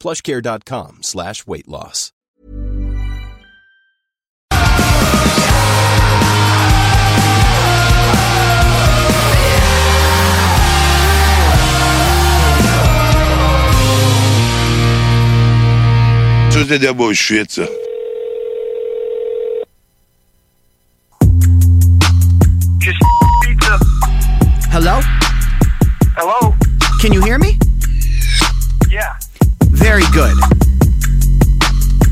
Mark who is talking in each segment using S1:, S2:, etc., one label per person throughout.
S1: plushcare.com slash weight loss.
S2: Ça, c'est de la bullshit, ça.
S3: pizza.
S4: Hello?
S3: Hello?
S4: Can you hear me?
S3: Yeah.
S4: Very good.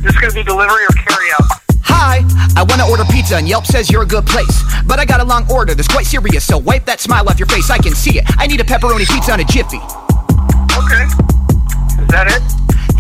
S3: This is going to be delivery or carry out.
S4: Hi, I want to order pizza and Yelp says you're a good place. But I got a long order that's quite serious, so wipe that smile off your face, I can see it. I need a pepperoni pizza on a jiffy.
S3: Okay. Is that it?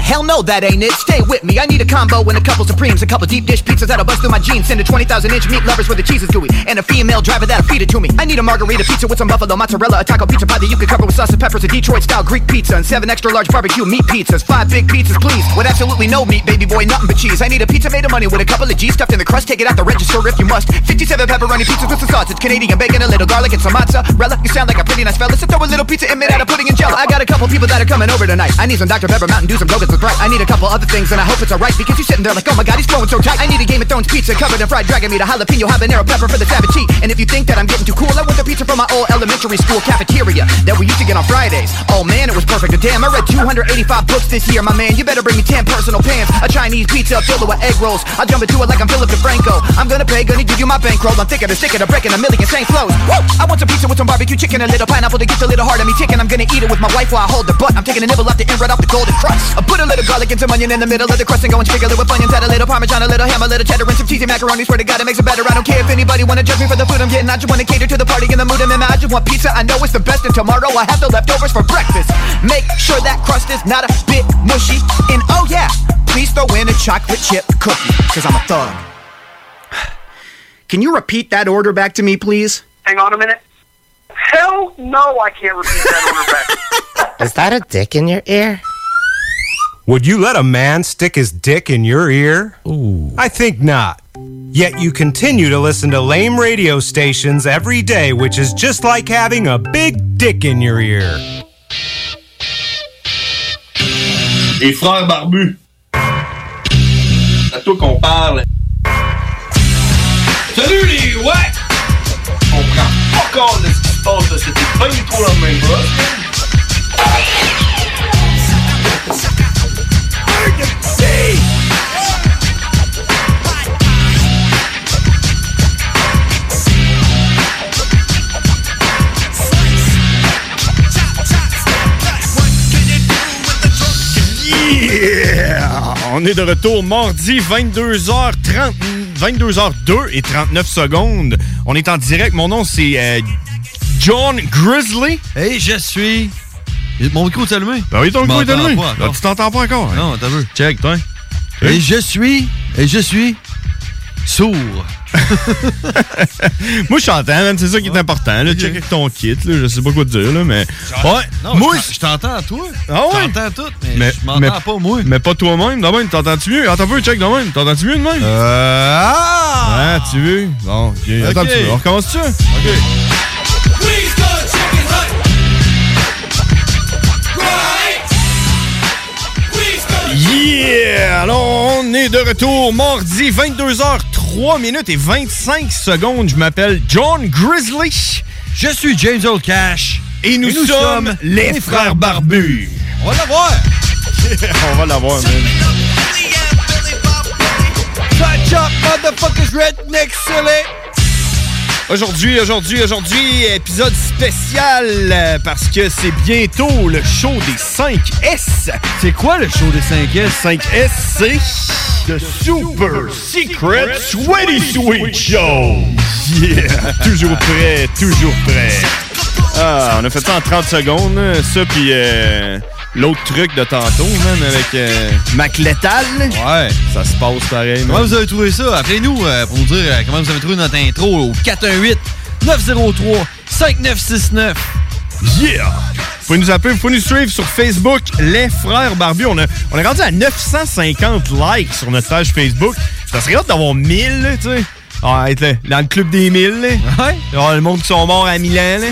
S4: Hell no, that ain't it. Stay with me. I need a combo and a couple supremes, a couple deep dish pizzas that'll bust through my jeans. Send a 20,000 inch meat lovers where the cheese is gooey, and a female driver that'll feed it to me. I need a margarita pizza with some buffalo mozzarella, a taco pizza pie that you can cover with sauce and peppers, a Detroit style Greek pizza, and seven extra large barbecue meat pizzas. Five big pizzas, please. With absolutely no meat, baby boy, nothing but cheese. I need a pizza made of money with a couple of G's stuffed in the crust. Take it out the register if you must. 57 pepperoni pizzas with some sausage, Canadian bacon, a little garlic, and some matzah. Rella, you sound like a pretty nice fella, so throw a little pizza in made out of pudding and jello. I got a couple people that are coming over tonight. I need some Dr. Pepper, Mountain Dew, some Gogurts with Sprite. I need a couple other things, and I hope it's alright because you're sitting there like, oh my god, he's flowing so tight. I need a Game of Thrones pizza covered in fried dragon meat, a jalapeno habanero pepper for the savage heat. And if you think that I'm getting too cool, I want the pizza from my old elementary school cafeteria that we used to get on Fridays. Oh man, it was perfect. Damn, I read 285 books this year, my man. You better bring me 10 personal pants, a Chinese pizza filled with egg rolls. I'll jump into it like I'm Philip DeFranco. I'm gonna pay, gonna give you my bankroll. I'm thinking of sticking a break and a million St. Flows. Woo! I want some pizza with some barbecue chicken, a little pineapple to get the little heart of me ticking. I'm gonna eat it with my wife while I hold the butt. I'm taking a nibble off the end right off the golden crust. I put a little garlic and some onion in the middle of the crust and go and sprinkle it with onions, add a little parmesan, a little ham, a little cheddar, and some cheesy macaroni. Swear to God, it makes it better. I don't care if anybody wanna judge me for the food I'm getting. I just wanna cater to the party in the mood I'm in. I just want pizza. I know it's the best, and tomorrow I have the leftovers for breakfast. Make sure that crust is not a bit mushy. And oh yeah, please throw in a chocolate chip cookie, cause I'm a thug. Can you repeat that order back to me, please?
S3: Hang on a minute. Hell no, I can't repeat that order back.
S5: Is that a dick in your ear?
S6: Would you let a man stick his dick in your ear? Ooh. I think not. Yet you continue to listen to lame radio stations every day, which is just like having a big dick in your ear.
S7: Les frères barbus. C'est à toi qu'on parle. Salut les ouais! On prend pas compte de ce qui se passe, là. c'était pas du tout la même chose.
S8: Yeah! On est de retour mardi 22h30 22h02 et 39 secondes. On est en direct. Mon nom c'est euh, John Grizzly. Et je suis mon micro est allumé. Ben oui, ton micro est
S9: M'entends
S8: allumé.
S9: pas encore.
S8: Ah, tu t'entends pas encore. hein?
S9: Non, t'as vu.
S8: Check, toi.
S9: Et je suis. Et je suis. Sourd.
S8: Moi, je t'entends, man, c'est ça qui est important. Là, Check avec ton kit, là, je sais pas quoi te dire, là, mais. Ouais,
S9: Non,
S8: moi,
S9: je t'entends, toi.
S8: Ah ouais?
S9: Je t'entends tout, mais, je m'entends pas, moi.
S8: Mais pas toi-même, de même. T'entends-tu mieux? Attends un peu, check de même. T'entends-tu mieux de même? Euh. Ah! tu veux? Bon, ok. Attends un petit peu. On recommence ça? OK. Yeah! Alors, on est de retour mardi, 22h03 minutes et 25 secondes. Je m'appelle John Grizzly.
S9: Je suis James Old Cash.
S8: Et nous, sommes, les frères barbus.
S9: On va l'avoir.
S8: on va l'avoir, man. Redneck Select!
S10: Aujourd'hui, aujourd'hui, aujourd'hui, épisode spécial euh, parce que c'est bientôt le show des 5S. C'est quoi le show des 5S? 5S, c'est The Super Secret Sweaty Sweet Show. Yeah! toujours prêt, toujours prêt. Ah, on a fait ça en 30 secondes, hein, ça, puis euh, l'autre truc de tantôt, même, avec euh, Mac Lethal. Ouais. Ça se passe pareil, man.
S8: Comment vous avez trouvé ça? Appelez-nous euh, pour nous dire euh, comment vous avez trouvé notre intro au 418-903-5969.
S10: Yeah! Vous pouvez nous appeler, vous pouvez nous suivre sur Facebook, Les Frères Barbus. On, a, on est rendu à 950 likes sur notre page Facebook. Ça serait hâte d'avoir 1000, là, tu sais. Ah, être là, dans le club des 1000, là. Genre, le monde qui sont morts à Milan, là.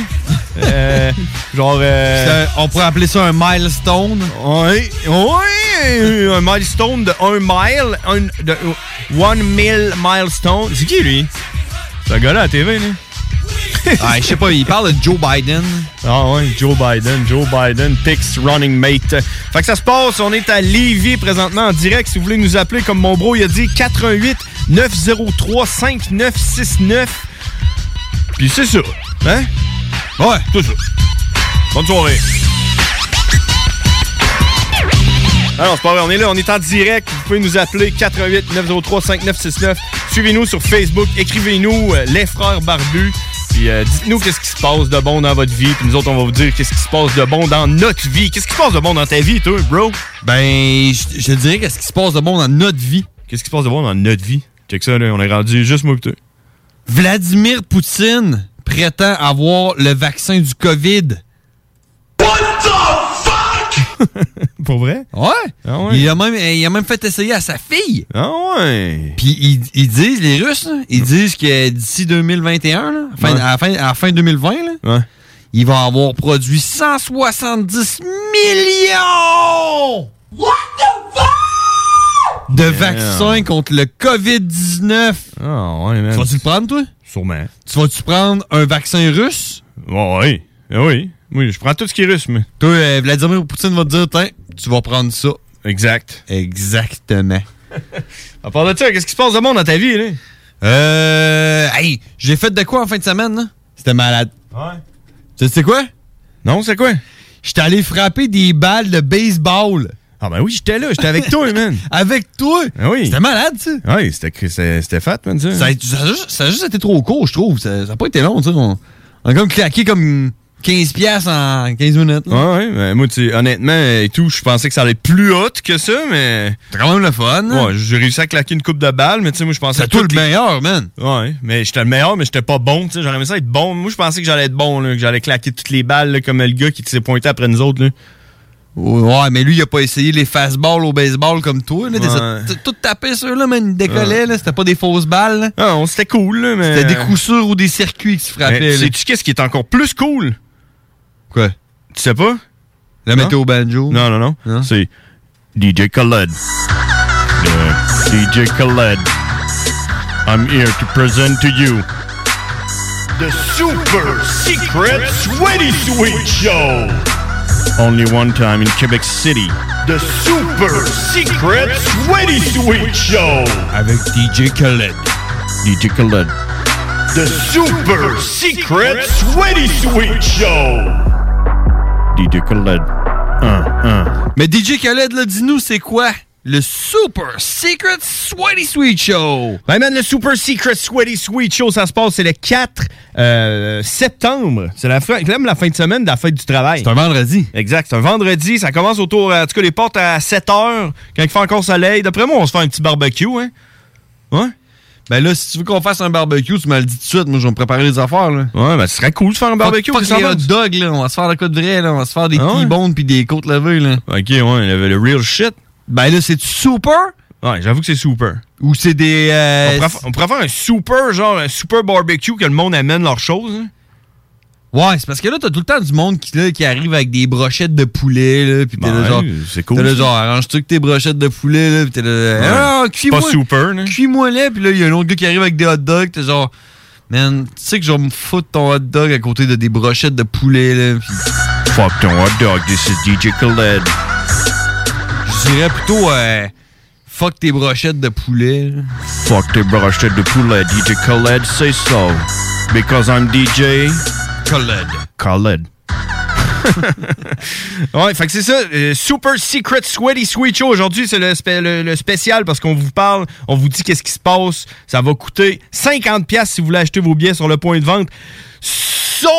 S10: Euh, genre... euh, on pourrait appeler ça un milestone. Oui, oui, un milestone de 1 mile, un, de 1 mille milestone. C'est qui, lui? C'est un gars-là à la TV, là.
S8: Ah, je sais pas, il parle de Joe Biden.
S10: Ah ouais, Joe Biden, Joe Biden, Pix Running Mate. Fait que ça se passe, on est à Lévis présentement en direct. Si vous voulez nous appeler, comme mon bro, il a dit 88 903 5969. Puis c'est ça, hein? Ouais, c'est ça. Bonne soirée. Ah non, c'est pas vrai, on est là, on est en direct. Vous pouvez nous appeler 88 903 5969. Suivez-nous sur Facebook, écrivez-nous euh, les frères barbus. Puis euh, dites-nous qu'est-ce qui se passe de bon dans votre vie. Puis nous autres, on va vous dire qu'est-ce qui se passe de bon dans notre vie. Qu'est-ce qui se passe de bon dans ta vie, toi, bro?
S8: Ben, je, je dirais qu'est-ce qui se passe de bon dans notre vie.
S10: Qu'est-ce qui se passe de bon dans notre vie? Check ça, là, on est rendu juste moi pis toi.
S8: Vladimir Poutine prétend avoir le vaccin du COVID.
S10: Pour vrai? Ah
S8: Ouais.
S10: ouais.
S8: Il, a même, il a même fait essayer à sa fille.
S10: Ah ouais.
S8: Puis ils, ils disent, les Russes, là, ils disent que d'ici 2021, là, fin-
S10: Ouais.
S8: à, la fin, à la fin 2020, là, ils vont avoir produit 170 millions de vaccins contre le COVID-19.
S10: Ah ouais, man.
S8: Tu vas-tu le prendre, toi?
S10: Sûrement.
S8: Tu vas-tu prendre un vaccin russe?
S10: oui. Eh Oui. Oui, je prends tout ce qui est russe, mais.
S8: Toi, euh, Vladimir Poutine va te dire, tiens, tu vas prendre ça.
S10: Exact.
S8: Exactement.
S10: À part de ça, qu'est-ce qui se passe de bon dans ta vie, là?
S8: Euh. Hey, j'ai fait de quoi en fin de semaine, là? C'était malade.
S10: Ouais.
S8: Tu sais quoi?
S10: Non, c'est quoi?
S8: J'étais allé frapper des balles de baseball.
S10: Ah ben oui, j'étais là, j'étais avec toi, man.
S8: Avec toi?
S10: Ah oui.
S8: C'était malade, ça.
S10: Oui, c'était- c'était c'était fat, man, ça.
S8: Ça a, ça a juste, ça a juste été trop court, je trouve. Ça n'a pas été long, tu sais. On, on a comme claqué comme 15 piastres en 15 minutes. là.
S10: Ouais, ouais, ben, moi, tu sais, honnêtement, euh, et tout, je pensais que ça allait être plus haute que ça, mais.
S8: C'était quand même le fun. hein?
S10: Ouais, j'ai réussi à claquer une coupe de balles, mais tu sais, moi, je pensais.
S8: C'était toi le meilleur, man.
S10: Ouais, mais j'étais le meilleur, mais j'étais pas bon, tu sais, j'aurais aimé ça être bon. Moi, je pensais que j'allais être bon, là, que j'allais claquer toutes les balles, là, comme le gars qui s'est pointé après nous autres, là.
S8: Ouais, mais lui, il a pas essayé les fastballs au baseball comme toi. Là,
S10: Ouais.
S8: T'es- t'es- Tout tapé sur là, man. Il décollait, là. C'était pas des fausses balles. là.
S10: Ah, on c'était cool, là, mais.
S8: C'était des coups sûrs ou des circuits qui se frappaient.
S10: Mais
S8: là.
S10: Sais-tu qu'est-ce qui est encore plus cool?
S8: Quoi?
S10: Tu sais pas?
S8: La
S10: Non?
S8: météo banjo.
S10: Non, non, non.
S8: Non?
S10: C'est DJ Khaled. Yeah, DJ Khaled. I'm here to present to you the super secret sweaty sweet show. Only one time in Quebec City. The super secret sweaty sweet show.
S8: Avec DJ Khaled.
S10: DJ Khaled. The super secret sweaty sweet show. DJ Khaled. Un, un.
S8: Mais DJ Khaled, là, dis-nous, c'est quoi le Super Secret Sweaty Sweet Show?
S10: Ben, man, le Super Secret Sweaty Sweet Show, ça se passe, c'est le 4 euh, septembre. C'est la, fin- même la fin de semaine de la fête du travail.
S8: C'est un vendredi.
S10: Exact, c'est un vendredi. Ça commence autour, euh, en tout cas, les portes à 7 heures, quand il fait encore soleil. D'après moi, on se fait un petit barbecue, hein? Ouais?
S8: Ben là, si tu veux qu'on fasse un barbecue, tu me le dis tout de suite. Moi, je vais me préparer les affaires, là.
S10: Ouais, ben, ce serait cool de faire un barbecue.
S8: Fuck- fuck
S10: ça
S8: les
S10: va.
S8: hot dogs, là. On va se faire de quoi de vrai, là. On va se faire des
S10: Ah ouais?
S8: T-bones puis des côtes levées, là.
S10: Ok, ouais, le, le real shit.
S8: Ben là, c'est-tu super
S10: Ouais, j'avoue que c'est super.
S8: ou c'est des.
S10: On
S8: euh,
S10: pourrait, fa- on pourrait faire un super, genre, un super barbecue que le monde amène leurs choses, hein?
S8: Ouais, c'est parce que là, t'as tout le temps du monde qui, là, qui arrive avec des brochettes de poulet, là. Puis t'es
S10: Ben,
S8: là, genre.
S10: c'est cool,
S8: T'es là,
S10: ça.
S8: genre, arrange-tu que tes brochettes de poulet, là. Puis t'es là.
S10: Ouais.
S8: Ah, cuis-moi.
S10: Pas super, hein?
S8: cuis-moi là puis là il y a un autre gars qui arrive avec des hot dogs t'es genre man tu sais que je vais me foutre ton hot dog à côté de des brochettes de poulet là puis
S10: Fuck ton hot dog, this is DJ Khaled.
S8: je dirais plutôt euh,
S3: Fuck tes brochettes de poulet. là.
S10: Fuck tes brochettes de poulet, DJ Khaled, say so. Because I'm DJ
S3: Khaled.
S10: Khaled.
S8: Ouais, fait que c'est ça. euh, Super Secret Sweaty Sweet Show. Aujourd'hui, c'est le, spé- le- le spécial parce qu'on vous parle, on vous dit qu'est-ce qui se passe. Ça va coûter 50$ piastres si vous voulez acheter vos billets sur le point de vente. Sauf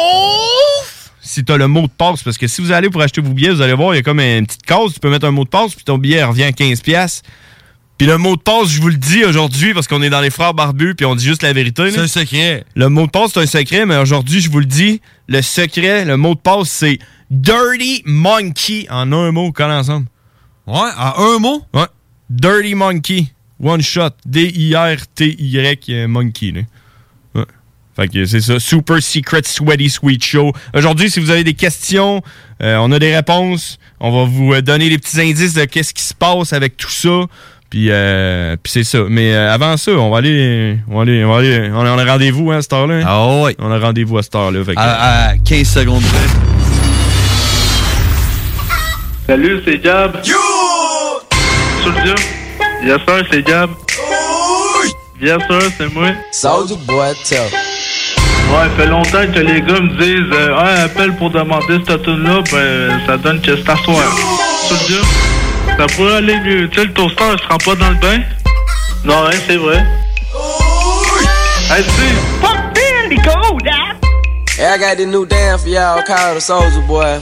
S8: si t'as le mot de passe. Parce que si vous allez pour acheter vos billets, vous allez voir, il y a comme une petite case. Tu peux mettre un mot de passe, puis ton billet revient à 15$. piastres. Puis le mot de passe, je vous le dis aujourd'hui parce qu'on est dans les frères barbus puis on dit juste la vérité. C'est un
S3: secret.
S8: Le mot de passe, c'est un secret, mais aujourd'hui, je vous le dis, le secret, le mot de passe, c'est Dirty Monkey en un mot, quand ensemble.
S3: Ouais, en un mot?
S8: Ouais. Dirty Monkey. One shot. D-I-R-T-Y euh, Monkey. là. Ouais. Fait que c'est ça. Super Secret Sweaty Sweet Show. Aujourd'hui, si vous avez des questions, euh, on a des réponses. On va vous euh, donner des petits indices de qu'est-ce qui se passe avec tout ça. Puis, euh, puis c'est ça. Mais euh, avant ça, on va aller. On, va aller, on, va aller- on a, on a rendez-vous hein, à cette heure-là.
S3: Ah ouais.
S8: On a rendez-vous à cette heure-là. Fait que-
S3: À, à 15 secondes près.
S9: Salut, c'est Gab. Yo! Studio. Bien sûr, c'est Gab. Bien sûr, c'est moi. Sors du boîte, Ouais, fait longtemps que les gars me disent euh, Ah, appelle pour demander cette tune-là, ben ça donne que c'est à soir. Studio. Ça pourrait aller mieux. Tu sais, le toaster, il se rend pas dans le bain. Non, hein, c'est vrai. Hey, tu
S11: Fuck Billy Gold, Hey, I got this new dance for y'all called the Soldier Boy.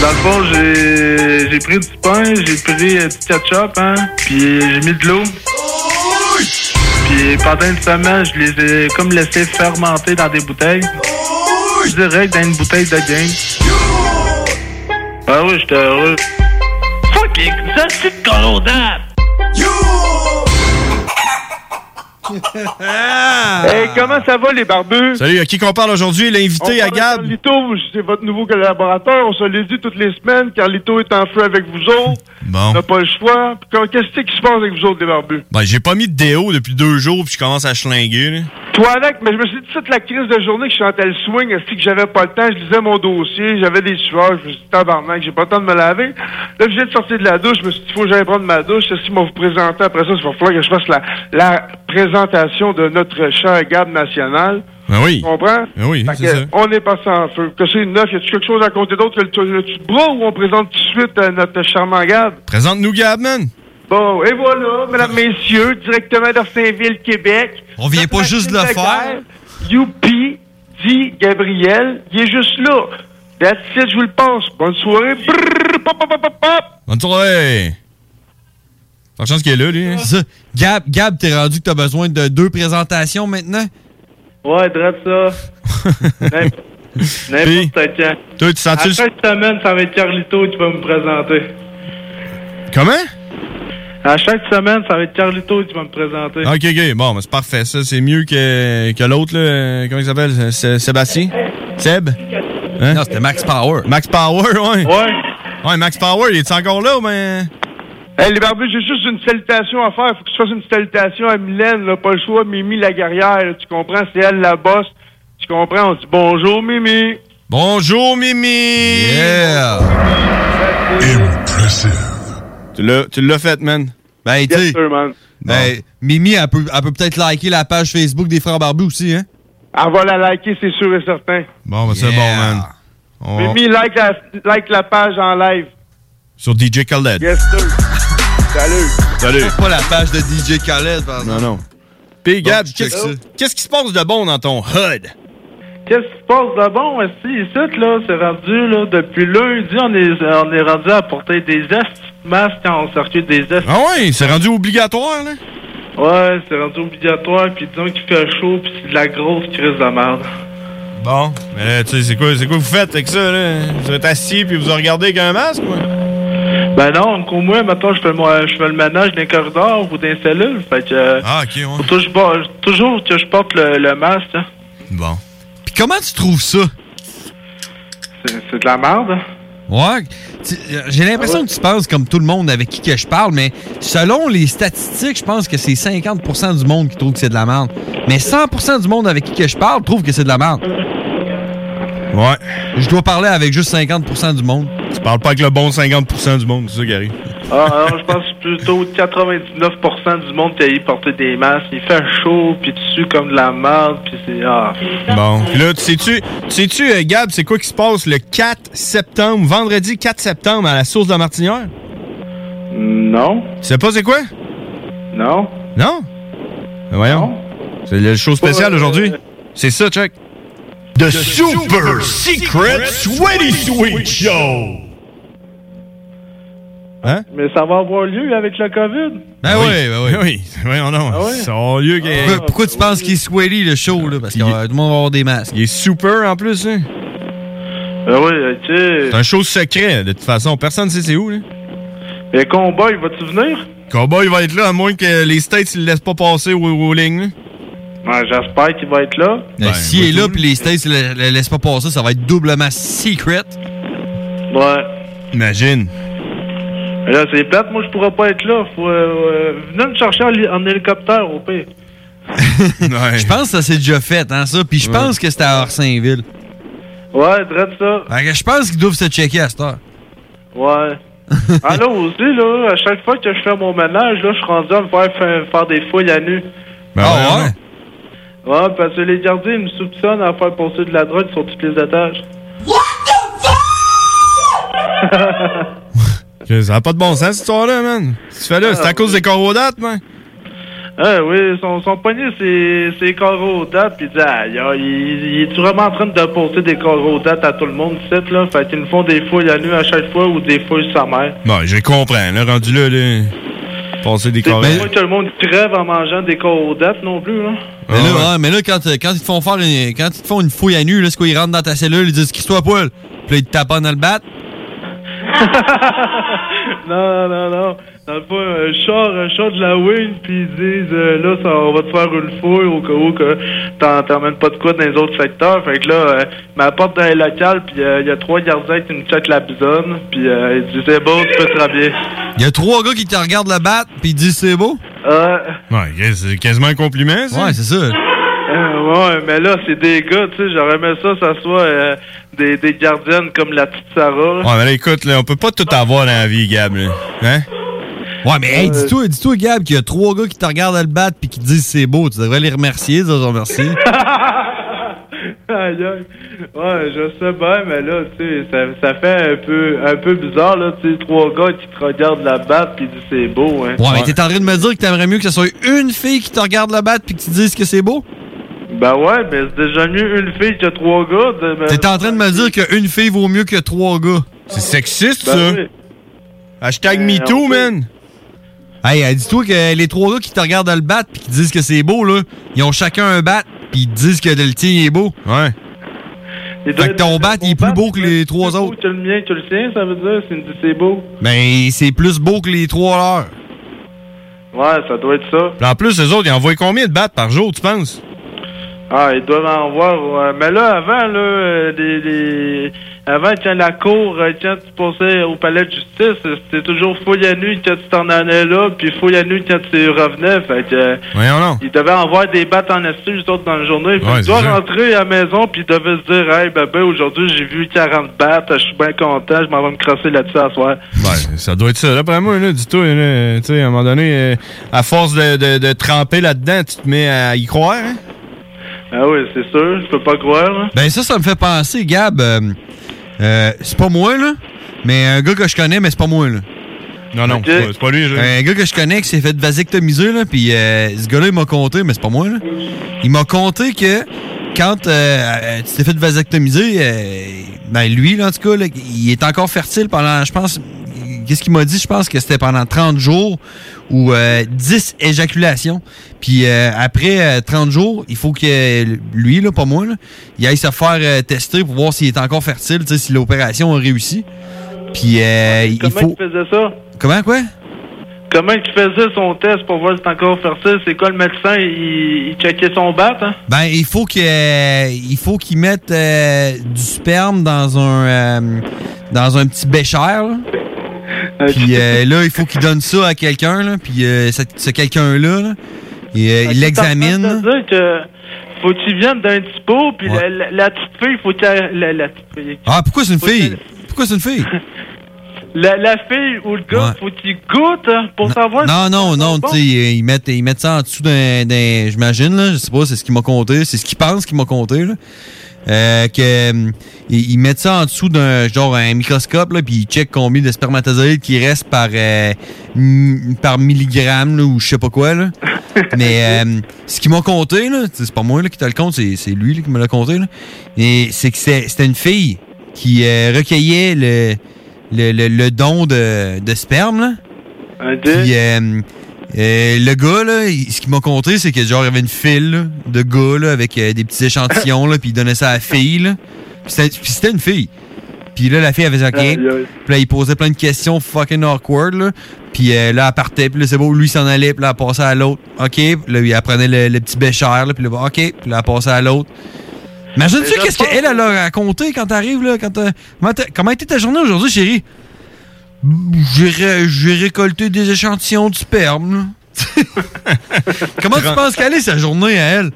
S9: Dans le fond, j'ai j'ai pris du pain, j'ai pris euh, du ketchup, hein, puis j'ai mis de l'eau. Puis pendant une semaine, je les ai comme laissé fermenter dans des bouteilles. Direct dans une bouteille de gang. Ah oui, j'étais heureux. Fucking ça, c'est colondable!
S8: Hey, comment ça va les barbus? Salut, à qui qu'on parle aujourd'hui? L'invité à Gab.
S12: Carlito, c'est votre nouveau collaborateur. On se l'est dit toutes les semaines. Carlito est en feu avec vous autres.
S8: Bon.
S12: On n'a pas le choix. Puis quand- Qu'est-ce qui se passe avec vous autres, les barbus?
S8: Ben, j'ai pas mis de déo depuis deux jours, puis je commence à schlinguer. là.
S12: Toi, Alec, mais je me suis dit, toute la crise de journée que je chantais le swing, est-ce que j'avais pas le temps? Je lisais mon dossier, j'avais des sueurs, je me suis dit, tabarnak, j'ai pas le temps de me laver. Là, j'ai de sortir de la douche, je me suis dit, faut que j'aille prendre ma douche. Ceci m'a vous présenter après ça, il va falloir que je fasse la, la présentation de notre cher garde national.
S8: Ben oui.
S12: Tu comprends?
S8: Ben oui,
S12: Fait
S8: c'est
S12: que,
S8: ça.
S12: On est passé en feu. Que c'est neuf, y a-tu quelque chose à compter d'autre que le tu- le tu de bras ou on présente tout de suite euh, notre charmant Gab?
S8: Présente-nous Gabman.
S12: Bon, et voilà, mesdames, messieurs, directement d'Orsainville, Québec.
S3: On vient pas juste de le faire.
S12: Youpi, dit Gabriel, il est juste là. That's it, je vous le pense. Bonne soirée. Brrr, pop, pop, pop, pop, pop.
S8: Bonne soirée. Par chance qu'il est là, lui. hein?
S3: C'est ça. Gab, Gab t'es rendu que t'as besoin de deux présentations maintenant?
S9: Ouais, dresse ça. N'im- N'importe quand.
S8: Toi, tu sens-tu
S9: À
S8: le-
S9: chaque semaine, ça va être Carlito qui va me présenter.
S8: Comment?
S9: À chaque semaine, ça va être Carlito qui va me présenter.
S8: Ok, ok. Bon, ben, c'est parfait. Ça, c'est mieux que, que l'autre, là. Euh, Comment il s'appelle? Euh, Sé- Sébastien? Seb? Non, c'était Max Power. Max Power, ouais.
S12: Ouais.
S8: Ouais, Max Power, il est encore là, mais.
S12: Hey, les barbus, j'ai juste une salutation à faire. Faut que je fasse une salutation à Mylène, là, pas le choix. Mimi la guerrière, là, tu comprends, c'est elle la bosse. Tu comprends, on dit bonjour Mimi.
S8: Bonjour, Mimi! Yeah! Impressive. Tu l'as, tu l'as fait, man.
S3: Ben, tu sais, ben, Mimi, elle peut elle peut peut-être liker la page Facebook des Frères Barbus aussi, hein?
S12: Elle va la liker, c'est sûr et certain.
S8: Bon, ben, c'est bon, man. On-
S12: Mimi, like la, like la page en live.
S8: Sur DJ Khaled.
S12: Yes, sir. Salut.
S8: Salut.
S3: Pas la page de DJ Khaled, par
S8: Non, non. Puis, Gab,
S3: Bon, check
S8: qu'est-ce
S3: ça.
S8: qu'est-ce qui se passe de bon dans ton HUD?
S9: Qu'est-ce qui se passe de bon ici, ici, là? C'est rendu, là, depuis lundi, on est, on est rendu à porter des estes masques quand on circule des estes.
S8: Ah ouais, c'est rendu obligatoire, là?
S9: Ouais, c'est rendu obligatoire, puis disons qu'il fait chaud, puis c'est de la grosse crise de merde.
S8: Bon. Mais là, Euh, tu sais, c'est quoi, c'est quoi vous faites avec ça, là? Vous êtes assis puis vous en regardez avec un masque, quoi?
S9: Ben non, au moins, maintenant, je fais, moi, je fais le ménage d'un corridor ou d'un cellule, fait que... euh,
S8: Ah, ok, ouais.
S9: faut toujours, pas- toujours que je porte le, le masque, hein.
S8: Bon.
S3: Puis comment tu trouves ça?
S9: C'est c'est de la merde, hein.
S3: Ouais. Tu- euh, J'ai l'impression que tu penses comme tout le monde avec qui que je parle, mais selon les statistiques, je pense que c'est 50 du monde qui trouve que c'est de la merde. Mais 100 du monde avec qui que je parle trouve que c'est de la merde.
S8: Ouais.
S3: Je dois parler avec juste 50 du monde.
S8: Tu parles pas avec le bon 50% du monde, c'est ça, Gary.
S9: Ah, alors, je pense plutôt 99% du monde qui a porté des masques. Il fait chaud, puis tu sues comme de la merde, puis c'est... Ah.
S3: Bon. Là, tu sais-tu, tu sais-tu, euh, Gab, c'est quoi qui se passe le 4 septembre, vendredi 4 septembre à la source de la Martinière?
S9: Non.
S3: Tu sais pas c'est quoi?
S9: Non.
S3: Non? Ben voyons. C'est le show spécial aujourd'hui. C'est ça, check.
S10: The Super Secret Sweaty Sweet Show.
S8: Hein?
S9: Mais ça va avoir lieu avec le COVID.
S3: Ben oui, ben oui. oui. Voyons donc.
S9: Ah ouais?
S3: Ça a lieu qu'il-
S8: Pourquoi, pourquoi tu penses qu'il est sweaty le show, là? Parce que euh, tout le monde va avoir des masques.
S3: Il est super en plus, hein?
S9: Ben oui, tu sais...
S3: C'est un show secret, de toute façon. Personne ne sait c'est où, là.
S9: Mais Comboy, vas-tu venir?
S3: Cowboy va être là, à moins que les States ne le laissent pas passer au rolling, là.
S9: Ben, j'espère qu'il va être là.
S8: Ben, S'il est là, puis les States le, le laissent pas passer, ça va être doublement secret.
S9: Ouais.
S3: Imagine.
S9: Mais Là, c'est plate, moi, je pourrais pas être là. Faut, euh, euh, venez me chercher en, li- en hélicoptère, au pire.
S8: Je pense que ça s'est déjà fait, hein, ça. Puis je pense que c'était à Orsainville.
S9: Ouais, traite ça.
S8: Fait que je pense qu'ils doivent se checker à cette heure.
S9: Ouais. ah là aussi, là, à chaque fois que je fais mon ménage, là, je suis rendu à me faire, fa- faire des fouilles à nu.
S3: ah ouais?
S9: Ouais, parce que les gardiens ils me soupçonnent à faire passer de la drogue sur toutes les étages.
S3: Que Ça n'a pas de bon sens, cette histoire-là, man. Ce que tu fais là, c'est à cause des corrodates, man.
S9: Ah oui, son, son poignet, c'est c'est coraux dates, pis il dit, aïe, aïe, il, il est vraiment en train de poster des coraux dates à tout le monde, tu sais, là. Fait qu'ils me font des fouilles à nu à chaque fois ou des fouilles sa mère.
S3: Bon, je comprends, là, rendu là, là. Passer des
S9: C'est pas
S3: corrodates.
S9: moi que le monde crève en mangeant des corrodates non plus, là.
S3: Ah,
S8: Mais là, ouais, mais là quand, euh, quand ils te font faire une, quand ils te font une fouille à nu, là, c'est quoi, ils rentrent dans ta cellule, ils disent Crise-toi à poil. Puis là, ils te tapent dans le bat.
S9: non, non, non. Dans le fond, euh, je sors, euh, je sors de la wing, puis ils disent, euh, là, ça, on va te faire une fouille au cas où que t'en- t'emmènes pas de quoi dans les autres secteurs. Fait que là, euh, ma porte dans les locales, puis euh, il y a trois gardiens qui me checkent la bisonne, puis euh, ils disent, c'est bon, tu peux te rhabiller.
S8: Il y a trois gars qui te regardent le bat, puis ils disent C'est beau.
S9: Euh,
S3: Ouais, c'est quasiment un compliment, ça.
S8: Ouais, c'est ça.
S9: euh, ouais, mais là, c'est des gars, tu sais, j'aurais aimé ça, ça soit euh, des, des gardiennes comme la petite Sarah. là.
S3: Ouais, mais là, écoute, là, on peut pas tout avoir dans la vie, Gab, là. Hein?
S8: Ouais, mais hey, dis-toi, dis-toi, Gab, qu'il y a trois gars qui te regardent le bat, puis qui te disent C'est beau. Tu devrais les remercier, dire merci.
S9: Aïe, aïe. Ouais, je sais bien, mais là, tu sais, ça, ça fait un peu, un peu bizarre, là, tu sais, trois gars qui te regardent la batte pis disent c'est beau, hein.
S8: Ouais, mais t'es en train de me dire que t'aimerais mieux que ce soit une fille qui te regarde le bat, puis que tu dises que c'est beau?
S9: Ben ouais, mais c'est déjà mieux une fille que trois gars. de- ben-
S8: T'es en train de me dire qu'une fille vaut mieux que trois gars.
S3: C'est sexiste,
S9: Ben ça. oui.
S8: Euh,
S3: Hashtag
S9: me too, man.
S8: Hey, euh, dis-toi que les trois gars qui te regardent le bat puis qui disent que c'est beau, là, ils ont chacun un bat puis ils disent que le tien est beau.
S3: Ouais.
S8: Fait que ton bat, il est plus beau que les trois
S9: C'est
S8: autres.
S9: beau que le mien, que le sien, ça veut dire, c'est, c'est beau.
S8: Mais c'est plus beau que les trois leurs.
S9: Ouais, ça doit être ça.
S3: Puis en plus, les autres, ils envoient combien de battes par jour, tu penses?
S9: Ah, ils doivent en voir. ouais. Mais là, avant, là, euh, les, les- avant, quand la cour, euh, quand tu passais au palais de justice, euh, c'était toujours fouille à nu quand tu t'en allais là, puis fouille à nu quand tu revenais. Fait que, euh,
S3: Voyons non.
S9: ils devaient en voir des battes en astuce, les autres, dans la journée. Fait
S3: Ouais,
S9: que tu
S3: c'est
S9: dois
S3: ça.
S9: rentrer à la maison, puis ils devaient se dire, hey, bébé, aujourd'hui, j'ai vu 40 battes, je suis bien content, je m'en vais me crosser là-dessus à soir.
S3: Ben, ça doit être ça. Là, après moi, là, dis-toi, là, euh, tu sais, à un moment donné, euh, à force de, de- de tremper là-dedans, tu te mets à y croire, hein?
S9: Ah oui, c'est sûr, je peux pas croire, là.
S8: Ben ça, ça me fait penser, Gab. euh, euh, c'est pas moi, là. Mais un gars que je connais, mais c'est pas moi, là.
S3: Non, non, c'est pas- c'est pas lui, je-
S8: Un gars que je connais qui s'est fait vasectomiser, là. Puis euh, ce gars-là, il m'a conté, mais c'est pas moi, là. Il m'a conté que quand euh, euh, tu t'es fait vasectomiser, euh, ben lui, là, en tout cas, là, il est encore fertile pendant, je pense, qu'est-ce qu'il m'a dit? Je pense que c'était pendant 30 jours ou euh, 10 éjaculations. Puis euh, après euh, 30 jours, il faut que euh, lui, là, pas moi, là, il aille se faire euh, tester pour voir s'il est encore fertile, tu sais, si l'opération a réussi. Puis euh, il
S9: Comment
S8: faut...
S9: ils faisaient ça?
S8: Comment, quoi?
S9: Comment ils faisaient son test pour voir si t'es encore fertile? C'est quoi le médecin? Il, il checkait son bat, hein?
S8: Ben, il faut que il faut qu'ils mettent euh, du sperme dans un euh, dans un petit bécher. là. Puis euh, là, il faut qu'ils donnent ça à quelqu'un là, puis euh, ce, ce quelqu'un là, là, il, euh, il l'examine.
S9: Ça veut dire que faut qu'il vienne d'un petit pot, puis la, la- la petite fille, faut qu'elle. La, la petite fille.
S8: Ah, pourquoi c'est une fille Pourquoi c'est une fille
S9: la, la fille ou le gars,
S8: Ouais.
S9: faut qu'il goûte hein, pour savoir.
S8: Non,
S9: si
S8: non,
S9: c'est
S8: non,
S9: bon.
S8: tu sais, ils mettent, ils mettent ça en dessous d'un. d'un- J'imagine, là, je sais pas, c'est ce qu'il m'a compté, c'est ce qu'ils pensent qu'il m'a compté, là. Euh, que, hum, ils, ils mettent ça en dessous d'un genre un microscope, là, puis ils checkent combien de spermatozoïdes qui restent par, euh, mi- par milligramme, là, ou je sais pas quoi, là. Mais euh, ce qu'ils m'ont compté, là, c'est pas moi là, qui te le compte, c'est c'est lui là, qui me l'a compté, là. Et c'est que c'est- c'était une fille qui euh, recueillait le, le, le- le don de, de sperme, là. Puis, euh, euh, le gars, là, il- ce qu'il m'a conté, c'est que genre, il y avait une file là, de gars là, avec euh, des petits échantillons, là, puis il donnait ça à la fille. là. Puis c'était- puis c'était une fille. Puis là, la fille, elle faisait
S9: Aïe, aïe.
S8: OK. Puis là, il posait plein de questions fucking awkward. Là. Puis euh, là, elle partait. Puis là, c'est beau. Lui, il s'en allait. Puis là, elle passait à l'autre. OK. Puis là, il apprenait le, le petit bécher. Là, puis là, OK. Puis là, elle passait à l'autre.
S13: Mais
S8: Imagine-tu
S13: je
S8: qu'est-ce
S13: pense-
S8: qu'elle elle a raconté quand t'arrives, là? Quand t'as- comment, t'as- comment a été ta journée aujourd'hui, chérie? J'ai ré- j'ai récolté des échantillons de sperme. là. Comment tu penses qu'elle est sa journée à elle?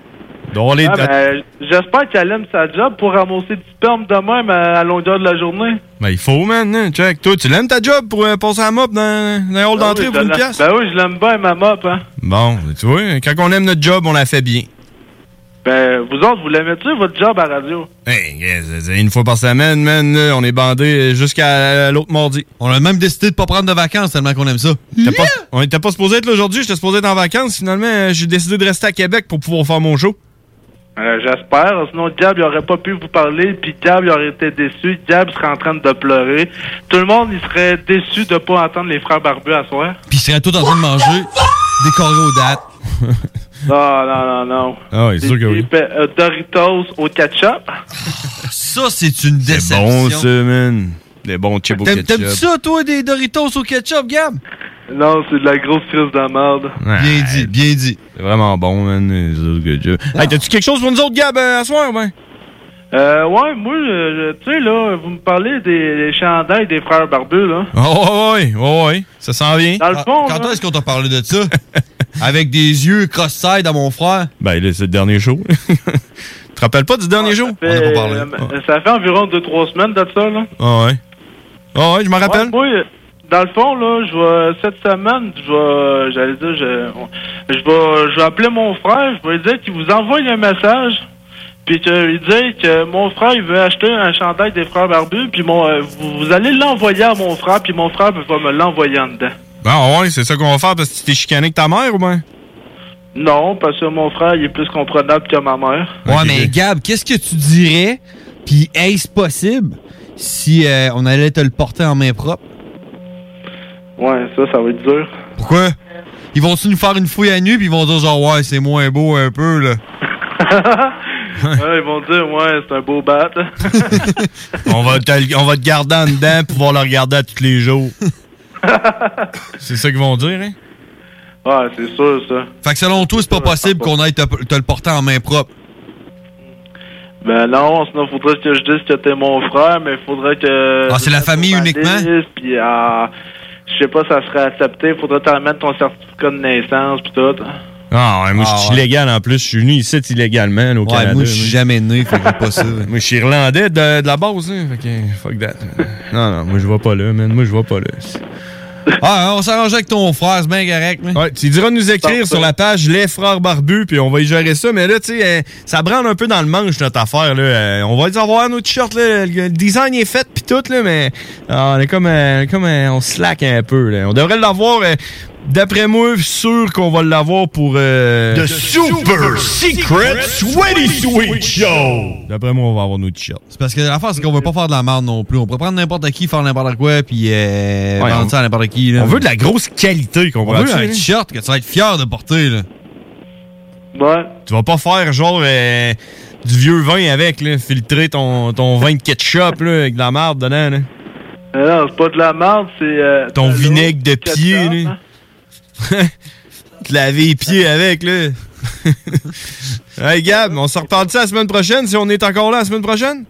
S9: Ah, ben, J'espère qu'elle aime sa job pour ramasser du sperme de même à, à longueur de la journée.
S13: Ben, il faut, man. hein, Check. Toi, tu l'aimes ta job pour euh, passer à la mop dans, dans un hall
S9: Ben
S13: d'entrée
S9: oui,
S13: pour
S9: je
S13: une
S9: l'aime-
S13: pièce?
S9: Ben oui, je l'aime bien, ma mop, hein.
S13: Bon, tu vois, quand on aime notre job, on la fait bien.
S9: Ben, vous autres, vous l'aimez-tu, votre job à radio?
S13: Hey, yes, yes, une fois par semaine, man, là, on est bandé jusqu'à l'autre mardi.
S8: On a même décidé de pas prendre de vacances tellement qu'on aime ça.
S13: on était pas supposé être là aujourd'hui, j'étais supposé être en vacances. Finalement, euh, j'ai décidé de rester à Québec pour pouvoir faire mon show.
S9: Euh, J'espère, sinon Gab, il aurait pas pu vous parler, puis Gab, il aurait été déçu, Gab serait en train de pleurer. Tout le monde, il serait déçu de pas entendre les frères barbus à soir.
S8: Puis ils seraient tous en train de manger des aux dates.
S9: Non, non, non, non.
S13: Ah oui, Ah,
S9: Des petits, euh, Doritos au ketchup.
S8: Ça, c'est une déception.
S13: Bon, ça, man. Des bons chips au
S8: T'aimes-
S13: ketchup.
S8: T'aimes-tu ça, toi, des Doritos au ketchup, Gab?
S9: Non, c'est de la grosse crise de merde.
S13: Bien
S8: dit, bien dit. Ah.
S13: C'est vraiment bon, man. les autres que Dieu. Hey, t'as-tu quelque chose pour nous autres, Gab, euh, à soir, ben?
S9: Euh, ouais, moi, euh, je- je- tu sais, là, vous me parlez des, des chandails des frères barbus, là.
S13: Oh, ouais, ouais, ouais, ouais. Ça s'en vient.
S9: Dans le fond, hein. là,
S8: Quand est-ce qu'on t'a parlé de ça? Avec des yeux cross-side à mon frère?
S13: Ben, là, c'est le dernier show. tu te rappelles pas du dernier jour?
S9: fait, euh, ça fait environ 2-3 semaines de ça, là.
S13: Ah, ouais. Ah, ouais, je m'en rappelle.
S9: Ouais, moi, euh, dans le fond, là, je vais, cette semaine, je vais, j'allais dire, je, je vais, je vais appeler mon frère, je vais lui dire qu'il vous envoie un message, puis que lui dire que mon frère, il veut acheter un chandail des frères barbus, puis mon, euh, vous, vous allez l'envoyer à mon frère, puis mon frère va me l'envoyer en dedans.
S13: Ah, ouais, c'est ça qu'on va faire parce que tu t'es chicané avec ta mère ou ben?
S9: Non, parce que mon frère, il est plus comprenable que ma mère.
S8: Ouais, mais Gab, qu'est-ce que tu dirais, puis est-ce possible, si euh, on allait te le porter en main propre?
S9: Ouais, ça, ça va être dur.
S8: Pourquoi? Ils vont-tu nous faire une fouille à nu, puis ils vont dire genre, ouais, c'est moins beau un peu, là.
S9: Ouais, ils vont dire, ouais, c'est un beau bat.
S13: on, va te, le- on va te garder en dedans pour pouvoir le regarder à tous les jours. c'est ça qu'ils vont dire, hein?
S9: ouais, c'est sûr, ça.
S8: Fait que selon toi, c'est pas possible qu'on aille te, te le porter en main propre.
S9: Ben non, sinon faudrait que je dise que t'es mon frère, mais faudrait que...
S8: Ah, c'est la famille
S9: Journaliste,
S8: uniquement?
S9: Puis, ah, je sais pas, ça serait accepté. Faudrait t'en mettre ton certificat de naissance, puis tout.
S13: Ah, ouais, moi,
S8: Ah,
S13: je suis
S8: ouais.
S13: illégal en plus. Je suis venu ici illégalement au
S8: Ouais,
S13: Canada.
S8: moi, je suis jamais né, fait que j'ai pas ça.
S13: Moi, je suis irlandais de, de la base, hein. Fait que, fuck that. non, non, moi, je vais pas là, man. Moi, je vais pas là.
S8: Ah, on s'arrange avec ton frère, c'est bien correct, mais.
S13: Ouais, tu diras de nous écrire sur la page Les Frères Barbus, puis on va y gérer ça. Mais là, tu sais, euh, ça branle un peu dans le manche, notre affaire. Là. Euh, on va les avoir, nos t-shirts. là. Le le design est fait, puis tout, là, mais ah, on est comme, euh, comme euh, on slack un peu. là. On devrait l'avoir, euh, d'après moi, sûr qu'on va l'avoir pour... euh,
S10: The Super Secret Sweaty Sweet Show.
S13: D'après moi, on va avoir nos t-shirts.
S8: C'est parce que l'affaire, c'est qu'on veut pas faire de la merde non plus. On peut prendre n'importe qui, faire n'importe quoi, puis euh,
S13: Ouais,
S8: vendre
S13: on-
S8: ça à n'importe qui. Là.
S13: on veut de la grosse qualité,
S8: On
S13: comprends-tu?
S8: veut un
S13: là?
S8: t-shirt que tu vas être fier de porter, là.
S9: Ouais.
S13: Tu vas pas faire genre euh, du vieux vin avec, là, filtrer ton, ton vin de ketchup là, avec de la marde dedans. Là.
S9: Mais non, c'est pas de la merde, c'est... euh,
S13: Ton vinaigre de pied. Là. Te laver les pieds avec. là. hey Gab, on se reparle de ça la semaine prochaine si on est encore là la semaine prochaine?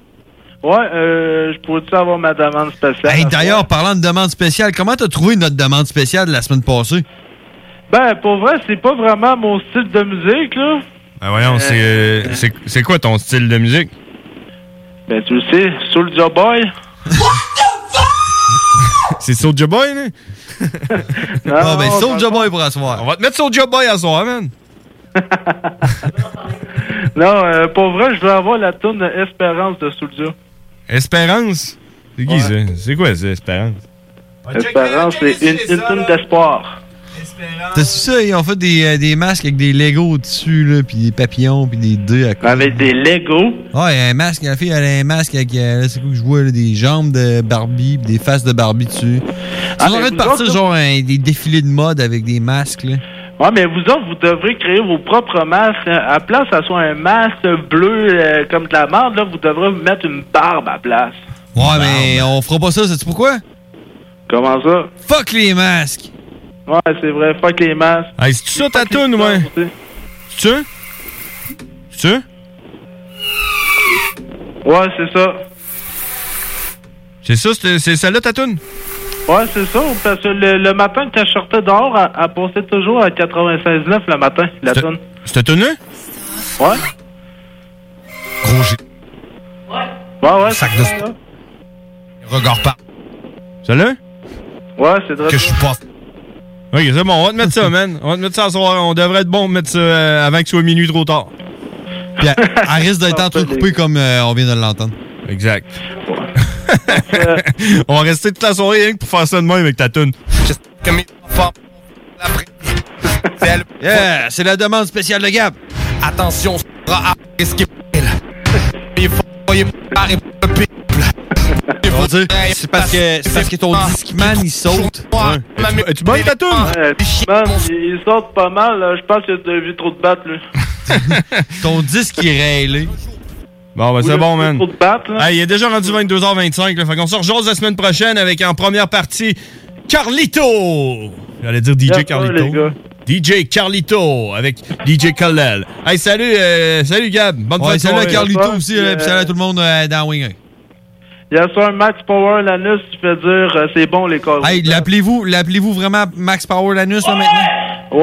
S9: Ouais, euh, je pourrais-tu avoir ma demande spéciale?
S8: Hey, d'ailleurs, parlant de demande spéciale, comment t'as trouvé notre demande spéciale de la semaine passée?
S9: Ben, pour vrai, c'est pas vraiment mon style de musique, là.
S13: Ben voyons, c'est, euh, c'est, c'est quoi ton style de musique?
S9: Ben, tu le sais, Soulja Boy.
S8: C'est Soulja Boy, là?
S14: Ah, ben, non, Soulja
S8: Boy pour asseoir. On va te mettre Soulja Boy à soir, man.
S9: Non, euh, pour vrai, je veux avoir la tourne Espérance de Soulja.
S8: Espérance? C'est qui, ça? C'est quoi, ça, Espérance?
S9: Espérance, c'est une, une toune d'espoir.
S14: T'as su ça? Ils ont fait des, euh, des masques avec des Legos dessus, là, puis des papillons, puis des dés à côté.
S9: Avec des Legos.
S14: Ouais, il y a un masque, la fille, elle a un masque avec, euh, là, c'est quoi que je vois, là, des jambes de Barbie, puis des faces de Barbie dessus.
S9: Ah,
S14: Tu devrais
S9: mais
S14: de
S9: vous
S14: partir,
S9: autres,
S14: genre, un- des défilés de mode avec des masques, là.
S9: Ouais, Ah, mais vous autres, vous devrez créer vos propres masques. À place, ça soit un masque bleu euh, comme de la merde, là, vous devrez vous mettre une barbe à place.
S14: Ouais, mais on fera pas ça, sais-tu pourquoi?
S9: Comment ça?
S14: Fuck les masques!
S9: Ouais, c'est vrai, fuck les masques.
S8: Hey, c'est-tu ça ta toune, ouais? C'est-tu? ça? C'est-tu? ça?
S9: Ouais, c'est ça.
S8: C'est ça, c'est c'est celle-là ta toune?
S9: Ouais, c'est ça, parce que le, le matin, quand je sortais dehors, elle, elle passait toujours à 96.9 le matin, la toune.
S8: Cette toune-là?
S9: Ouais?
S8: Gros G.
S9: Ouais, ouais.
S8: Sac
S9: c'est
S8: de-
S9: ça, là.
S8: Regarde pas. Celle-là?
S9: Ouais, c'est drôle.
S8: Que je suis pas. Ok, c'est bon, on va te mettre ça, man. On va te mettre ça à soir. On devrait être bon de mettre ça euh, avant que ce soit minuit trop tard.
S14: Puis elle, elle risque d'être entrecoupée comme euh, on vient de l'entendre.
S8: Exact. on va rester toute la soirée rien que pour faire ça de même avec ta toune.
S14: Yeah, c'est la demande spéciale de Gab.
S15: Attention, sera à ce qui Il faut voyez par le peuple.
S14: On va dire, C'est parce que c'est parce que ton Discman il saute.
S8: Tu bonnes ta
S9: Ouais, man, ils ils sortent pas mal, là. je pense que t'as vu trop de battes, là.
S14: Ton disque il est réglé.
S8: Bon, ben, c'est
S14: Oui,
S8: bon,
S14: c'est
S8: man.
S14: pour
S8: Hey, il est déjà rendu 22h25. Là, fait qu'on se rejase la semaine prochaine avec en première partie Carlito. J'allais dire DJ
S16: Yes, sir, les
S8: Carlito.
S16: gars.
S8: DJ Carlito avec DJ Khalel. Hey, salut, euh, salut Gab. Bonne
S14: Ouais,
S8: fin de
S14: salut à
S8: soirée.
S14: Carlito aussi, euh, puis salut à tout le monde euh, dans Wing
S9: Il y a ça un Max Power Lanus qui fait dire euh, c'est bon les corps.
S14: Hey, l'appelez-vous, l'appelez-vous vraiment Max Power Lanus là maintenant?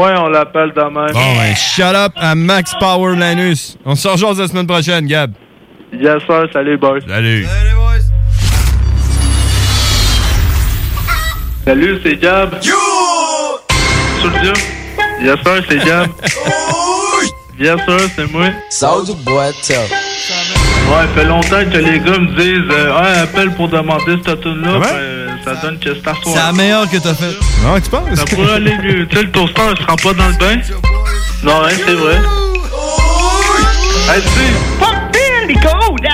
S9: Ouais, on l'appelle de même.
S8: Bon, ben, shut up à Max Power Lanus. On se rejase la semaine prochaine, Gab.
S9: Yes, sir. Salut, boys.
S8: Salut.
S9: Salut, c'est Gab. You! Soulja. Yes, sir, c'est Gab. yes, sir, c'est moi. Salut, boîte. Ouais, fait longtemps que les gars me disent euh, Ouais, appelle pour demander cette tune-là.
S14: Ah Ouais.
S9: ben, euh, ça donne que c'est à
S14: C'est la
S9: soir.
S14: meilleure que t'as fait.
S8: Non, tu penses?
S9: Ça pourrait aller mieux. Tu sais, le toaster, il se rend pas dans le bain. Non, hein, c'est vrai. Hey, tu
S11: Pump in the gold, Dad.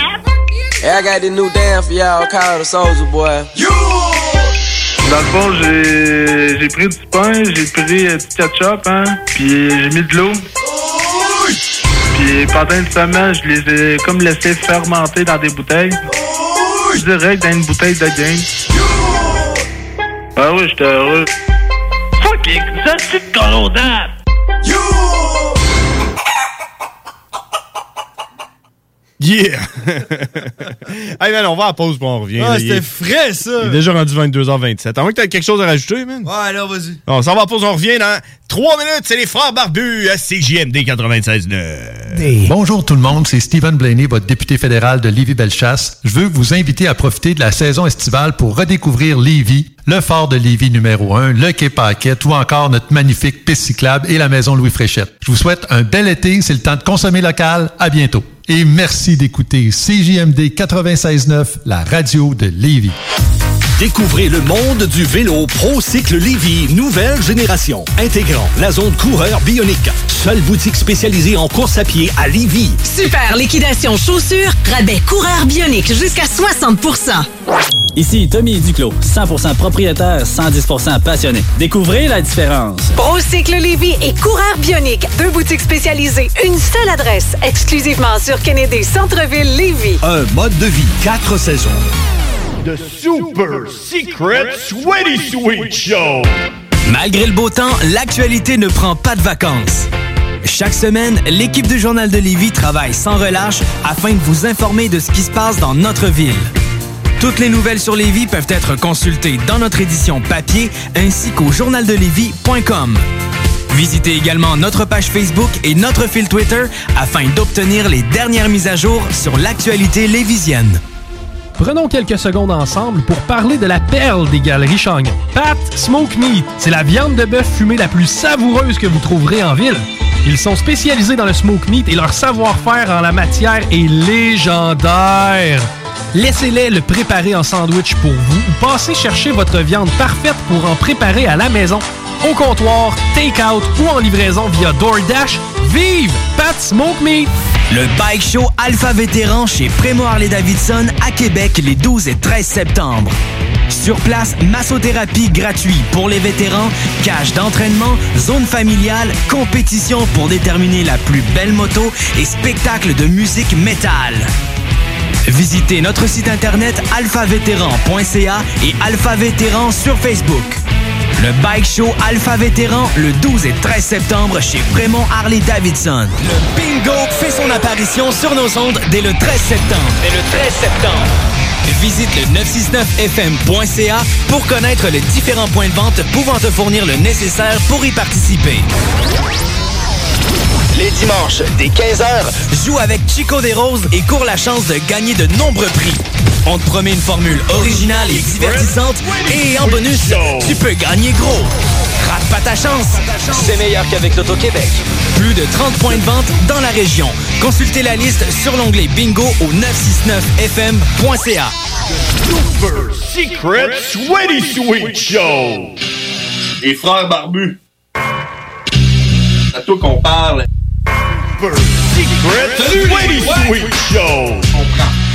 S9: Hey, I got this new dance for y'all called the Soldier Boy. Dans le fond, j'ai j'ai pris du pain, j'ai pris euh, du ketchup, hein, puis j'ai mis de l'eau. Puis pendant une semaine, je les ai comme laissé fermenter dans des bouteilles. Direct dans une bouteille de game. Ah oui, j'étais heureux. Fuck les exotiques colonnables!
S8: Yeah! hey, man, on va à la pause puis on revient.
S14: Ah,
S8: là. Il
S14: c'était
S8: est-
S14: frais ça!
S8: Il est déjà rendu 22h27. À moins que t'aies quelque chose à rajouter, man?
S14: Ouais, là, vas-y.
S8: On s'en va à pause, on revient dans 3 minutes. C'est les frères barbus à CJMD 96.9.
S17: Euh, Bonjour tout le monde, c'est Stephen Blaney, votre député fédéral de Lévis-Bellechasse. Je veux vous inviter à profiter de la saison estivale pour redécouvrir Lévis, le fort de Lévis numéro 1, le Quai Paquet ou encore notre magnifique piste cyclable et la maison Louis Fréchette. Je vous souhaite un bel été, c'est le temps de consommer local. À bientôt. Et merci d'écouter CJMD 96.9, la radio de Lévis.
S13: Découvrez le monde du vélo ProCycle Lévy, nouvelle génération, intégrant la zone coureur bionique. Seule boutique spécialisée en course à pied à Lévy.
S18: Super liquidation chaussures, rabais coureur bionique jusqu'à 60
S19: Ici Tommy Duclos, 100% propriétaire, 110% passionné. Découvrez la différence.
S18: Procycle Lévy et Coureur Bionique, deux boutiques spécialisées, une seule adresse, exclusivement sur Kennedy Centre-ville Lévy.
S13: Un mode de vie, quatre saisons.
S10: The Super Secret Sweaty Sweet Show.
S20: Malgré le beau temps, l'actualité ne prend pas de vacances. Chaque semaine, l'équipe du Journal de Lévis travaille sans relâche afin de vous informer de ce qui se passe dans notre ville. Toutes les nouvelles sur Lévis peuvent être consultées dans notre édition papier ainsi qu'au journaldelevis.com. Visitez également notre page Facebook et notre fil Twitter afin d'obtenir les dernières mises à jour sur l'actualité lévisienne.
S21: Prenons quelques secondes ensemble pour parler de la perle des galeries Chagnon. Pat Smoke Meat, c'est la viande de bœuf fumée la plus savoureuse que vous trouverez en ville. Ils sont spécialisés dans le smoke meat et leur savoir-faire en la matière est légendaire. Laissez-les le préparer en sandwich pour vous ou passez chercher votre viande parfaite pour en préparer à la maison, au comptoir, take-out ou en livraison via DoorDash. Vive Pat Smoke Meat!
S20: Le Bike Show Alpha Vétéran chez Prémo Harley-Davidson à Québec les 12 et 13 septembre. Sur place, massothérapie gratuite pour les vétérans, cage d'entraînement, zone familiale, compétition pour déterminer la plus belle moto et spectacle de musique métal. Visitez notre site internet alphavétéran.ca et Alpha Vétéran sur Facebook. Le Bike Show Alpha Vétéran le 12 et 13 septembre chez Fremont Harley Davidson. Le Bingo fait son apparition sur nos ondes dès le 13 septembre. Dès le 13 septembre. Visite le 969fm.ca pour connaître les différents points de vente pouvant te fournir le nécessaire pour y participer. Les dimanches, dès 15h, joue avec Chico des Roses et cours la chance de gagner de nombreux prix. On te promet une formule originale et divertissante et en bonus, tu peux gagner gros. Rate pas ta chance. C'est meilleur qu'avec l'Auto-Québec. Plus de 30 points de vente dans la région. Consultez la liste sur l'onglet bingo au 969fm.ca.
S10: Super Secret Sweaty Sweet Show.
S22: Les frères barbus. C'est à toi qu'on parle.
S10: Secret Sweaty Sweet Show.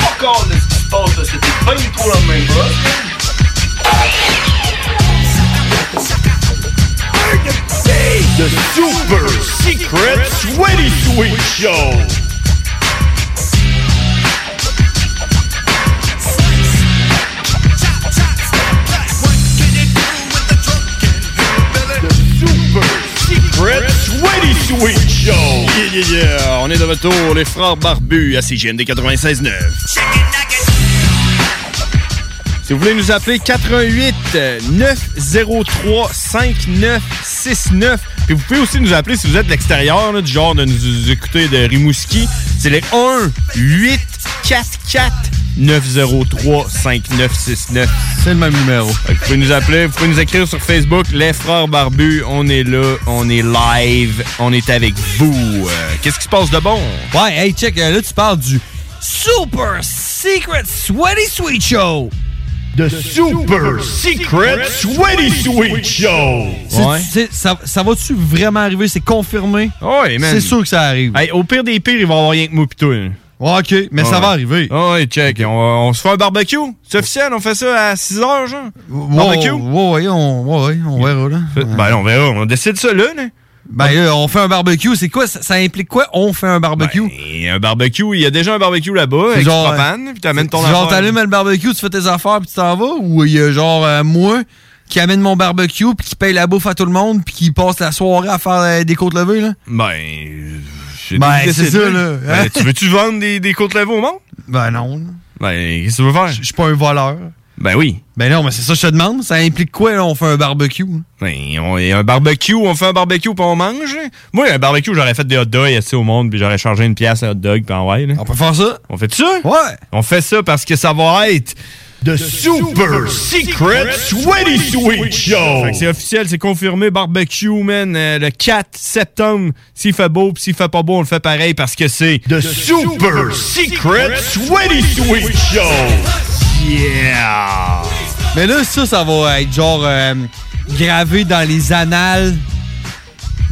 S7: Fuck all de ce qui se passe, là. C'était pas du tout la même chose.
S10: The Super Secret Sweaty Sweet Show.
S23: Secret Sweaty Sweet Show.
S8: Yeah, yeah, yeah. Euh, On est de retour, les frères barbus à CGMD 96.9. Si vous voulez nous appeler, 88 903 5969. Puis vous pouvez aussi nous appeler si vous êtes de l'extérieur, là, du genre de nous écouter de Rimouski. C'est les 1 8 4 4 903 5969. C'est le même numéro. Vous pouvez nous appeler, vous pouvez nous écrire sur Facebook, Les Frères Barbus. On est là, on est live, on est avec vous. Euh, Qu'est-ce qui se passe de bon?
S13: Ouais, hey, check, euh, là, tu parles du
S10: Super Secret Sweaty Sweet Show. The Super Secret Sweaty Sweet Show.
S13: C'est- c'est- ça, ça va-tu vraiment arriver? C'est confirmé?
S8: Ouais, man.
S13: C'est sûr que ça arrive.
S8: Hey, au pire des pires, il va y avoir rien que moi pis toi, là.
S13: OK, mais ça va arriver.
S8: Ah ouais, check. On, on se fait un barbecue. C'est officiel, on fait ça à 6 h, genre. Barbecue.
S13: Ouais, ouais, on, ouais, ouais, on verra, là.
S8: Ben, on verra. On décide ça, là, là.
S13: Ben, là, on fait un barbecue. C'est quoi? Ça, ça implique quoi? On fait un barbecue.
S8: Et Ben, un barbecue, il y a déjà un barbecue là-bas,
S13: C'est
S8: avec
S13: genre,
S8: du propane, puis t'amènes ton
S13: C'est Genre,
S8: affaire.
S13: t'allumes le barbecue, tu fais tes affaires, puis tu t'en vas? Ou il y a genre euh, moi qui amène mon barbecue, puis qui paye la bouffe à tout le monde, puis qui passe la soirée à faire euh, des côtes levées, là?
S8: Ben, je-
S13: Ben,
S8: je
S13: c'est
S8: décide,
S13: ça, là.
S10: hein?
S13: Hein?
S8: Ben, tu veux-tu vendre des, des côtes levées au monde?
S13: Ben, non.
S8: Ben, qu'est-ce que tu veux faire? Je
S13: suis pas un voleur.
S8: Ben oui.
S13: Ben non, mais c'est ça que je te demande. Ça implique quoi, là, on fait un barbecue? là?
S8: Ben, on, et un barbecue, on fait un barbecue puis on mange. hein? Moi, un barbecue, j'aurais fait des hot dogs assis au monde puis j'aurais chargé une pièce à hot dog puis en ouais. On
S13: peut faire ça.
S8: On fait ça?
S13: Ouais.
S8: On fait ça parce que ça va être de
S10: Super Secret Sweaty Sweet Show.
S8: Fait que C'est officiel, c'est confirmé, barbecue, man, euh, le 4 septembre. S'il fait beau puis s'il fait pas beau, on le fait pareil parce que c'est de
S10: Super Secret Sweaty Sweet Show.
S8: Yeah!
S13: Mais là, ça, ça va être genre euh, gravé dans les annales.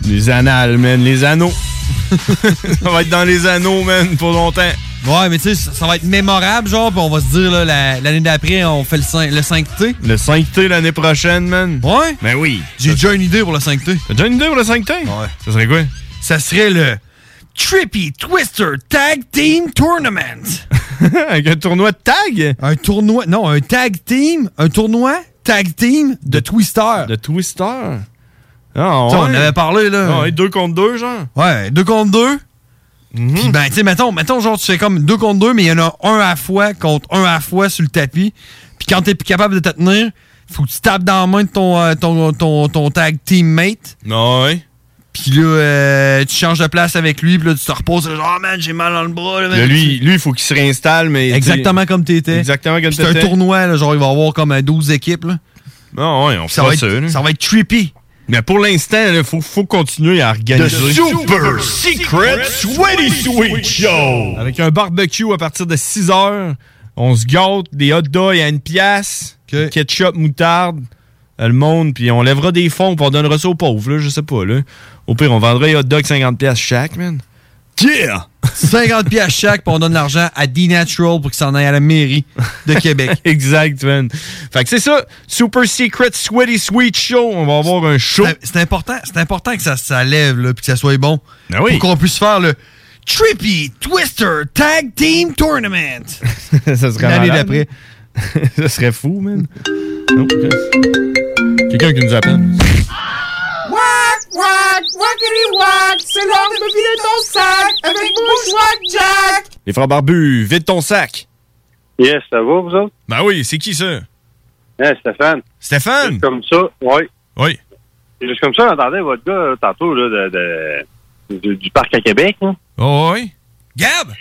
S8: Les annales, man, les anneaux. ça va être dans les anneaux, man, pour longtemps.
S13: Ouais, mais tu sais, ça, ça va être mémorable, genre, puis on va se dire, là, la- l'année d'après, on fait le, cin- le 5T.
S8: Le 5T l'année prochaine, man.
S13: Ouais?
S8: Ben oui.
S13: J'ai déjà une idée pour le 5T.
S8: T'as déjà une idée pour le 5T? Ouais. Ça serait quoi?
S13: Ça serait le
S10: Trippy Twister Tag Team Tournament.
S8: un tournoi de tag?
S13: Un tournoi, non, un tag team, un tournoi tag team de Twister.
S8: De Twister? Ah, ouais.
S13: Tu sais,
S8: Ah,
S13: on en avait parlé, là.
S8: Ouais, deux contre deux, genre.
S13: Ouais, deux contre deux.
S10: Mhm.
S13: Puis, ben, tu sais, mettons, mettons, genre, tu fais comme deux contre deux, mais il y en a un à fois contre un à fois sur le tapis. Puis quand t'es plus capable de te tenir, faut que tu tapes dans la main de ton, euh, ton, ton, ton tag teammate.
S8: Ouais. Puis là, euh, tu changes de place avec lui, puis là, tu te reposes. Genre, oh man, j'ai mal dans le bras. Là, man.
S10: Là, lui, lui, il faut qu'il se réinstalle, mais.
S8: Exactement
S10: tu sais,
S8: comme t'étais.
S10: Exactement comme
S8: Puis C'est un
S10: t'étais.
S8: tournoi, là, genre, il va y avoir comme euh, 12 équipes. Là.
S10: Non, ouais, on
S8: Ça
S10: fera
S8: va,
S10: ça, là.
S8: être, ça va être trippy.
S10: Mais pour l'instant, il faut, faut continuer à
S24: The
S10: organiser.
S24: Super Secret Sweaty Sweet Show.
S10: Avec un barbecue à partir de 6 heures. On se gâte, des hot dogs à une pièce, ketchup, moutarde, euh, le monde, puis on lèvera des fonds, puis on donnera ça aux pauvres, là, je sais pas. Là. Au pire, on vendra les hot dogs 50$ piastres chaque, man. Yeah!
S8: 50 pièces chaque, puis on donne l'argent à D-Natural pour qu'il s'en aille à la mairie de Québec.
S10: exact, man. Fait que c'est ça, Super Secret Sweaty Sweet Show. On va avoir un show.
S8: C'est important, c'est important que ça, ça lève, là, puis que ça soit bon.
S10: Ben
S8: Pour qu'on puisse faire le Trippy Twister Tag Team Tournament.
S10: ça serait
S8: L'année
S10: malade.
S8: d'après.
S10: ça serait fou, man. Oh, Chris. Quelqu'un qui nous appelle.
S24: Wack, wack, wackity wack, c'est l'heure de me vider ton sac avec Bushwack Jack.
S10: Les frères barbus, vide ton sac.
S14: Yes, ça va, vous autres?
S10: Ben oui, c'est qui ça?
S14: Hey, Stéphane.
S10: Stéphane?
S14: Juste comme ça, oui.
S10: Oui.
S14: Juste comme ça, j'entendais votre gars euh, tantôt là, de, de- du, du parc à Québec. là.
S10: Oh, oui. Gab!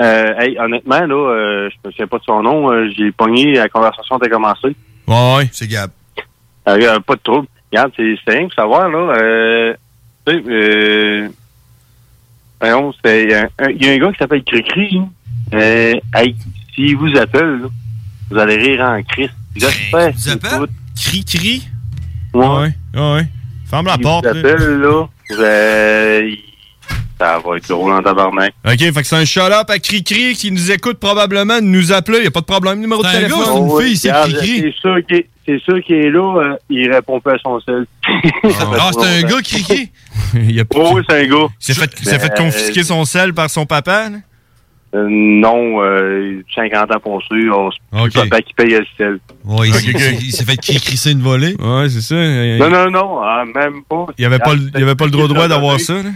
S14: Euh, hey, honnêtement, là, euh, je ne sais pas de son nom, euh, j'ai pogné la conversation a commencé.
S10: Ouais, c'est Gab.
S14: Euh, euh, pas de trouble. Regarde, c'est c'est rien pour savoir, là. Euh, tu sais, euh, voyons, c'est- il y, a un- il y a un gars qui s'appelle Cricri. hein. Euh, hey, s'il vous appelle, là, vous allez rire en Christ. J'espère. Vous appelle?
S10: Cricri?
S14: Ouais.
S10: Ouais, ouais. Ferme la
S14: S'il vous
S10: porte. là.
S14: appelle, là, euh, il- ça va être drôle en tabarnak.
S10: OK, fait que c'est un shout-up à Cricri qui nous écoute probablement de nous appeler. Y a pas de problème. Numéro de téléphone.
S14: Oh, regarde, C'est sûr qu'il est- c'est sûr qu'il est là, euh, il répond pas à son seul.
S10: Ah, c'est un gars Cricri? Il a pas...
S14: Oh, Oui, c'est un gars.
S10: Il s'est fait, il s'est fait
S14: Ben,
S10: confisquer son sel par son papa. là.
S14: Euh, non, euh, 50 ans pour sûr, on se papa qui paye le sel.
S8: Ouais, il
S14: Ok,
S8: s'est-
S14: ok.
S8: il s'est fait crisser une volée.
S10: Ouais, c'est ça.
S14: Non, non, non, ah, même pas.
S10: Il avait pas, le- il avait pas le droit droit d'avoir ça. là.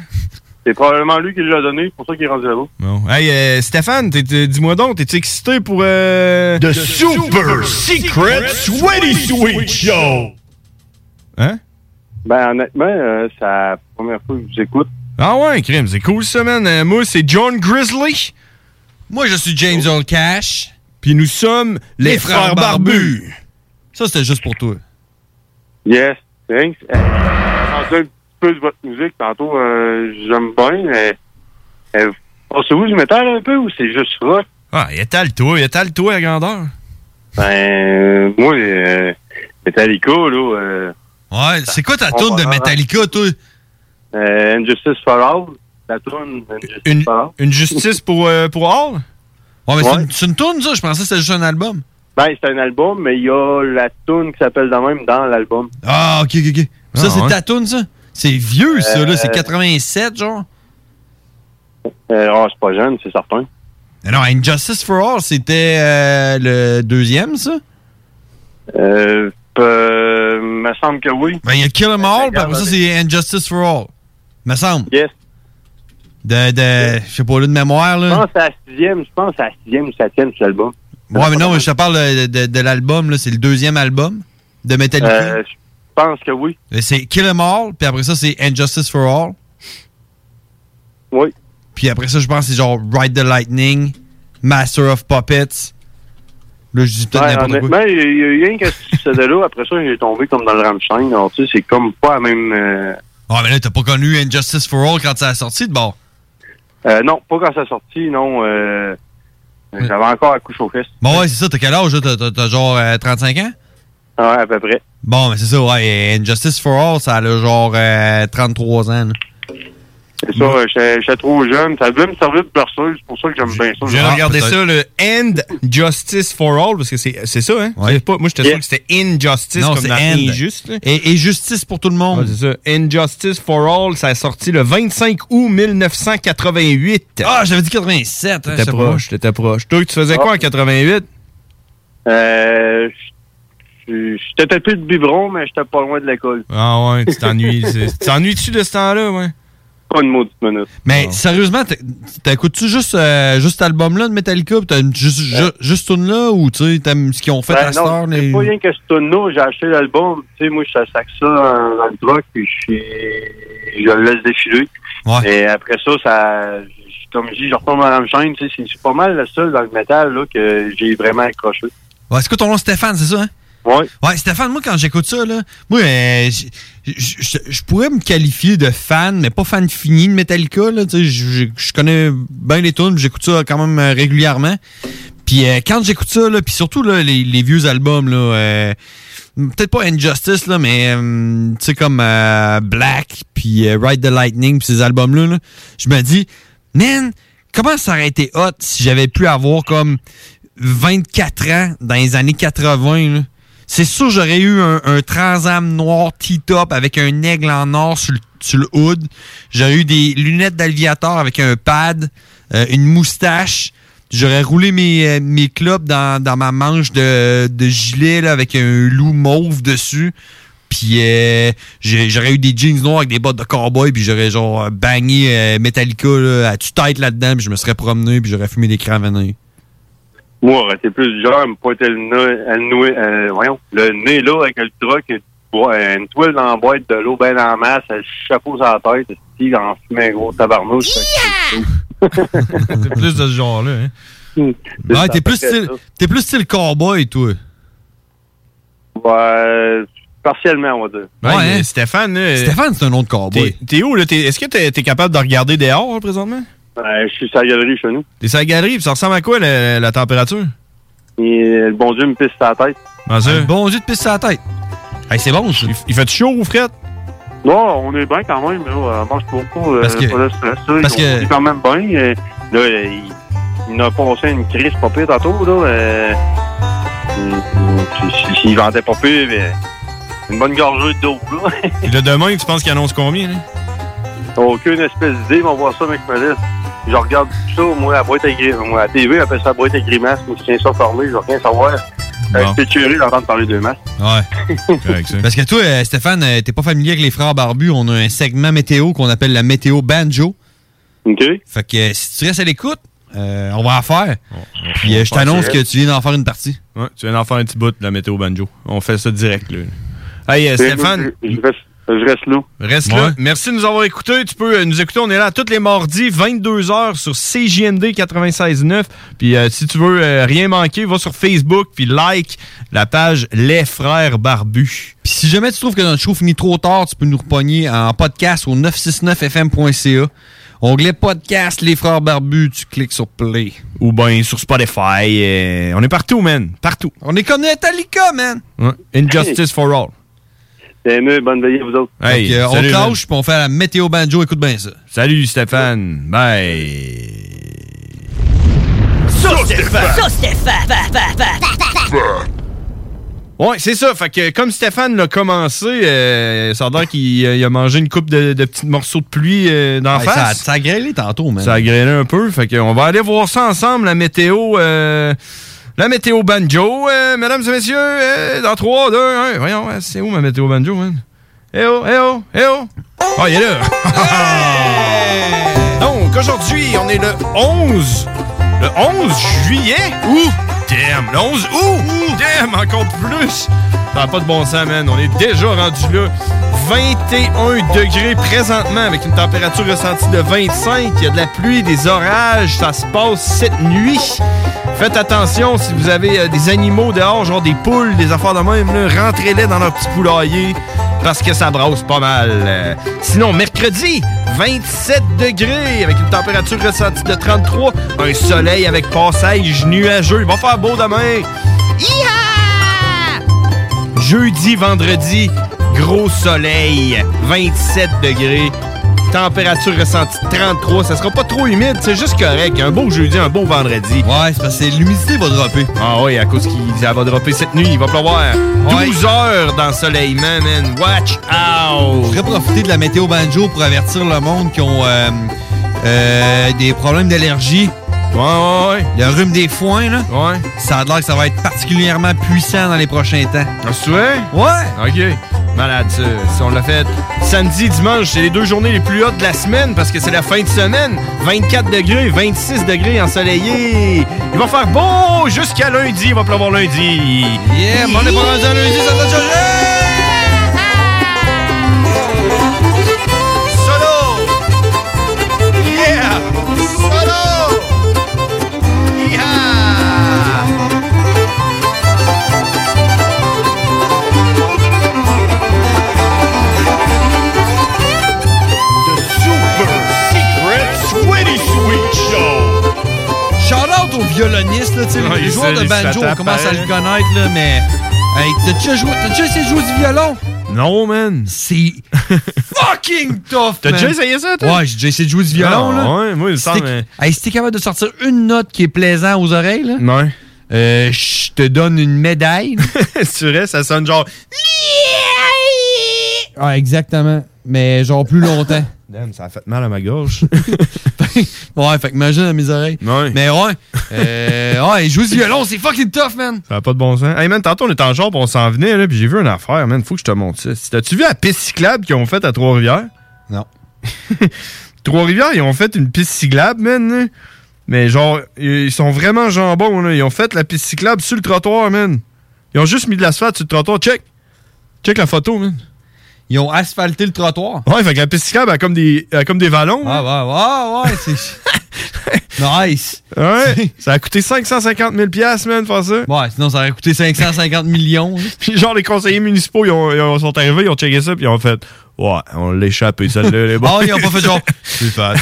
S14: C'est probablement lui qui l'a donné, c'est pour ça qu'il est rendu là-bas.
S10: Bon. Hey, euh, Stéphane, t'es- t'es- dis-moi donc, t'es-tu excité pour... Euh...
S14: The
S24: Super Secret Sweaty Sweet Show.
S10: Hein?
S14: Ben, honnêtement, euh, c'est la première fois que je vous écoute.
S10: Ah ouais, crime, c'est cool ça, man. Euh, moi, c'est John Grizzly.
S8: Moi, je suis James
S10: Oh.
S8: Earl Cash.
S10: Puis nous sommes les, frères, barbus.
S8: Ça, c'était juste pour toi.
S14: Yes, thanks. Euh, J'ai entendu un petit peu de votre musique tantôt, euh, j'aime bien, mais. Euh, Pensez-vous du métal un peu ou c'est juste rock?
S10: Ah, étale-toi, étale-toi à grandeur.
S14: Ben, euh, moi, euh, Metallica, là. euh,
S8: Ouais, c'est quoi ta tourne de Metallica, toi?
S14: hein. euh, Injustice for All, la tourne Injustice for All.
S10: Une justice pour, euh, pour Hall?
S8: Ouais,
S14: Ouais.
S8: mais c'est une- c'est une, tourne, ça. Je pensais que c'était juste un album.
S14: Ben, c'est un album, mais il y a la tourne qui s'appelle de même dans l'album.
S8: Ah, ok, ok, ok. Ça,
S14: Ah,
S8: c'est
S14: ouais.
S8: ta tourne, ça? C'est vieux, ça, là.
S14: Euh,
S8: C'est 87, genre.
S14: Euh, ah, c'est pas jeune, c'est certain.
S8: Mais non, Injustice for All, c'était euh, le deuxième, ça?
S14: Euh, euh, me semble que oui.
S8: Ben, il y a Kill
S14: Euh,
S8: 'Em All, puis après ça, c'est Injustice for All. Me semble.
S14: Yes.
S8: De, de, je sais pas, là, de mémoire,
S14: Je
S8: là.
S14: pense à la sixième, je pense à la sixième ou septième sur l'album.
S8: Ouais, mais non, je te parle de, de- de l'album, là. C'est le deuxième album de Metallica.
S14: Euh, je pense que oui.
S8: Euh, C'est Kill 'Em All, puis après ça, c'est Injustice for All.
S14: Oui.
S8: Puis après ça, je pense que c'est genre Ride the Lightning, Master of Puppets. Là, je dis peut-être
S14: Ouais,
S8: n'importe quoi.
S14: honnêtement, il y a- il y a eu rien que ce de là. Après ça, il est tombé comme dans le Rammstein. Alors, tu sais, c'est comme pas la même. euh,
S8: Ah, mais là, t'as pas connu Injustice for All quand ça a sorti de bord.
S14: euh, non, pas quand ça a sorti, non. euh, J'avais encore la couche aux fesses.
S8: Bon, ouais, c'est ça. T'as quel âge, là? T'as- T'as t'as genre euh, 35 ans?
S14: Ouais, à peu près.
S8: Bon, mais c'est ça, ouais. Injustice for All, ça a là, genre euh, 33 ans. là.
S14: C'est ça, euh, j'étais j'étais trop jeune. Ça devait me servir de perceuse. C'est pour ça que j'aime bien ça. Ah,
S10: Je
S8: Ah,
S10: viens de regarder ça, le End Justice for All, parce que c'est c'est ça, hein? C'est Pas, moi, j'étais sûr que c'était Injustice
S8: Non,
S10: comme
S8: c'est
S10: dans
S8: End.
S10: Injuste. là.
S8: Et, et justice pour tout le monde.
S10: Ouais, c'est ça. Injustice for All, ça a sorti le 25 août 1988.
S8: Ah, j'avais dit 87. hein, je
S10: T'étais
S8: sais pas.
S10: proche, t'étais proche. Toi, tu faisais quoi en 88?
S14: Ah. Euh, je- je- j'étais peut-être plus de biberon, mais j'étais pas loin de l'école.
S10: Ah ouais, tu t'ennuies. c'est- tu T'ennuies-tu de ce temps-là, ouais?
S14: pas une maudite minute.
S8: Mais sérieusement, t'é- t'écoutes-tu juste, euh, juste cet album-là de Metallica, pis t'aimes juste, ju- juste tune là ou tu sais, t'aimes ce qu'ils ont fait
S14: Ben
S8: à Star?
S14: non, c'est pas rien que je tourne là, j'ai acheté l'album, tu sais, moi je sac ça dans, dans le truck, puis je, suis- je le laisse défiler. Et après ça, ça je- comme je dis, je retombe dans la même chaîne, tu sais, c'est- c'est pas mal le seul dans le métal là, que j'ai vraiment accroché.
S8: Ouais, c'est quoi ton nom, Stéphane, c'est ça, hein?
S14: Ouais.
S8: Ouais, Stéphane, moi, quand j'écoute ça, là, moi, euh, j- j- j- je pourrais me qualifier de fan, mais pas fan fini de Metallica, là. Tu sais, je- je je connais bien les tunes, puis j'écoute ça quand même euh, régulièrement. Puis euh, quand j'écoute ça, là, puis surtout, là, les, les vieux albums, là, euh, peut-être pas Injustice, là, mais, euh, tu sais, comme euh, Black, puis euh, Ride the Lightning, puis ces albums-là, là, je me dis, man, comment ça aurait été hot si j'avais pu avoir comme 24 ans dans les années 80, là. C'est sûr, j'aurais eu un, un transam noir T-top avec un aigle en or sur le, sur le hood. J'aurais eu des lunettes d'aviateur avec un pad, euh, une moustache. J'aurais roulé mes, euh, mes clopes dans, dans ma manche de, de gilet là, avec un loup mauve dessus. Puis euh, j'ai- j'aurais eu des jeans noirs avec des bottes de cowboy, puis j'aurais genre euh, bagné euh, Metallica là, à tue-tête là-dedans, puis je me serais promené, puis j'aurais fumé des crans venus.
S14: Moi, j'aurais été plus du genre à me pointer le nez, à le nouer- euh, voyons, le nez là avec le truck, et, bo- euh, une toile dans la boîte de l'eau ben en masse, le chapeau sur la tête, style en fumant un gros tabarnouche.
S8: T'es plus de ce genre-là, hein? Ouais, t'es plus, style, t'es plus style cowboy, toi.
S14: Ouais, partiellement, on va dire.
S10: Ouais, mais Stéphane, là,
S8: hein? Stéphane, c'est un nom de cowboy.
S10: T'es t'es où, là? T'es- Est-ce que t'es t'es capable de regarder dehors, là, présentement?
S14: Ouais, je suis sur la galerie chez nous.
S10: T'es sur la galerie, puis ça ressemble à quoi, la, la température?
S14: Et euh, le bon Dieu me pisse sa tête.
S8: bon Dieu de pisse sur la tête. c'est bon, ça.
S10: Il, il fait chaud ou frette?
S14: Non, on est bien quand même. Là. euh, On mange beaucoup.
S10: Parce que-
S14: parce que... On est quand même bien. euh, Là, euh, il, il nous a passé une crise pas pire tantôt. Là, euh, S'il vendait pas pire, mais une bonne gorgée d'eau. là.
S10: Puis le demain, tu penses qu'il annonce combien, là?
S14: Aucune espèce d'idée, mais on voit ça, mec, me laisse. Je regarde tout ça, moi, la boîte à grimaces. Moi, à la TV, on appelle ça la boîte à grimaces. Moi, je tiens ça formé, je veux rien savoir. Euh,
S8: Bon.
S14: Je suis curé d'entendre parler de masques.
S8: Ouais. Parce que toi, euh, Stéphane, euh, t'es pas familier avec les frères barbus. On a un segment météo qu'on appelle la météo banjo.
S14: OK.
S8: Fait que euh, si tu restes à l'écoute, euh, on va en faire. Puis euh, je t'annonce que tu viens d'en faire une partie.
S10: Ouais, tu viens d'en faire un petit bout, de la météo banjo. On fait ça direct, là. Hey, euh,
S14: Et
S10: Stéphane.
S14: Je, je reste, je reste là.
S10: Reste là. Merci de nous avoir écoutés. Tu peux euh, nous écouter. On est là tous les mardis, 22h sur CJND 96.9. Puis euh, si tu veux euh, rien manquer, va sur Facebook puis like la page Les Frères Barbus.
S8: Puis si jamais tu trouves que notre show finit trop tard, tu peux nous repogner en podcast au 969fm.ca. Onglet podcast, les frères barbus, tu cliques sur play.
S10: Ou bien sur Spotify. euh, on est partout, man. Partout.
S8: On est comme Metallica, man.
S10: Ouais. Injustice for all.
S14: C'est mieux, bonne veillée à vous autres.
S10: Hey,
S8: Fait que, euh, on
S10: salut, man.
S8: cloche, puis on fait la météo banjo. Écoute bien ça.
S10: Salut Stéphane. Bye.
S24: Sauce
S10: Stéphane.
S24: Sauce Stéphane.
S10: Ouais, c'est ça. Fait que comme Stéphane l'a commencé, euh, ça a l'air qu'il euh, il a mangé une coupe de, de petits morceaux de pluie euh, d'en
S8: Ouais, ça, a-
S10: face.
S8: ça a grêlé tantôt, man.
S10: Ça a grêlé un peu. Fait qu'on va aller voir ça ensemble, la météo. euh, la météo banjo. Euh, mesdames et messieurs, euh, dans 3, 2, 1. Voyons, ouais, c'est où ma météo banjo, man? Eh oh, eh oh, eh oh! Ah, il est là! Donc, aujourd'hui, on est le 11. Le 11 juillet? Ouh! Damn! Le 11 août! Damn! Encore plus! Ça n'a pas de bon sens, man. On est déjà rendu là. 21 degrés présentement avec une température ressentie de 25. Il y a de la pluie, des orages. Ça se passe cette nuit. Faites attention si vous avez euh, des animaux dehors, genre des poules, des affaires de même. là, Rentrez-les dans leur petit poulailler parce que ça brasse pas mal. Euh, Sinon, mercredi, 27 degrés avec une température ressentie de 33. Un soleil avec passage nuageux. Il va faire beau demain. Jeudi, vendredi, gros soleil, 27 degrés. Température ressentie 33, ça sera pas trop humide, c'est juste correct. Un beau jeudi, un beau vendredi.
S8: Ouais, c'est parce que l'humidité va dropper.
S10: Ah oui, à cause qu'il ça va dropper cette nuit, il va pleuvoir 12 heures d'ensoleillement, man. Watch out!
S8: Je voudrais profiter de la météo banjo pour avertir le monde qui ont euh, euh, des problèmes d'allergie.
S10: Ouais, ouais, ouais.
S8: Le rhume des foins, là.
S10: Ouais.
S8: Ça a l'air que ça va être particulièrement puissant dans les prochains temps.
S10: Ah, c'est vrai?
S8: Ouais.
S10: OK. Malade, ça. Si on l'a fait samedi, dimanche, c'est les deux journées les plus hautes de la semaine parce que c'est la fin de semaine. 24 degrés, 26 degrés ensoleillé. Il va faire beau jusqu'à lundi. Il va pleuvoir lundi. Yeah, mais on est pas rendu à lundi, ça va Solo! Yeah! Solo!
S9: Sweaty Sweet Show!
S8: Shout out aux violonistes, là, tu sais,
S9: Ouais,
S8: les joueurs
S9: ça,
S8: de
S9: il se
S8: banjo,
S9: fait
S8: on commence à le
S9: taper.
S8: connaître, là, mais. Hey, t'as déjà joué, t'as déjà essayé de jouer du violon?
S10: Non, man.
S8: C'est fucking tough,
S10: T'as
S8: man.
S10: déjà essayé ça, toi?
S8: Ouais, j'ai déjà essayé de jouer du violon,
S10: Ah,
S8: là.
S10: ouais, moi, il me
S8: Si
S10: semble, hein.
S8: t'es- Hey, si t'es capable de sortir une note qui est plaisante aux oreilles, là.
S10: Ouais.
S8: Euh, je te donne une médaille.
S10: tu restes, ça sonne genre.
S8: Ah, exactement. Mais genre plus longtemps.
S10: Damn, ça a fait mal à ma gorge.
S8: ouais, fait que imagine à mes oreilles. Mais ouais. Euh, ouais, jouer du violon, c'est fucking tough, man.
S10: Ça n'a pas de bon sens. Hey man, tantôt on était en genre, on s'en venait, là, puis j'ai vu une affaire, man. Faut que je te montre ça. T'as-tu vu la piste cyclable qu'ils ont faite à Trois-Rivières?
S8: Non.
S10: Trois-Rivières, ils ont fait une piste cyclable, man. là. Mais genre, ils sont vraiment jambons, là. Ils ont fait la piste cyclable sur le trottoir, man. Ils ont juste mis de l'asphalte sur le trottoir. Check! Check la photo, man.
S8: Ils ont asphalté le trottoir.
S10: Ouais, fait que la piste cyclable a comme des, a comme des vallons. hein.
S8: Ah, ouais, ouais, ouais, c'est. nice!
S10: Ouais! ça a coûté 550 000 man, de faire ça.
S8: Ouais, sinon ça aurait coûté 550 millions.
S10: Puis genre, les conseillers municipaux, ils, ont- ils ont- sont arrivés, ils ont checké ça, puis ils ont fait « Ouais, on l'a échappé, celle-là, les
S8: Ah, ils ont pas fait genre-
S10: C'est fat.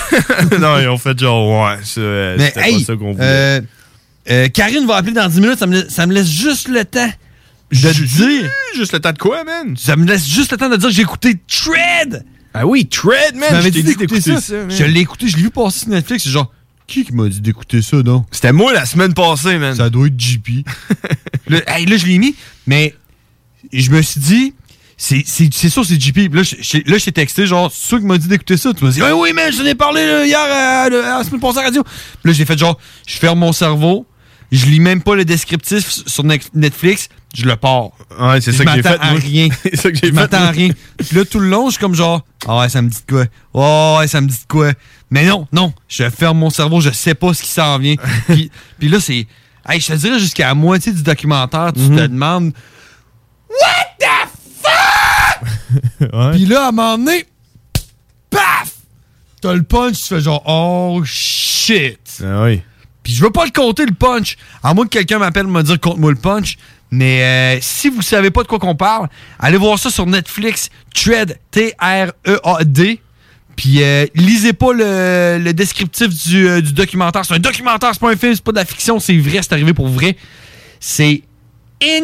S10: non, ils ont fait genre « Ouais, c'est, euh,
S8: Mais
S10: c'était
S8: hey,
S10: pas ça qu'on voulait.
S8: euh, euh, Karine va appeler dans 10 minutes, ça me, la- ça me laisse juste le temps de dire.
S10: Juste le temps de quoi, man?
S8: Ça me laisse juste le temps de dire j'ai écouté Tread!
S10: Ah oui, Tread, man!
S8: Tu m'avais
S10: Je t'ai
S8: dit d'écouter ça.
S10: man.
S8: je l'ai écouté, je l'ai vu passer sur Netflix, c'est genre. Qui qui m'a dit d'écouter ça, non?
S10: C'était moi la semaine passée, man.
S8: Ça doit être JP. là, hey, là, je l'ai mis, mais je me suis dit, c'est c'est- c'est sûr, c'est JP. Puis Là, je- je- là, je t'ai texté, genre, c'est sûr qui m'a dit d'écouter ça. Tu m'as dit, oui, oui, mais je t'en ai parlé là, hier euh, à, à la semaine passée à la radio. Puis là, j'ai fait, genre, je ferme mon cerveau, je lis même pas le descriptif s- sur Nec- Netflix, je le pars.
S10: Ouais, c'est
S8: Je
S10: ça que j'ai
S8: m'attends
S10: fait,
S8: à
S10: moi.
S8: rien.
S10: C'est ça que j'ai
S8: Je
S10: fait,
S8: m'attends à
S10: moi.
S8: rien. Puis là, tout le long, je suis comme genre, ah ouais, ça me dit de quoi? Ah ouais, ça me dit de quoi? Mais non, non, je ferme mon cerveau, je sais pas ce qui s'en vient. puis, puis là, c'est. Hey, je te dirais jusqu'à la moitié du documentaire,
S10: Mhm.
S8: tu te demandes. What the fuck? Puis là, à un moment donné, paf! T'as le punch, tu fais genre, oh shit!
S10: Ah oui.
S8: Puis je veux pas le compter le punch. À moins que quelqu'un m'appelle me dire compte-moi le punch. Mais euh, si vous savez pas de quoi qu'on parle, allez voir ça sur Netflix, Tread, T-R-E-A-D. E Puis euh, lisez pas le, le descriptif du, euh, du documentaire. C'est un documentaire, c'est pas un film, c'est pas de la fiction, c'est vrai, c'est arrivé pour vrai. C'est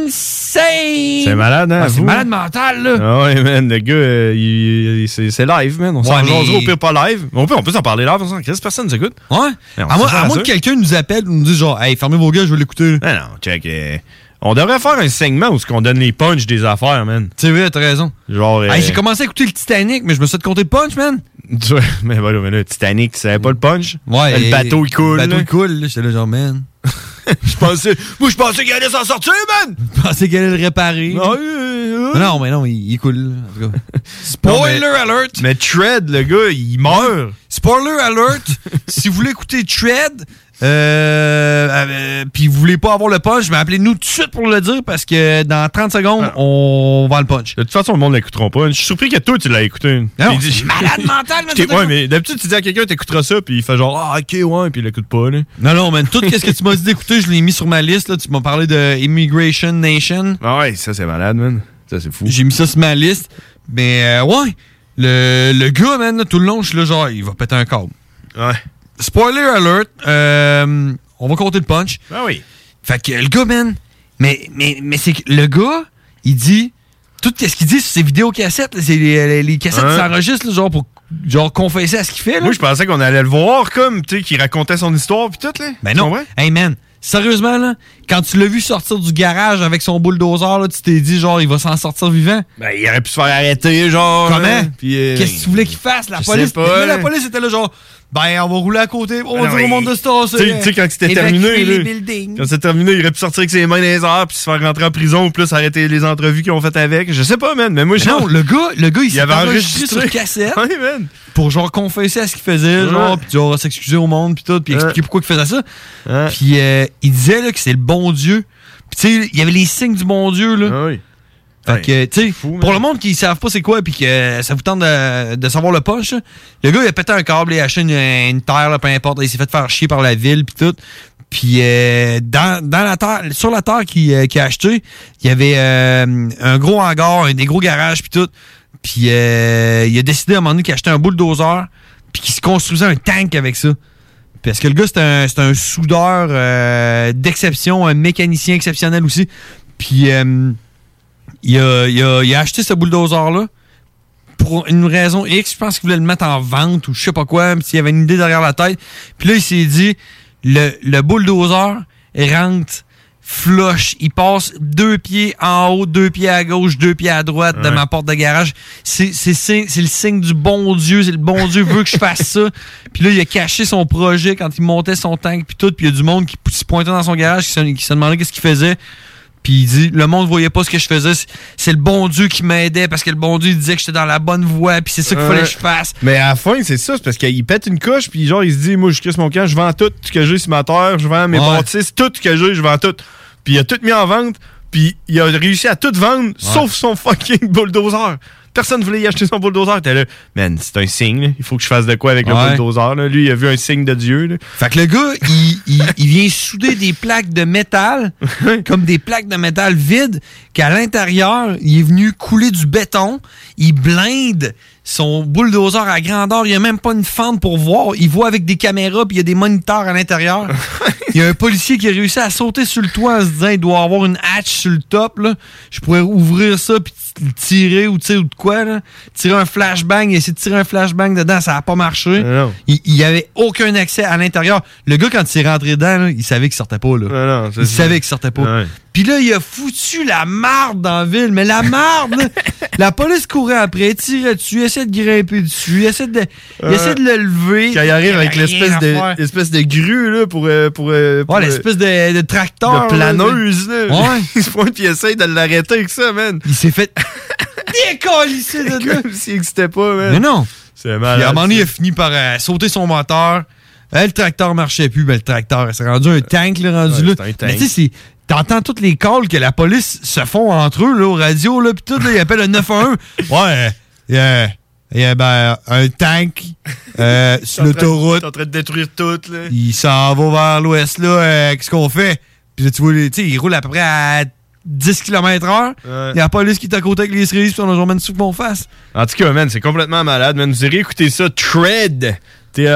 S8: insane!
S10: C'est malade, hein,
S8: Ah, c'est
S10: vous?
S8: malade mental, là!
S10: Ah ouais, man, le gars, euh, il- il- c'est c'est live, man. On s'en
S8: Ouais, mais-
S10: jasera au pire pas live. On peut, on peut s'en parler live, on s'en crisse, personne nous écoute.
S8: Ouais.
S10: Mais on
S8: à moins,
S10: s'en
S8: à moins
S10: rassure.
S8: que quelqu'un nous appelle ou nous dise genre, hey, fermez vos gars, je veux l'écouter.
S10: Ah non, check. euh, on devrait faire un segment où ce qu'on donne les punchs des affaires, man.
S8: C'est vrai, t'as raison.
S10: Genre. euh,
S8: Hey, j'ai commencé à écouter le Titanic, mais je me suis fait compter le punch, man!
S10: Tu vois, mais voilà, mais là, Titanic, tu savais pas le punch?
S8: Ouais,
S10: Le
S8: et-
S10: bateau, il coule.
S8: Le bateau,
S10: là.
S8: il coule, là. J'étais là, genre, man.
S10: je pensais. Moi, je pensais qu'il allait s'en sortir, man!
S8: Je pensais qu'elle allait le réparer.
S10: Ah, oui, oui, oui.
S8: Mais non, mais non, il, il coule, là, en tout cas. Spoiler
S10: Non, mais-
S8: alert!
S10: Mais Tread, le gars, il meurt.
S8: Spoiler alert! si vous voulez écouter Tread, euh, euh, puis vous voulez pas avoir le punch, mais appelez-nous tout de suite pour le dire parce que dans 30 secondes, on va le punch.
S10: De toute façon, le monde l'écoutera pas. Je suis surpris que toi, tu l'as écouté.
S8: Non,
S10: Il dit-
S8: malade mental, man,
S10: Je
S8: c'est
S10: t'ai- Ouais,
S8: d'accord.
S10: mais d'habitude, tu dis à quelqu'un, t'écouteras ça, puis il fait genre, ah, ok, ouais, puis il l'écoute pas, là.
S8: Non, non, man, tout ce que tu m'as dit d'écouter, je l'ai mis sur ma liste. Là. Tu m'as parlé de Immigration Nation.
S10: Ah ouais, ça c'est malade, man. Ça c'est fou.
S8: J'ai mis ça sur ma liste. Mais euh, ouais, le, le gars, man, là, tout le long, je suis là, genre, il va péter un câble.
S10: Ouais.
S8: Spoiler alert, euh, on va compter le punch.
S10: Ah oui.
S8: Fait que le gars, man, mais, mais, mais c'est que le gars, il dit, tout ce qu'il dit sur ses vidéocassettes, là, c'est les, les- les cassettes qui
S10: Hein?
S8: s'enregistrent, là, genre, pour genre, confesser à ce qu'il fait. Là.
S10: Moi, je pensais qu'on allait le voir, comme, tu sais, qu'il racontait son histoire, puis tout, là.
S8: Ben non. Hey man, sérieusement là, quand tu l'as vu sortir du garage avec son bulldozer là, tu t'es dit genre il va s'en sortir vivant.
S10: Ben, il aurait pu se faire arrêter, genre.
S8: Comment?
S10: hein, puis, euh,
S8: Qu'est-ce que tu voulais qu'il fasse la
S10: je
S8: police
S10: sais pas,
S8: mais là, la
S10: hein.
S8: police était là genre Ben, on va rouler à côté. On
S10: Ah
S8: va dire
S10: non,
S8: au
S10: il-
S8: monde de Star, ça.
S10: Tu sais- tu sais, quand c'était
S8: Évacuer
S10: terminé,
S8: les
S10: là,
S8: buildings.
S10: quand c'était terminé, il aurait pu sortir avec ses mains dans les airs, puis se faire rentrer en prison, ou plus arrêter les entrevues qu'ils ont faites avec. Je sais pas, man, mais moi, je.
S8: Non, le gars, le gars, il, s'est
S10: avait
S8: enregistré
S10: enregistré
S8: sur cassette.
S10: Ouais, man.
S8: Pour genre confesser à ce qu'il faisait,
S10: Ouais.
S8: genre, puis genre s'excuser au monde, puis tout, puis expliquer pourquoi il faisait ça. Puis euh, il disait, là, que c'est le bon Dieu. Puis tu sais, il y avait les signes du bon Dieu, là. Fait que, tu sais, pour le monde qui savent pas c'est quoi, puis que euh, ça vous tente de, de savoir le poche, là, le gars, il a pété un câble, il a acheté une, une terre, là, peu importe, il s'est fait faire chier par la ville, puis tout. Puis euh, dans, dans la terre, sur la terre qu'il euh, qu'il a acheté, il y avait euh, un gros hangar, un- des gros garages, puis tout. Puis euh, il a décidé à un moment donné qu'il achetait un bulldozer, puis qu'il se construisait un tank avec ça. Parce que le gars, c'est un, c'est un soudeur euh, d'exception, un mécanicien exceptionnel aussi. Puis euh, il, a, il a- il a acheté ce bulldozer-là pour une raison X. Je pense qu'il voulait le mettre en vente ou je sais pas quoi. mais S'il avait une idée derrière la tête. Puis là, il s'est dit le, le bulldozer rentre flush. Il passe deux pieds en haut, deux pieds à gauche, deux pieds à droite de
S10: Ouais.
S8: ma porte de garage. C'est c'est signe- c'est le signe du bon Dieu. C'est le bon Dieu veut que je fasse ça. Puis là, il a caché son projet quand il montait son tank puis tout. Puis il y a du monde qui p- se pointait dans son garage, qui se, qui se demandait qu'est-ce qu'il faisait. Puis il dit, le monde voyait pas ce que je faisais. C'est- C'est le bon Dieu qui m'aidait parce que le bon Dieu il disait que j'étais dans la bonne voie. Puis c'est ça
S10: Euh,
S8: qu'il fallait que je fasse.
S10: Mais à la fin, c'est ça, c'est parce qu'il pète une coche, puis genre, il se dit, moi, je crisse mon camp, je vends tout ce que j'ai sur ma terre, je vends mes
S8: Ouais.
S10: bâtisses, tout ce que j'ai, je vends tout. Puis il a tout mis en vente, puis il a réussi à tout vendre, sauf son fucking bulldozer. Personne voulait y acheter son bulldozer. T'es là, man, c'est un signe, là. il faut que je fasse de quoi avec
S8: Ouais.
S10: le bulldozer. là. Lui, il a vu un signe de Dieu. là.
S8: Fait que le gars, il, il- il vient souder des plaques de métal, comme des plaques de métal vides, qu'à l'intérieur, il est venu couler du béton, il blinde son bulldozer à grandeur, il n'y a même pas une fente pour voir, il voit avec des caméras, puis il y a des moniteurs à l'intérieur. Il y a un policier qui a réussi à sauter sur le toit en se disant, il doit avoir une hatch sur le top, là. je pourrais ouvrir ça, puis t- tirer, ou, tu sais, ou de quoi, là. tirer un flashbang, essayer de tirer un flashbang dedans, ça n'a pas marché. Il il y avait aucun accès à l'intérieur. Le gars, quand il s'est rentré dedans, là, il savait qu'il sortait pas. Là.
S10: c'est
S8: il
S10: ça.
S8: savait qu'il sortait pas.
S10: Ouais.
S8: Puis là, il a foutu la marde dans la ville. Mais la marde, là, la police courait après, tirait dessus, essayait de grimper dessus, essayait de, il
S10: Ouais.
S8: essayait de le lever.
S10: Quand il arrive avec
S8: avait rien
S10: l'espèce
S8: à
S10: de,
S8: faire.
S10: l'espèce de grue là, pour, euh, pour, euh, pour,
S8: Ouais,
S10: euh,
S8: l'espèce de, de tracteur.
S10: de planeuse. Là,
S8: Ouais.
S10: il se pointe puis il essaye de l'arrêter avec ça, man.
S8: Il s'est fait décollissé de là.
S10: Comme s'il n'existait pas, man.
S8: Mais non. Puis
S10: C'est
S8: à un
S10: malade.
S8: moment donné, il a fini par euh, sauter son moteur. Euh, le tracteur marchait plus, ben le tracteur s'est rendu un tank, le rendu
S10: Ouais,
S8: là.
S10: c'est un tank.
S8: Mais tu sais, c'est- T'entends toutes les calls que la police se font entre eux, là, aux radios, là, pis tout, là, ils appellent le 911. ouais, il y a, il y a, ben, un tank euh, sur
S10: T'es en train-
S8: l'autoroute
S10: T'es en train de détruire tout, là.
S8: il s'en va vers l'ouest, là, euh, qu'est-ce qu'on fait? Puis là, tu vois, les- tu sais, il roule à peu près à 10 km heure.
S10: Ouais.
S8: Il y a la police qui est à côté avec les cerises, puis on a genre même sous mon face.
S10: En tout cas, man, c'est complètement malade, man. Vous irez écouter ça, Tread.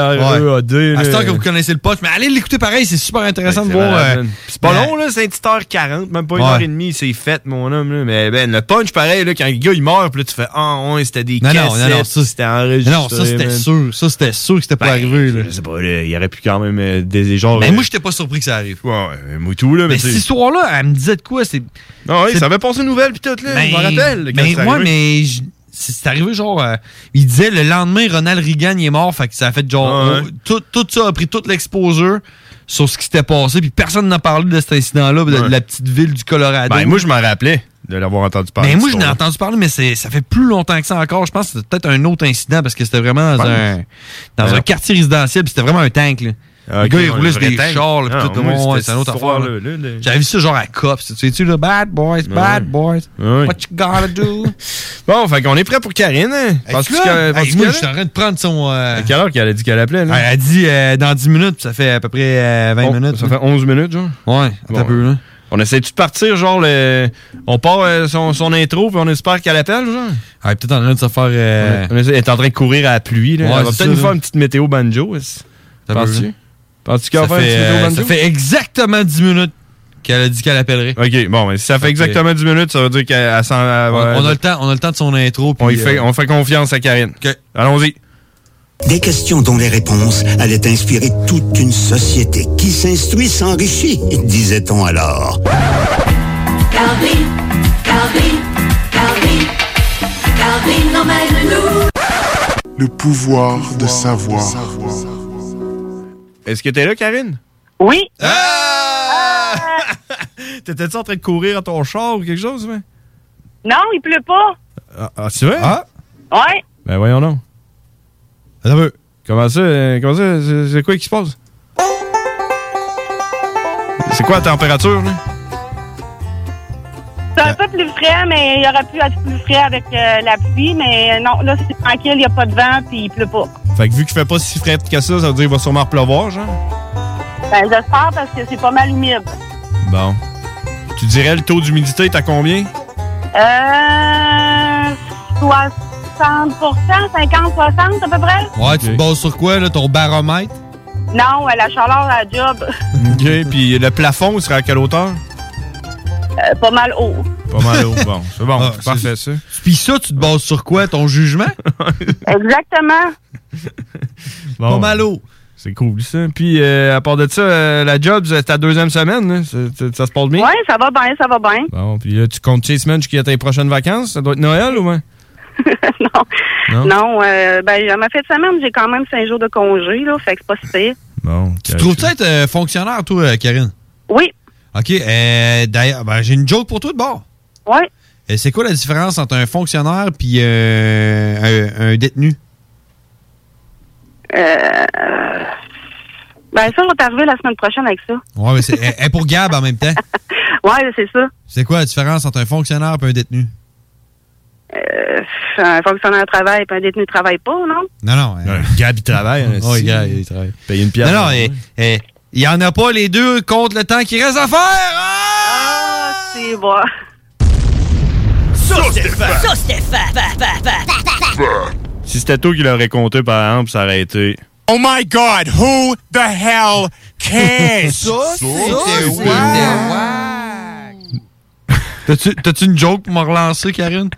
S10: T-R-E-A-D.
S8: À ce
S10: là.
S8: temps que vous connaissez le pote, mais allez l'écouter pareil, c'est super intéressant de
S10: C'est
S8: voir.
S10: malade,
S8: euh,
S10: man. Puis c'est pas
S8: la-
S10: long, là, c'est une petite heure 40, même pas une
S8: Ouais.
S10: heure et demie, c'est fait, mon homme, là. Mais ben, le punch, pareil, là, quand le gars, il meurt, puis là, tu fais, ah, ouais, c'était des
S8: Non, non, non,
S10: cassettes,
S8: non, ça,
S10: c'était enregistré.
S8: Non, ça, c'était
S10: man.
S8: sûr. Ça, c'était sûr que c'était pas
S10: Ben,
S8: arrivé, là.
S10: Je sais pas, là, il aurait pu quand même euh, des des genres.
S8: Mais
S10: euh,
S8: moi, j'étais pas surpris que ça arrive.
S10: Ouais, ouais, moi tout, là, mais,
S8: Mais
S10: tu
S8: cette
S10: sais.
S8: histoire-là, elle me disait de quoi? C'est.
S10: Ah oui,
S8: c'est- Ben,
S10: ça avait passé une nouvelle, puis tout, là. je m'en rappelle. quand
S8: Mais
S10: c'est
S8: moi,
S10: arrivé.
S8: mais je- c'est c'est arrivé genre. euh, il disait le lendemain, Ronald Reagan il est mort, fait que ça a fait genre.
S10: Ah ouais.
S8: oh, tout, tout ça a pris toute l'exposure sur ce qui s'était passé, puis personne n'a parlé de cet incident-là, de, de la petite ville du Colorado.
S10: Ben, moi, je m'en rappelais de l'avoir entendu parler.
S8: Mais
S10: de
S8: Ben, moi,
S10: ce
S8: je n'ai
S10: son-là.
S8: entendu parler, mais c'est- ça fait plus longtemps que ça encore. Je pense que c'était peut-être un autre incident parce que c'était vraiment dans,
S10: Pense.
S8: un, dans
S10: Alors.
S8: un quartier résidentiel, puis c'était vraiment un tank. Là. le
S10: Ah, Ben, ok,
S8: gars, il
S10: ouais,
S8: roulait
S10: le
S8: sur
S10: vrai
S8: des
S10: tank.
S8: chars, là, puis
S10: Ah,
S8: tout, tout le
S10: moi,
S8: monde,
S10: c'était
S8: c'est un autre
S10: cette
S8: affaire.
S10: histoire-là,
S8: là.
S10: là, là.
S8: J'avais vu ça genre à Cops. Tu sais-tu, là, Bad Boys, Bad Boys,
S10: Ouais.
S8: what you gotta do?
S10: Bon, fait qu'on est prêt pour Karine, hein? Penses-tu
S8: là?
S10: que-
S8: Hey,
S10: penses-tu
S8: moi,
S10: qu'elle
S8: je suis
S10: est?
S8: en train de prendre son. euh,
S10: À quelle heure qu'elle a dit qu'elle appelait, là?
S8: elle a dit euh, dans 10 minutes, puis ça fait à peu près euh, 20
S10: On-
S8: minutes.
S10: Ça
S8: là.
S10: fait 11 minutes, genre?
S8: Ouais,
S10: Bon. On essaie-tu de partir, genre, le... on part euh, son, son intro, puis on espère qu'elle appelle, genre?
S8: Elle est peut-être en train de se faire. euh,
S10: On essaie- elle est en train de courir à la pluie, là.
S8: Ouais,
S10: elle va
S8: c'est
S10: peut-être
S8: ça,
S10: nous
S8: là.
S10: faire une petite météo banjo, est-ce?
S8: Ça peut, là.
S10: Penses-tu? Penses-tu qu'elle
S8: Ça
S10: va faire une
S8: fait,
S10: petite
S8: euh,
S10: météo banjo?
S8: ça fait exactement 10 minutes qu'elle a dit qu'elle appellerait.
S10: OK, bon, mais si ça fait
S8: Ok.
S10: exactement 10 minutes, ça veut dire qu'elle elle s'en... elle
S8: On,
S10: va-
S8: on a le temps, on a le temps de son intro.
S10: on,
S8: puis,
S10: y fait,
S8: euh,
S10: on fait confiance à Karine. Allons-y.
S1: Des questions dont les réponses allaient inspirer toute une société qui s'instruit s'enrichit, disait-on alors.
S24: Calvin, Calvin, Calvin, Calvin emmène-nous.
S25: Le pouvoir de savoir.
S10: Est-ce que t'es là, Karine?
S26: Oui.
S8: Ah!
S10: T'étais-tu en train de courir à ton char ou quelque chose? Ouais?
S26: Non, il pleut pas.
S10: Ah, ah, tu veux? Ah?
S26: Ouais.
S10: Ben voyons non. Attends un peu. Comment ça? euh, Comment ça? C'est- C'est quoi qui se passe? C'est quoi la température, là?
S26: C'est un peu plus frais, mais il aurait pu être plus frais avec euh, la pluie. Mais non, là, c'est tranquille, il n'y a pas de vent, puis il pleut pas.
S10: Fait que vu qu'il fait pas si frais que ça, ça veut dire qu'il va sûrement pleuvoir, genre?
S26: Ben, j'espère parce que c'est pas mal humide.
S10: Bon. Tu dirais le taux d'humidité est à combien?
S26: Euh, 60 50 60 à peu près?
S8: Ouais, tu te bases sur quoi, là, ton baromètre?
S26: Non, euh, la chaleur à la job,
S10: OK. Puis le plafond, il serait à quelle hauteur?
S26: euh, pas mal haut.
S10: Pas mal haut. Bon, c'est bon.
S8: Ah,
S10: c'est parfait, ça.
S8: Puis ça, tu te bases sur quoi, ton jugement?
S26: Exactement.
S10: Pas mal
S8: haut.
S10: C'est cool, ça. Puis, euh, à part de ça, euh, la job, c'est ta deuxième semaine. hein? Ça, ça- ça se passe bien?
S26: Oui, ça va bien, ça va bien.
S10: Bon, puis là, tu comptes tes semaines jusqu'à tes prochaines vacances? Ça doit être Noël ou hein? moins?
S26: Non, euh, ben, à ma fin de semaine, j'ai quand même cinq jours de congé, là, fait que c'est pas si pire.
S10: Bon.
S8: Tu trouves ça être euh, fonctionnaire, toi, euh, Karine?
S26: Oui.
S8: OK. euh, D'ailleurs, ben, j'ai une joke pour toi de bord. Euh,
S26: Oui.
S8: c'est quoi la différence entre un fonctionnaire puis euh, un, un détenu?
S26: Euh, ben, ça, on va t'arriver la semaine prochaine avec ça.
S8: Ouais, mais c'est elle- elle est pour Gab en même temps.
S26: Ouais, c'est ça.
S8: C'est quoi la différence entre un fonctionnaire et un détenu?
S26: Euh, un fonctionnaire travaille et un détenu travaille pas, non?
S8: Non, non. Gab, il travaille. hein, Oui, Gab, il travaille.
S10: Paye une
S8: pièce. Non, non, eh, eh, il n'y en a pas les deux contre le temps qui reste à faire! hein?
S26: Ah, c'est bon.
S24: Sauce
S26: Stéphane.
S24: Sauce Stéphane.
S10: Si c'était toi qui l'aurais compté, par exemple, ça aurait été.
S7: Oh my god, who the hell cares?
S8: Ça,
S7: c'était
S8: T'as-tu t'as-tu une joke pour me relancer, Karine?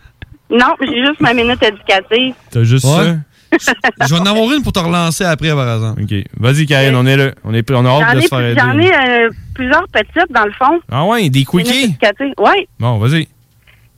S26: Non, j'ai juste ma minute éducative.
S10: T'as juste
S8: Ouais. ça? Je vais en avoir une pour te relancer après, par exemple.
S10: OK. Vas-y, Karine, on est là. On, est, on a hâte
S26: J'en
S10: de
S26: ai,
S10: se faire
S26: j'en
S10: aider.
S26: ai, euh, plusieurs petites, dans le fond.
S10: Ah ouais, des quickies?
S26: Oui,
S10: Bon, vas-y.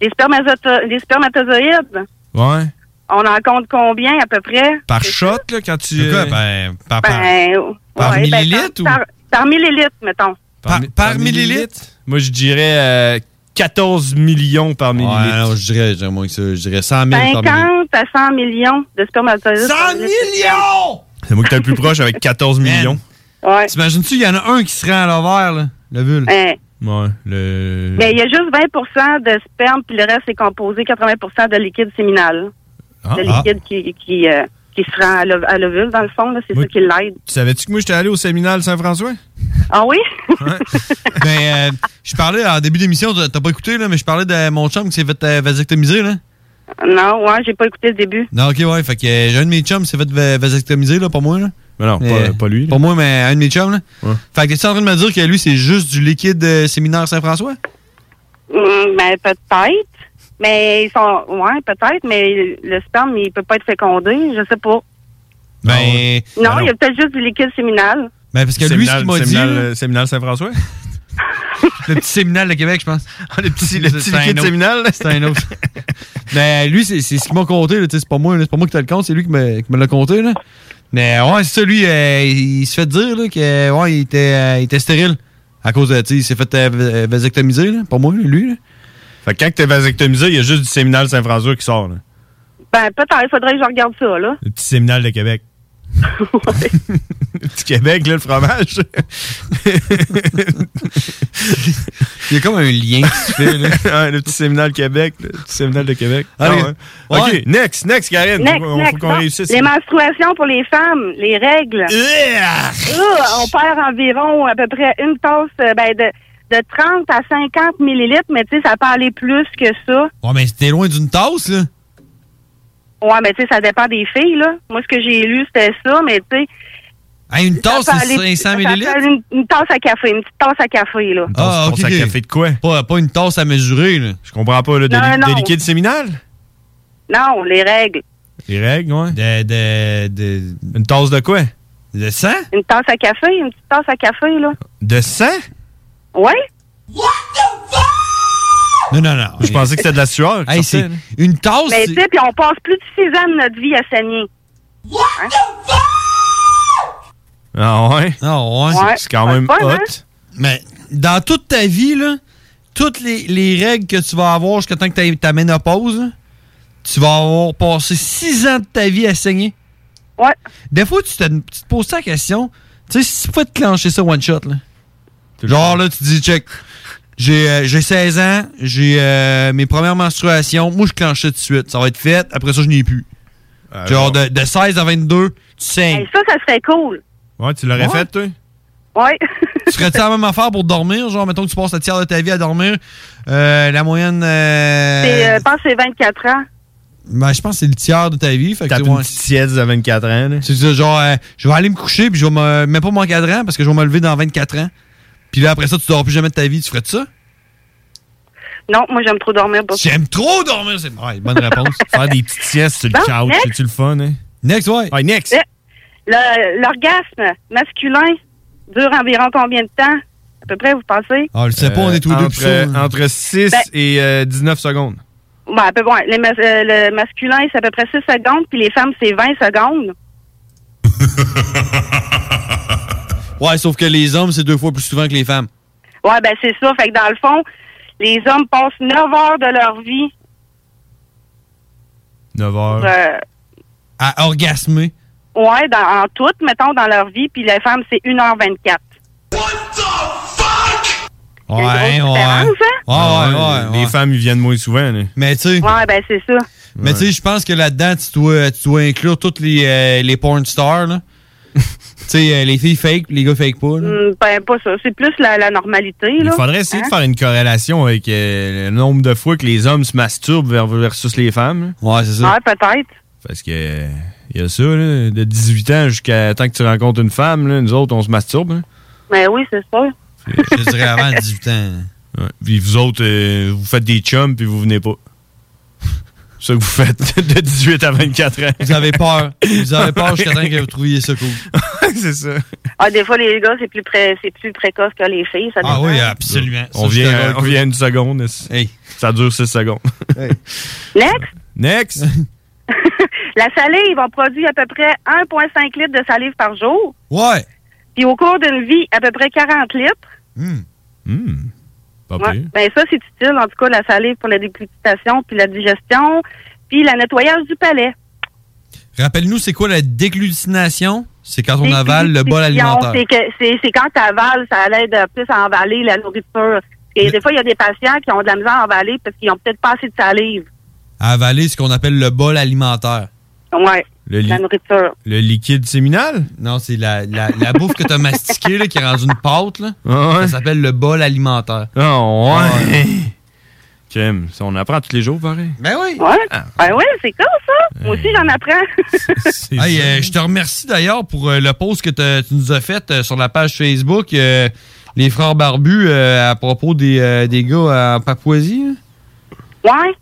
S26: des, spermato- des spermatozoïdes.
S10: Ouais.
S26: On en compte combien, à peu près?
S10: Par shot, là, quand tu. euh,
S8: quoi? Ben, par,
S26: Ben, ouais,
S10: par
S26: ben,
S10: millilitre ou-
S26: par, par millilitre, mettons.
S10: Par, par millilitre? Moi, je dirais euh, 14 millions par millilitre.
S8: Ouais, non, je dirais, je dirais moins que ça. Je dirais 100 000
S26: 50
S8: par minute.
S26: à 100 millions de spermatozoïdes.
S8: 100 millions!
S10: C'est moi qui t'es le plus proche avec 14 millions.
S26: Ouais.
S8: T'imagines-tu, il y en a un qui se rend à l'envers, là, le vulve?
S26: Hein.
S10: Ouais,
S8: Mm.
S10: le...
S26: Mais il y a juste 20 de sperme, puis le reste est composé 80 de liquide séminal.
S10: Ah,
S26: de
S10: ah.
S26: liquide qui, qui, euh, qui se rend à l'ov- à l'ovule, dans le fond, là, c'est
S10: Oui.
S26: ça qui l'aide.
S10: Tu savais-tu que moi, j'étais allé au séminaire de Saint-François?
S26: Ah oui?
S8: Ben, euh, je parlais en début d'émission, t'as t'as pas écouté, là, mais je parlais de mon chum qui s'est fait euh, vasectomiser, là.
S26: Non, ouais, j'ai pas écouté le début.
S8: Non, ok, ouais. Fait que euh, j'ai un de mes chums qui s'est fait va- vasectomiser, là, pas moi, là. Euh,
S10: Mais non, pas- pas lui, là.
S8: Pas moi, mais un de mes chums, là. Fait que t'es-tu en train de me dire que lui, c'est juste du liquide euh, séminaire Saint-François?
S26: Hum, ben, peut-être. Mais ils sont. Ouais, peut-être, mais le sperme, il peut pas être fécondé, je sais pas.
S8: Ben.
S26: Non, il y a peut-être juste du liquide séminal.
S8: Ben, parce que lui, ce qu'il m'a dit. là-
S10: Séminal, euh, séminal Saint-François? Ah,
S8: le petit séminal de Québec, je pense.
S10: le petit, le petit liquide
S8: séminal, c'est un autre. Mais lui, c'est c'est ce qu'il m'a compté, là, tu sais, c'est pas moi, là, c'est pas moi qui te le compte, c'est lui qui me, qui me l'a compté. Là. Mais ouais, c'est ça, lui, euh, il se fait dire là, que ouais, il était, euh, il était stérile à cause de, tu sais, il s'est fait euh, va- vasectomiser, là, pas moi, lui. Là.
S10: Fait que quand t'es vasectomisé, il y a juste du séminal Saint-François qui sort, là.
S26: Ben, peut-être, il faudrait que je regarde ça, là.
S10: Le petit séminal de Québec. le petit Québec, là, le fromage.
S8: Il y a comme un lien qui se fait, là.
S10: le petit séminal Québec, le petit séminal de Québec.
S8: Allez.
S10: Non, hein. OK,
S8: Ouais.
S10: next, next, Karine.
S26: Next,
S10: Faut-
S26: next,
S10: faut qu'on
S26: bon.
S10: réussisse.
S26: Les menstruations pour les femmes, les règles. Ah, on perd environ à peu près une tasse euh, ben, de, de 30 à 50 millilitres, mais tu sais, ça peut aller plus que ça.
S8: Ouais, mais c'était loin d'une tasse, là.
S26: Ouais, mais tu sais, ça dépend des filles, là. Moi, ce que j'ai lu, c'était ça, mais tu sais...
S8: Hey, une tasse,
S26: ça peut
S8: c'est
S26: aller-
S8: 500
S26: ça peut
S8: millilitres?
S26: aller Une, une tasse à café, une petite tasse à café, là.
S8: Ah,
S10: tasse à café
S8: de quoi? Pas, pas une tasse à mesurer, là.
S10: Je comprends pas, là,
S26: de Non, li- non. des liquides
S10: séminal?
S26: Non, les règles.
S10: Les règles, ouais.
S8: De,
S10: Une tasse de quoi?
S8: De sang?
S26: Une tasse à café, une petite tasse à café, là.
S10: De sang?
S26: Ouais?
S8: Non, non, non.
S10: Je pensais que c'était de la sueur. qui
S8: Hey,
S10: sortait,
S8: c'est
S10: là.
S8: une tasse.
S26: Mais tu sais, puis on passe plus de six ans de notre vie à saigner. Hein?
S10: Ah ouais?
S8: Ah ouais?
S10: Ouais, C'est quand même c'est le fun, hot. hein?
S8: Mais dans toute ta vie, là, toutes les, les règles que tu vas avoir jusqu'à temps que tu aies ta ménopause, là, tu vas avoir passé six ans de ta vie à saigner.
S26: Ouais.
S8: Des fois, tu te, tu te poses la question, tu sais, si tu peux te clencher ça one shot, là. Genre, là, tu te dis, check, j'ai euh, j'ai 16 ans, j'ai euh, mes premières menstruations, moi, je clenche ça tout de suite. Ça va être fait, après ça, je n'ai plus.
S10: Ah,
S8: Genre, de, de 16 à 22, tu saignes.
S26: Hey, ça, ça serait cool.
S10: Ouais, tu l'aurais
S8: Ouais.
S10: fait, toi?
S26: Ouais.
S8: tu ferais-tu la même affaire pour dormir? Genre, mettons que tu passes la tiers de ta vie à dormir. Euh, la moyenne. euh,
S26: C'est, euh, je pense que c'est 24 ans.
S8: ben, je pense que c'est le tiers de ta vie. Fait que
S10: une petite sieste à 24 ans.
S8: C'est ça, genre, euh, je vais aller me coucher puis je vais me. Mets pas mon cadran parce que je vais me lever dans 24 ans. Puis là, après ça, tu dors plus jamais de ta vie. Tu ferais ça?
S26: Non, moi, j'aime trop dormir. beaucoup.
S8: J'aime trop dormir. C'est ouais, bonne réponse.
S10: Faire des petites siestes sur le
S26: Bon,
S10: couch,
S26: next.
S10: c'est-tu le fun, hein?
S8: Next, ouais.
S10: Ouais, next.
S26: Le- L'orgasme masculin dure environ combien de temps? À peu près, vous pensez?
S8: Ah, on le sait pas, on est tous les deux
S10: entre,
S8: plus sourds, hein.
S10: Euh, Entre 6
S26: Ben-
S10: et euh, 19 secondes.
S26: Ouais, à peu, ouais, les mas- euh, le masculin, c'est à peu près 6 secondes, puis les femmes, c'est 20 secondes.
S8: Ouais, sauf que les hommes, c'est deux fois plus souvent que les femmes.
S26: Ouais, ben c'est ça. Fait que dans le fond, les hommes passent 9 heures de leur vie
S10: 9
S26: pour,
S10: heures.
S26: euh,
S8: À orgasmer.
S26: ouais, dans, en tout, mettons, dans leur vie, puis les femmes, c'est 1h24.
S8: Ouais, ouais.
S26: différence, hein?
S10: Ah ouais, Les femmes, ils viennent moins souvent, hein. là.
S8: Mais tu sais.
S26: Ouais, ben c'est ça.
S8: Mais tu sais, je pense que là-dedans, tu dois, tu dois inclure toutes les, euh, les porn stars, là. tu sais, euh, les filles fake, les gars fake pas, là.
S26: Hum, ben, pas ça. C'est plus la, la normalité, là.
S10: Il faudrait essayer
S26: Hein?
S10: de faire une corrélation avec euh, le nombre de fois que les hommes se masturbent vers- versus les femmes.
S8: Ouais, c'est
S26: Ouais, Ah, peut-être.
S10: Parce que euh, il y a ça, là, de 18 ans jusqu'à temps que tu rencontres une femme, là, nous autres, on se masturbe. là.
S26: Mais oui, c'est ça.
S8: Je dirais avant 18 ans.
S10: Ouais. Puis vous autres, euh, vous faites des chums, puis vous venez pas. C'est ça que vous faites de 18 à 24 ans.
S8: Vous avez peur. Vous avez peur jusqu'à temps que vous trouviez ça cool.
S10: c'est ça.
S26: Ah, des fois, les gars, c'est plus, pré- c'est plus précoce que les filles. Ça
S8: Ah
S26: dépend.
S8: oui, absolument.
S10: On
S8: Ça, je te
S10: vient,
S8: raconte.
S10: on vient une seconde. Ça dure 6 secondes.
S26: Next,
S10: Next!
S26: la salive, on produit à peu près 1,5 litres de salive par jour.
S8: Ouais.
S26: Puis au cours d'une vie, à peu près 40 litres.
S10: Pas
S26: Ouais. Ben ça, c'est utile, en tout cas, la salive pour la déglutition, puis la digestion, puis le nettoyage du palais.
S8: Rappelle-nous, c'est quoi la déglutination? C'est quand on avale le bol
S26: Déglutition,
S8: alimentaire.
S26: C'est, que, c'est, c'est quand tu avales, ça l'aide euh, plus à avaler la nourriture. Et des fois, il y a des patients qui ont de la misère à avaler parce qu'ils ont peut-être pas assez de salive.
S8: Avaler ce qu'on appelle le bol alimentaire.
S26: Ouais,
S10: Le
S26: la
S10: lit.
S26: nourriture.
S10: Le liquide séminal?
S8: Non, c'est la, la, la bouffe que t'as mastiquée, là, qui est rendue une pâte, là. Ça s'appelle le bol alimentaire. Ah
S10: Oh, Ah ouais! Kim, ça, on apprend tous les jours, pareil.
S8: Ben oui.
S26: Ouais.
S10: Ah,
S26: Ben oui, c'est cool, ça.
S10: Euh.
S26: Moi aussi, j'en apprends.
S8: Hey, euh, je te remercie d'ailleurs pour euh, le post que t'as- tu nous as fait euh, sur la page Facebook, euh, les frères barbus, euh, à propos des, euh, des gars en Papouasie. là.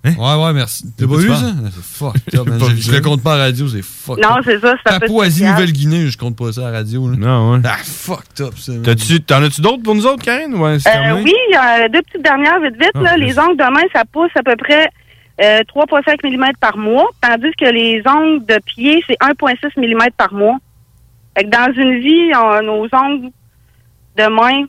S26: ouais.
S8: Ouais, ouais, merci. T'as
S10: Hein? pas
S8: pas
S10: vu
S8: vu
S10: ça?
S8: ça? Fuck, up, man.
S10: J'ai pas
S8: je,
S10: vu
S8: je
S10: ça.
S8: le compte pas à la radio, c'est fuck.
S26: Non,
S8: up.
S26: c'est ça, c'est un peu
S8: Papouasie,
S26: spécial.
S8: Nouvelle-Guinée, je compte pas ça à la radio. Là.
S10: Non, ouais.
S8: Ah, fuck, top, ça. man.
S10: T'as-tu- T'en as-tu d'autres pour nous autres, Karine? Ouais, c'est
S26: Euh,
S10: terminé?
S26: oui, il y a deux petites dernières, vite, vite.
S10: Ah,
S26: là.
S10: vas-y.
S26: Les ongles de main, ça pousse à peu près euh, 3,5 mm par mois, tandis que les ongles de pied, c'est 1,6 mm par mois. Fait que dans une vie, on- nos ongles de main,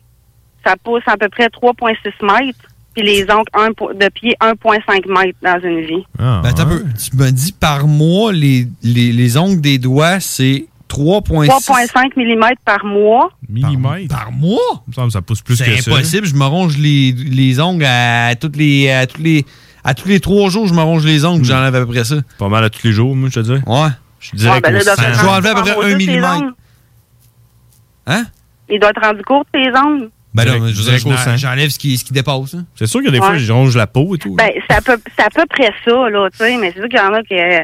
S26: ça pousse à peu près 3,6 mètres, puis les ongles un po- de pied, 1,5 mètres dans une vie.
S10: Ah,
S8: Ben, attends un peu. Tu me dis par mois, les, les, les ongles des doigts, c'est 3,6
S26: 3,5 mm par mois.
S10: Millimètres?
S8: par mois.
S10: Il me semble que ça pousse plus
S8: C'est
S10: que ça.
S8: impossible, je me ronge les, les ongles à toutes les, à tous les à tous les trois jours, je me ronge les ongles, j'enlève à peu près ça.
S10: Pas mal à tous les jours, moi, je te dis.
S8: Ouais.
S10: Je dirais
S26: Ouais, ben
S10: qu'on
S26: là, il doit
S10: sent-
S26: être
S8: Ah, Je vais enlever à peu
S26: rendu
S8: près
S26: court,
S8: un
S26: tes
S8: millimètre.
S26: ongles.
S8: Hein?
S26: Il doit être rendu court, tes ongles.
S8: Ben
S10: Direct-
S8: non, je veux dire,
S10: direct au
S8: je-
S10: sang.
S8: j'enlève ce qui, ce qui dépasse. hein.
S10: C'est sûr qu'il y a des fois,
S26: Ouais.
S10: je ronge la peau et tout.
S26: Ben, c'est à peu, c'est à peu près ça, là, tu sais, mais c'est sûr qu'il y en a qui, euh,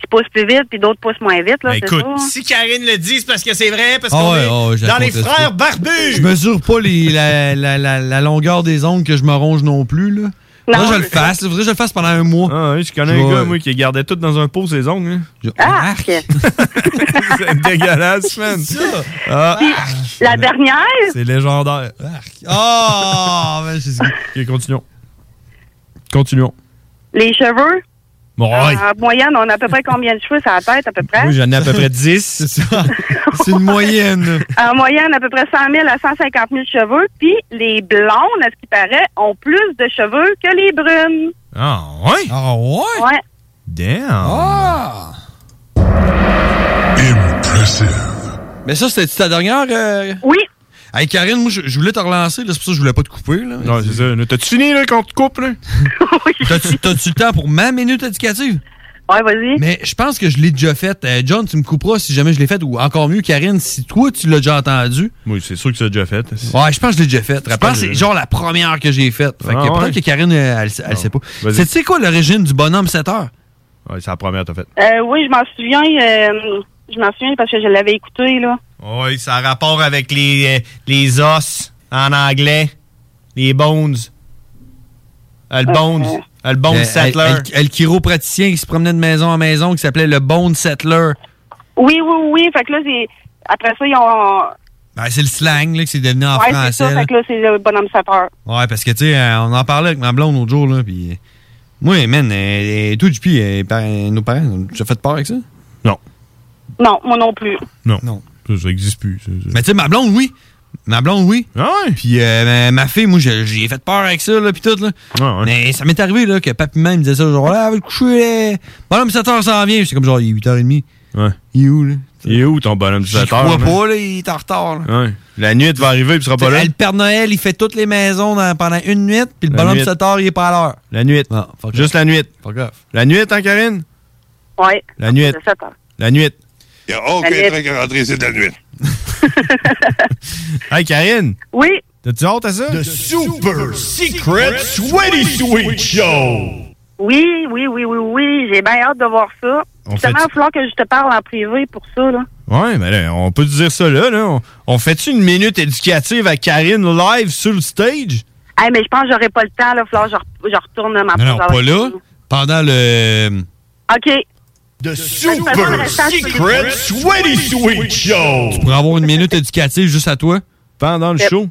S26: qui poussent plus vite, puis d'autres poussent moins vite, là,
S10: Ben,
S26: c'est
S10: écoute,
S26: ça. hein.
S9: Si Karine le dit, c'est parce que c'est vrai, parce
S8: Ah
S9: qu'on
S8: ouais,
S9: est
S8: ah ouais, je la
S9: dans les
S8: conteste
S9: frères
S8: pas. Je
S9: barbus.
S8: mesure pas les, la, la, la, la longueur des ongles que je me ronge non plus. Là. Faudrait que je le fasse. là. Faudrait que je le fasse pendant un mois.
S10: Ah, oui, je connais
S8: Je
S10: un
S8: vais-
S10: gars, moi, qui gardait tout dans un pot ses ongles. hein.
S8: Je-
S26: Ah,
S8: Arc.
S26: ok.
S10: C'est dégueulasse, man. Ah,
S26: La dernière,
S10: c'est légendaire.
S8: Ah, ben, c'est ça.
S10: Ok, continuons. Continuons.
S26: les cheveux.
S10: Bon, Ah, ouais.
S26: En moyenne, on a à peu près combien de cheveux sur la tête, à peu près?
S10: Moi, j'en ai à peu près 10. C'est ça. C'est une moyenne.
S26: En moyenne, à peu près 100 000 à 150 000 cheveux. Puis les blondes, à ce qui paraît, ont plus de cheveux que les brunes.
S10: Ah, ouais? Ah, ouais?
S26: Ouais.
S10: Damn.
S8: Ah! Mais ça, c'était ta dernière. euh?
S26: Oui.
S8: Hey, Karine, moi, je, je voulais te relancer, là, c'est pour ça que je voulais pas te couper. Là.
S10: Non, c'est ça. T'as-tu fini là, quand on te coupe? Là?
S8: T'as-tu, t'as-tu le temps pour ma minute éducative?
S26: Ouais, vas-y.
S8: Mais je pense que je l'ai déjà faite. Euh, John, tu me couperas si jamais je l'ai faite, ou encore mieux, Karine, si toi, tu l'as déjà entendu.
S10: Oui, c'est sûr que tu l'as déjà fait.
S8: Ouais, je pense que je l'ai déjà faite. Je
S10: pense
S8: pense
S10: que
S8: que
S10: je-
S8: c'est genre la première que j'ai faite. Fait que
S10: Ah,
S8: peut-être que
S10: ouais.
S8: Karine, euh, elle, elle sait pas. C'est, tu sais quoi l'origine du bonhomme 7 heures?
S10: Ouais, c'est la première que t'as faite.
S26: Euh, oui, je m'en souviens. euh, je m'en souviens parce que je l'avais écouté, là.
S9: Oui, ça a rapport avec les, euh, les os en anglais. Les bones. Euh, le bones. Euh, le bones
S8: Euh,
S9: settler.
S8: elle- elle- Le chiropraticien qui se promenait de maison en maison qui s'appelait le Bone Settler.
S26: Oui, oui, oui. Fait que là, c'est... Après ça, ils ont...
S8: Ben, c'est le slang là, que c'est devenu en
S26: ouais, c'est
S8: français.
S26: ça.
S8: là.
S26: Fait que là, c'est le bonhomme sapeur.
S8: Ouais, parce que, tu sais, euh, on en parlait avec ma blonde l'autre jour, là, puis... euh, Moi, man, euh, euh, tout du pis, euh, par- euh, nos parents, tu as fait peur avec ça?
S10: Non.
S26: Non, moi non plus.
S10: Non. Non. Ça, ça existe plus. ça, ça. Ah
S8: Mais tu sais, ma blonde, oui. Ma blonde, oui. Puis euh, ma- ma fille, moi, je- j'y ai fait peur avec ça, là, puis tout, là.
S10: Ah
S8: Mais ça m'est arrivé, là, que papy me disait ça, genre, là, va te coucher, là. Bonhomme, 7 h s'en vient. C'est comme, genre, il est 8h30.
S10: Ouais.
S8: Il est où, là?
S10: Il est où ton bonhomme du
S8: J'y crois pas, là, il est en retard, là.
S10: Ouais. La nuit, tu vas arriver, il sera pas là.
S8: Le Père Noël, il fait toutes les maisons dans- pendant une nuit, puis le
S10: La
S8: bonhomme
S10: nuit.
S8: 7 h il est pas à l'heure.
S10: La nuit.
S8: off.
S10: Juste la nuit.
S8: Fuck off.
S10: La nuit, hein, Karine?
S26: Ouais.
S10: La nuit.
S26: C'est ça, peur.
S10: La nuit.
S4: Il n'y a aucun
S26: Salut.
S4: train qui est rentré ici de la nuit.
S10: Hey, Karine!
S26: Oui?
S10: T'as-tu honte à ça? The
S4: Super Secret Sweaty Sweet Show!
S26: Oui, oui, oui, oui, oui. J'ai bien hâte de voir ça.
S10: On
S26: Justement,
S10: fait-
S26: il va falloir que je te parle en privé pour ça, là.
S10: Ouais, mais là, on peut te dire ça là. là. On, on fait-tu une minute éducative à Karine live sur le stage?
S26: Hey, Eh, mais je pense que j'aurai pas le temps, là. Il va falloir que je re- je retourne ma
S8: Non, non, pas là. Pendant le...
S26: OK.
S4: The
S26: Super
S4: Secret Sweaty Sweet Show!
S8: Pour avoir une minute éducative juste à toi.
S10: Pendant le
S26: Yep.
S10: show.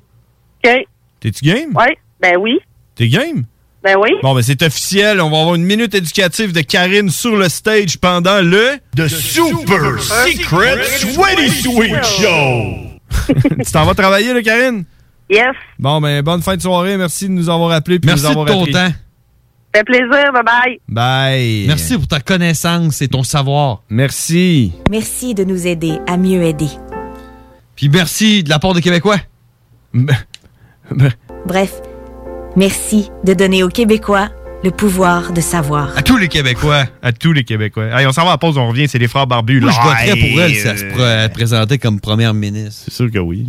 S26: OK.
S10: T'es-tu game?
S26: Oui. Ben oui.
S10: T'es game?
S26: Ben oui.
S10: Bon, ben c'est officiel. On va avoir une minute éducative de Karine sur le stage pendant le... The
S4: Super Secret Sweaty Sweet Show!
S10: tu t'en vas travailler, là, Karine?
S26: Yes.
S10: Bon, ben bonne fin de soirée. Merci de nous avoir appelés. puis
S8: Merci
S10: nous avoir
S8: de ton
S10: appris.
S8: temps.
S26: Fait plaisir. Bye-bye.
S10: Bye.
S8: Merci pour ta connaissance et ton savoir.
S10: Merci.
S25: Merci de nous aider à mieux aider.
S8: Puis merci de la part des Québécois.
S25: Bref, merci de donner aux Québécois le pouvoir de savoir.
S8: À tous les Québécois.
S10: À tous les Québécois. Allez, on s'en va à la pause, on revient. C'est les frères barbus.
S8: Moi, je
S10: live.
S8: voterais pour elle si elle se pr- euh, présentait comme première ministre. C'est
S10: sûr que oui.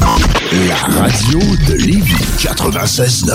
S27: La radio de Lévis 96.9.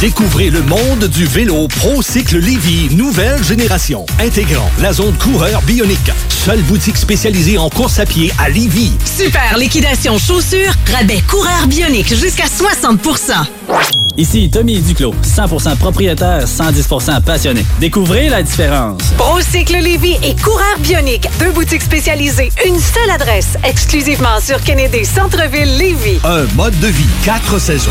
S13: Découvrez le monde du vélo ProCycle Lévy nouvelle génération, intégrant la zone coureur bionique. Seule boutique spécialisée en course à pied à Lévy.
S28: Super liquidation chaussures, rabais coureur bionique jusqu'à 60
S19: Ici Tommy Duclos, 100% propriétaire, 110% passionné. Découvrez la différence.
S18: Procycle Lévy et Coureur Bionique, deux boutiques spécialisées, une seule adresse, exclusivement sur Kennedy Centre-ville Lévy.
S13: Un mode de vie, quatre saisons.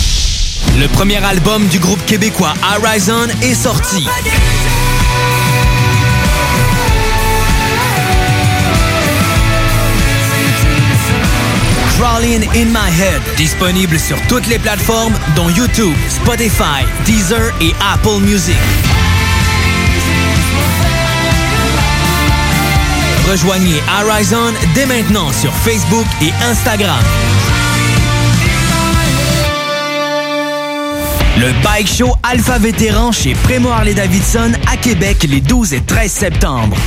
S20: Le premier album du groupe québécois Horizon est sorti. Crawling in My Head, disponible sur toutes les plateformes dont YouTube, Spotify, Deezer et Apple Music. Rejoignez Horizon dès maintenant sur Facebook et Instagram. Le Bike Show Alpha Vétéran chez Prémo Harley-Davidson à Québec les 12 et 13 septembre.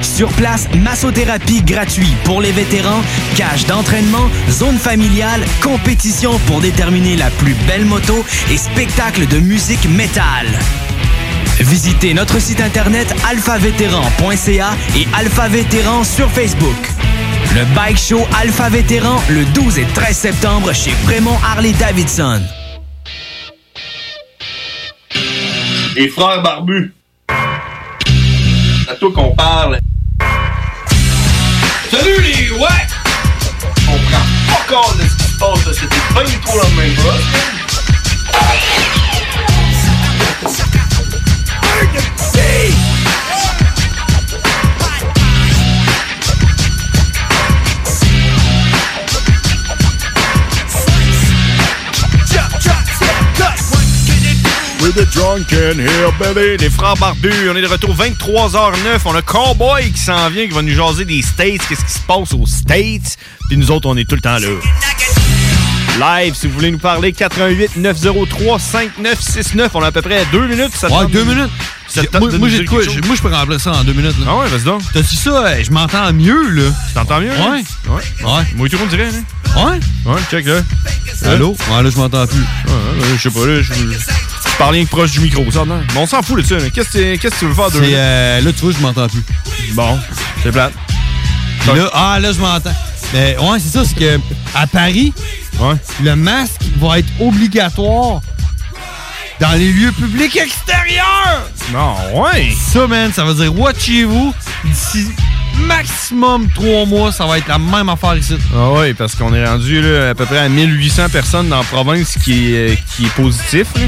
S20: Sur place, massothérapie gratuite pour les vétérans, cage d'entraînement, zone familiale, compétition pour déterminer la plus belle moto et spectacle de musique métal. Visitez notre site internet alphavétéran.ca et Alpha Vétéran sur Facebook. Le Bike Show Alpha Vétéran le 12 et 13 septembre chez Prémont Harley-Davidson.
S7: Les frères barbus. C'est à toi qu'on parle. Salut les ouais! On prend pas compte de ce qui se passe, là. c'était pas du tout la même chose.
S10: With the drunken here, baby. Les frères barbus, on est de retour 23h09. On a Cowboy qui s'en vient, qui va nous jaser des States, qu'est-ce qui se passe aux States. Puis nous autres, on est tout le temps là. Live, si vous voulez nous parler, 88 903 5969. On a à peu près deux minutes. Ça te
S8: Ouais,
S10: tente
S8: deux
S10: de-
S8: minutes.
S10: Ça te tente
S8: moi,
S10: de
S8: moi,
S10: nous
S8: j'ai
S10: dire
S8: de quoi-
S10: quelque chose?
S8: j'ai- moi, je peux remplir ça en deux minutes. Là.
S10: Ah ouais, vas-y donc.
S8: T'as dit ça, hey, je m'entends mieux, là. Tu
S10: t'entends mieux, hein?
S8: Ouais.
S10: Ouais. Ouais. Moi, tout le monde dirait, là.
S8: Ouais.
S10: Ouais, check, là.
S8: Allô? Ouais, là, je m'entends plus.
S10: Ouais, ouais, je sais pas, là. Je je parle rien que proche du micro, ça, non? Mais on s'en fout de ça, là. Qu'est-ce que qu'est-ce que tu veux faire de
S8: C'est, euh, là, tu vois, je m'entends plus.
S10: Bon, c'est plate.
S8: Puis là, ah, là, je m'entends. Mais ouais, c'est ça, c'est que à Paris, le masque va être obligatoire dans les lieux publics extérieurs.
S10: Non, ouais.
S8: Ça, man, ça veut dire what chez vous. D'ici maximum trois mois, ça va être la même affaire ici.
S10: Ah oui, parce qu'on est rendu là, à peu près à 1800 personnes dans la province qui, est- qui est positif. là.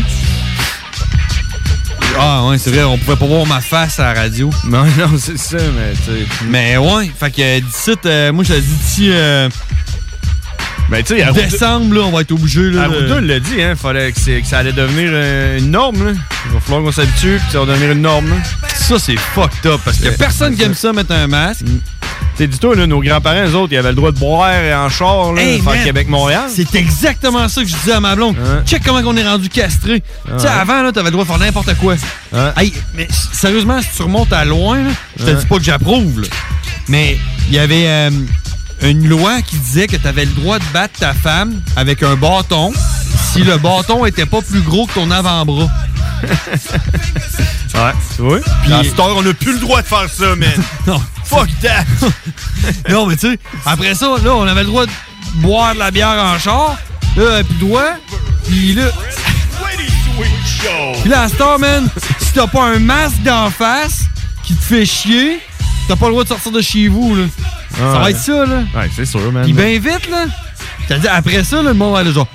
S8: Ah ouais, c'est vrai, on pouvait pas voir ma face à la radio.
S10: Non, non, c'est ça, mais tu
S8: Mais ouais, fait que euh, d'ici, euh, moi je te dis d'ici. euh,
S10: Ben, tu sais, à Route-
S8: Décembre, là, on va être obligé. là.
S10: Arruda l'a dit, hein, fallait que, c'est- que ça allait devenir euh, une norme. Là. Il va falloir qu'on s'habitue, puis ça va devenir une norme.
S8: Ça, c'est fucked up, parce
S10: qu'il
S8: y a personne qui aime ça mettre un masque.
S10: C'est du tout, là, nos grands-parents, eux autres, ils avaient le droit de boire en char, là,
S8: Hey,
S10: faire
S8: man,
S10: Québec-Montréal.
S8: C'est exactement ça que je disais à ma blonde. Check comment on est rendu castré. Tu sais,
S10: Ouais.
S8: avant, là, t'avais le droit de faire n'importe quoi.
S10: Hein?
S8: Hey, mais s- sérieusement, si tu remontes à loin, là, je te
S10: Ouais.
S8: dis pas que j'approuve, là. Mais il y avait euh, une loi qui disait que t'avais le droit de battre ta femme avec un bâton si le bâton était pas plus gros que ton avant-bras.
S10: Ouais, tu vois?
S8: Puis-
S10: Dans cette heure, on n'a plus le droit de faire ça, man.
S8: non.
S10: Fuck that!
S8: non, mais tu sais, après ça, là, on avait le droit de boire de la bière en char. Là, on avait plus le droit. Puis là, Puis là, à cette heure, man, si t'as pas un masque d'en face qui te fait chier, t'as pas le droit de sortir de chez vous, là. ça va
S10: ouais.
S8: être ça, là.
S10: Ouais, c'est sûr, man.
S8: Puis ben- bien vite, là. C'est-à-dire, après ça, là, le monde va aller genre,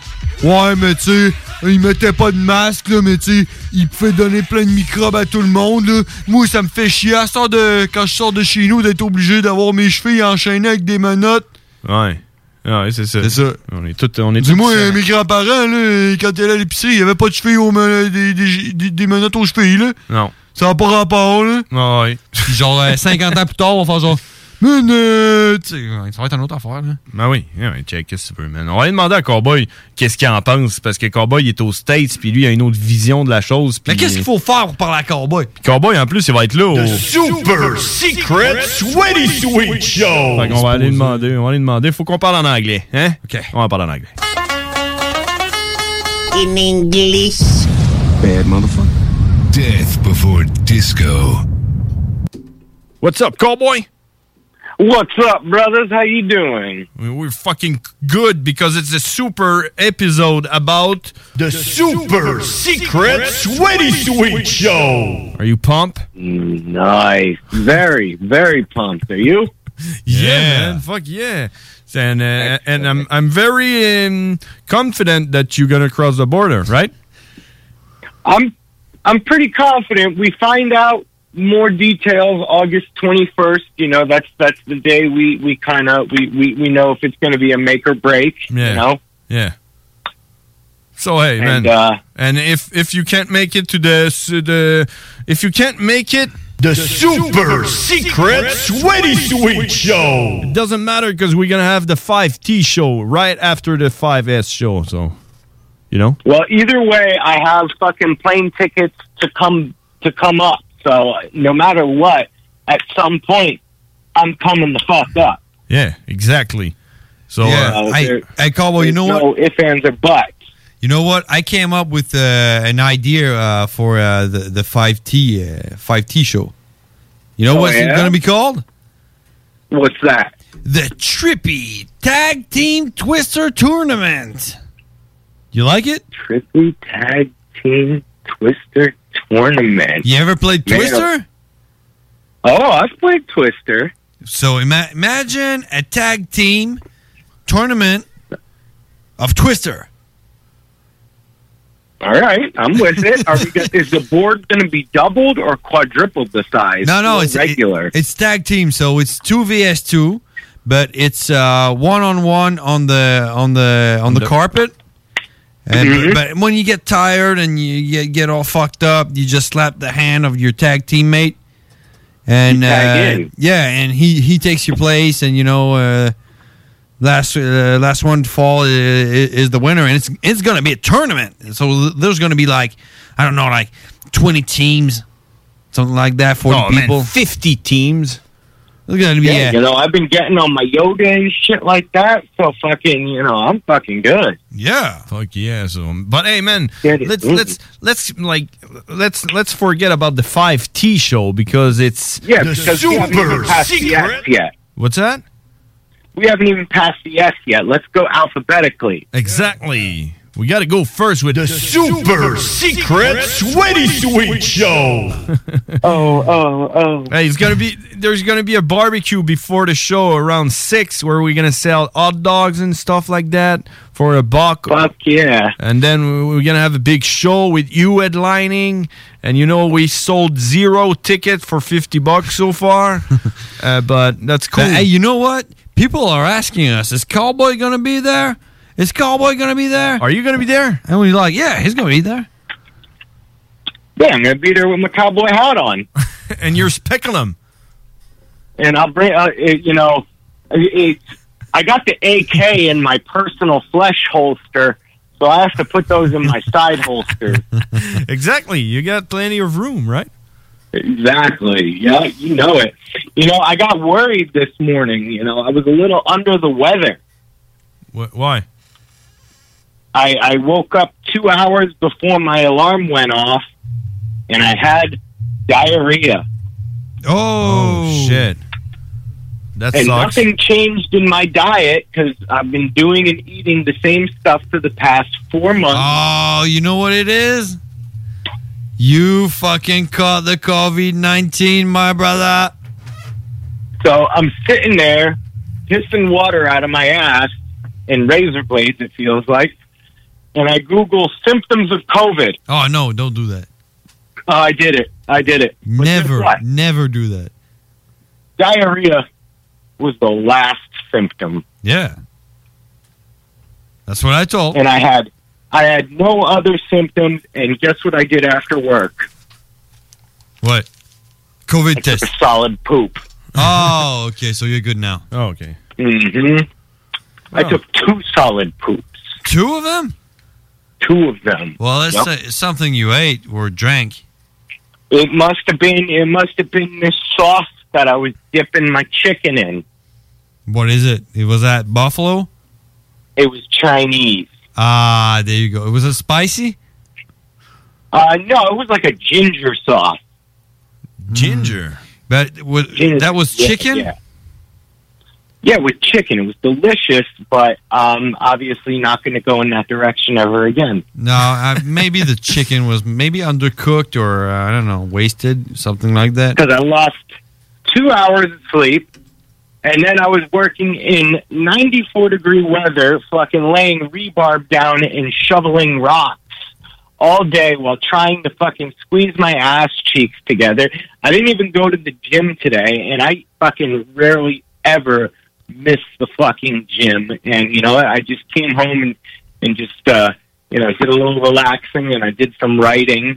S8: ouais, mais tu sais, il mettait pas de masque, là, mais tu sais, il pouvait donner plein de microbes à tout le monde, là. Moi, ça me fait chier à sort de, quand je sors de chez nous d'être obligé d'avoir mes chevilles enchaînées avec des menottes.
S10: Ouais. Ouais, c'est ça. C'est
S8: ça.
S10: On est tous. On est
S8: Dis-moi,
S10: tous, euh,
S8: euh, mes grands-parents, là, quand ils allaient à l'épicerie, il y avait pas de chevilles aux men- des, des- des- des menottes aux chevilles, là.
S10: Non. Ah
S8: Ça n'a pas rapport, là.
S10: Ouais.
S8: Puis genre, euh, 50 ans plus tard, on va faire genre. Mais, euh, tu sais, ouais, ça va être une autre affaire, là.
S10: Ben oui, ouais, ouais, check, qu'est-ce que tu veux, man. On va aller demander à Cowboy qu'est-ce qu'il en pense, parce que Cowboy est aux States, puis lui, il a une autre vision de la chose.
S8: Mais qu'est-ce qu'il faut faire pour parler à Cowboy?
S10: Puis Cowboy, en plus, il va être là au...
S4: Super Secret Sweaty Sweet Show.
S10: Fait qu'on va aller demander, on va aller demander. Faut qu'on parle en anglais, hein?
S8: OK.
S10: On va parler en anglais.
S29: In English.
S4: Bad motherfucker. Death before disco.
S10: What's up, Cowboy?
S14: What's up, brothers? How you doing?
S10: We're fucking good because it's a super episode about the
S4: Super Secret Sweaty Sweet Show.
S10: Are you pumped?
S29: Nice. Very, very pumped. Are you?
S10: Yeah,
S9: Yeah.
S10: man. Fuck yeah. And, uh, and I'm, I'm very um, confident that you're going to cross the border, right?
S29: I'm I'm pretty confident. We find out more details August 21st. You know, that's that's the day we we kind of we, we we know if it's going to be a make or break.
S10: Yeah.
S29: You know.
S10: Yeah. So hey,
S29: And,
S10: man.
S29: uh,
S10: and if if you can't make it to the s- the if you can't make it the, super, secret sweaty sweet show. It doesn't matter because we're gonna have the 5T show right after the 5S show. So, you know.
S29: Well, either way, I have fucking plane tickets to come to come up. So no matter what, at some point, I'm coming the fuck up.
S10: Yeah, exactly. So,
S8: yeah.
S29: uh,
S8: hey,
S29: there-
S8: hey, Cowboy, you know
S29: there's
S8: what?
S29: No ifs, ands, or buts.
S8: You know what? I came up with uh, an idea uh, for uh, the the five T uh, five T show. You know
S29: Oh,
S8: what's
S29: yeah?
S8: it gonna be called?
S29: What's that?
S8: The Trippy Tag Team Twister Tournament. You like it?
S29: Trippy Tag Team Twister Tournament.
S8: You ever played
S29: Man,
S8: Twister?
S29: Oh, I've played Twister.
S8: So ima- imagine a tag team tournament of Twister.
S29: All right, I'm with it. Are we gonna, is the board going to be doubled or quadrupled the size?
S8: No, no,
S29: Or
S8: it's
S29: regular.
S8: it- it's tag team, so it's two vs two, but it's uh, one on one on the on the on the,
S10: the-
S8: carpet. And,
S29: Mm-hmm.
S10: Mhm.
S8: but, but when you get tired and you, you get all fucked up, you just slap the hand of your tag teammate, and
S29: You tag
S8: uh,
S29: in.
S8: yeah, and he he takes your place, and you know. Uh, Last uh, last one to fall is, is the winner, and it's it's gonna be a tournament. So there's gonna be like I don't know, like twenty teams, something like that. Forty
S29: Oh, man,
S8: people, fifty teams. There's gonna be
S29: yeah,
S8: a-
S29: you know, I've been getting on my yoga and shit like that. So fucking, you know, I'm fucking good.
S10: Yeah. Fuck yeah. So, but hey, man,
S29: it
S10: let's
S29: is.
S10: let's let's like let's let's forget about the 5T show because it's
S29: Yeah,
S10: the
S29: because we haven't even passed the S yet.
S10: What's that?
S29: We haven't even passed the S yet. Let's go alphabetically.
S10: Exactly. We got to go first with the
S4: Super Secret Sweaty Sweet Show.
S29: oh, oh, oh.
S10: Hey, it's gonna be there's gonna be a barbecue before the show around six where we're gonna sell hot dogs and stuff like that for a buck.
S29: Fuck yeah!
S10: And then we- we're gonna have a big show with you headlining. And you know we sold zero ticket for fifty bucks so far, uh, but that's cool.
S8: Uh, hey, you know what? People are asking us: Is Cowboy gonna be there? Is Cowboy gonna be there? Are
S10: you gonna be there?
S8: And we're like, yeah, he's gonna be there.
S29: Yeah, I'm gonna be there with my cowboy hat on,
S10: and your speculum.
S29: And I'll bring, uh, it, you know, it, it's- I got the AK in my personal flesh holster, so I have to put those in my side holster.
S10: exactly, you got plenty of room, right?
S29: Exactly. Yeah, you know it. You know, I got worried this morning. You know, I was a little under the weather.
S10: Wh- why?
S29: I, I woke up two hours before my alarm went off, and I had diarrhea.
S8: Oh,
S10: shit! That
S29: and
S10: sucks.
S29: nothing changed in my diet because I've been doing and eating the same stuff for the past four months.
S8: Oh, you know what it is? You fucking caught the COVID nineteen, my brother.
S29: So I'm sitting there, pissing water out of my ass and razor blades, it feels like. And I Google symptoms of COVID.
S8: Oh no, don't do that.
S29: Oh, I did it. I did it. But guess
S8: Never,
S29: what?
S8: never do that.
S29: Diarrhea was the last symptom.
S8: Yeah. That's what I told.
S29: And I had I had no other symptoms and guess what I did after work?
S8: What? COVID test.
S29: solid poop.
S8: Oh, okay. So you're good now.
S10: Oh, okay.
S29: hmm I took two solid poops.
S8: Oh. Two of them?
S29: Two of them.
S8: Well, that's
S29: Yep.
S8: uh, something you ate or drank.
S29: It must have been it must have been this sauce that I was dipping my chicken in.
S8: What is it? It was at Buffalo.
S29: It was Chinese.
S8: Ah, there you go. It was a spicy.
S29: Uh, no, it was like a ginger sauce.
S10: Mm. Ginger.
S8: But was, that was
S29: Yeah,
S8: chicken.
S29: Yeah. Yeah, with chicken. It was delicious, but um, obviously not going to go in that direction ever again.
S8: No, uh, maybe the chicken was maybe undercooked or uh, I don't know, wasted, something like that.
S29: Because I lost two hours of sleep And then I was working in 94 degree weather, fucking laying rebarb down and shoveling rocks all day while trying to fucking squeeze my ass cheeks together. I didn't even go to the gym today, and I fucking rarely ever miss the fucking gym. And you know, what? I just came home and and just uh, you know did a little relaxing, and I did some writing.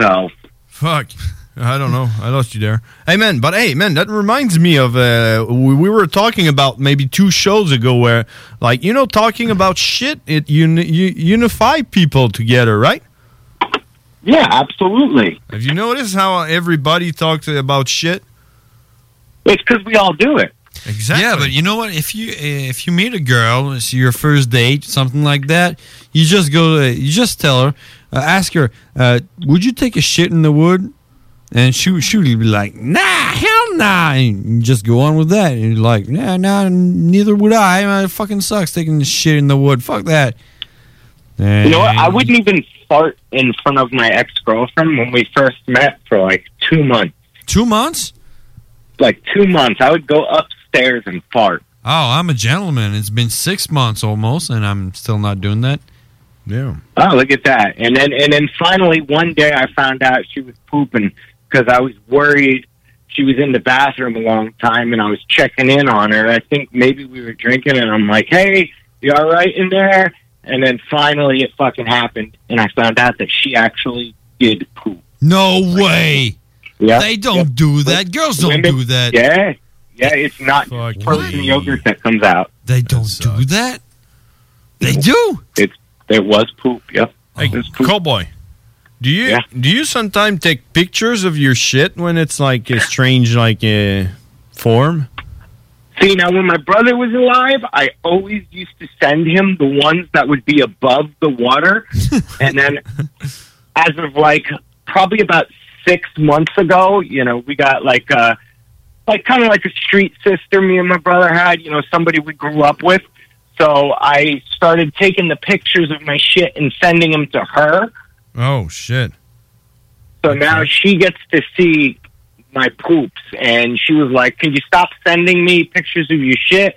S29: So
S10: Fuck. I don't know. I lost you there. Hey, man. But hey, man, that reminds me of uh, we, we were talking about maybe two shows ago where, like, you know, talking about shit, it uni- u- unify people together, right?
S29: Yeah, absolutely.
S10: Have you noticed how everybody talks about shit?
S29: It's because we all do it.
S10: Exactly.
S8: Yeah, but you know what? If you if you meet a girl, it's your first date, something like that, you just go. uh, You just tell her, uh, ask her, uh, would you take a shit in the wood? And she she would be like, nah, hell nah, and you just go on with that. And you're like, nah, nah, neither would I. It fucking sucks taking the shit in the wood. Fuck that.
S29: You know what? I wouldn't even fart in front of my ex girlfriend when we first met for like two months.
S8: Two months?
S29: Like two months. I would go upstairs and fart.
S8: Oh, I'm a gentleman. It's been six months almost, and I'm still not doing that. Yeah.
S29: Oh, look at that! And then and then finally one day I found out she was pooping because I was worried she was in the bathroom a long time, and I was checking in on her. I think maybe we were drinking, and I'm like, "Hey, you all right in there?" And then finally it fucking happened, and I found out that she actually did poop.
S8: No way.
S29: Yeah.
S8: They don't do that. Girls don't
S29: Women-
S8: do that.
S29: Yeah, yeah, it's not just frozen yogurt that comes out.
S8: They don't do that. They do.
S29: It's there was poop. Yep.
S10: Hey, cowboy. Do you do you sometimes take pictures of your shit when it's like a strange like uh, form?
S29: See, now when my brother was alive, I always used to send him the ones that would be above the water. and then, as of like probably about six months ago, you know, we got like a, like kind of like a street sister me and my brother had, you know, somebody we grew up with. So I started taking the pictures of my shit and sending them to her.
S10: Oh shit.
S29: So now she gets to see my poops, and she was like, "Can you stop sending me pictures of your shit?"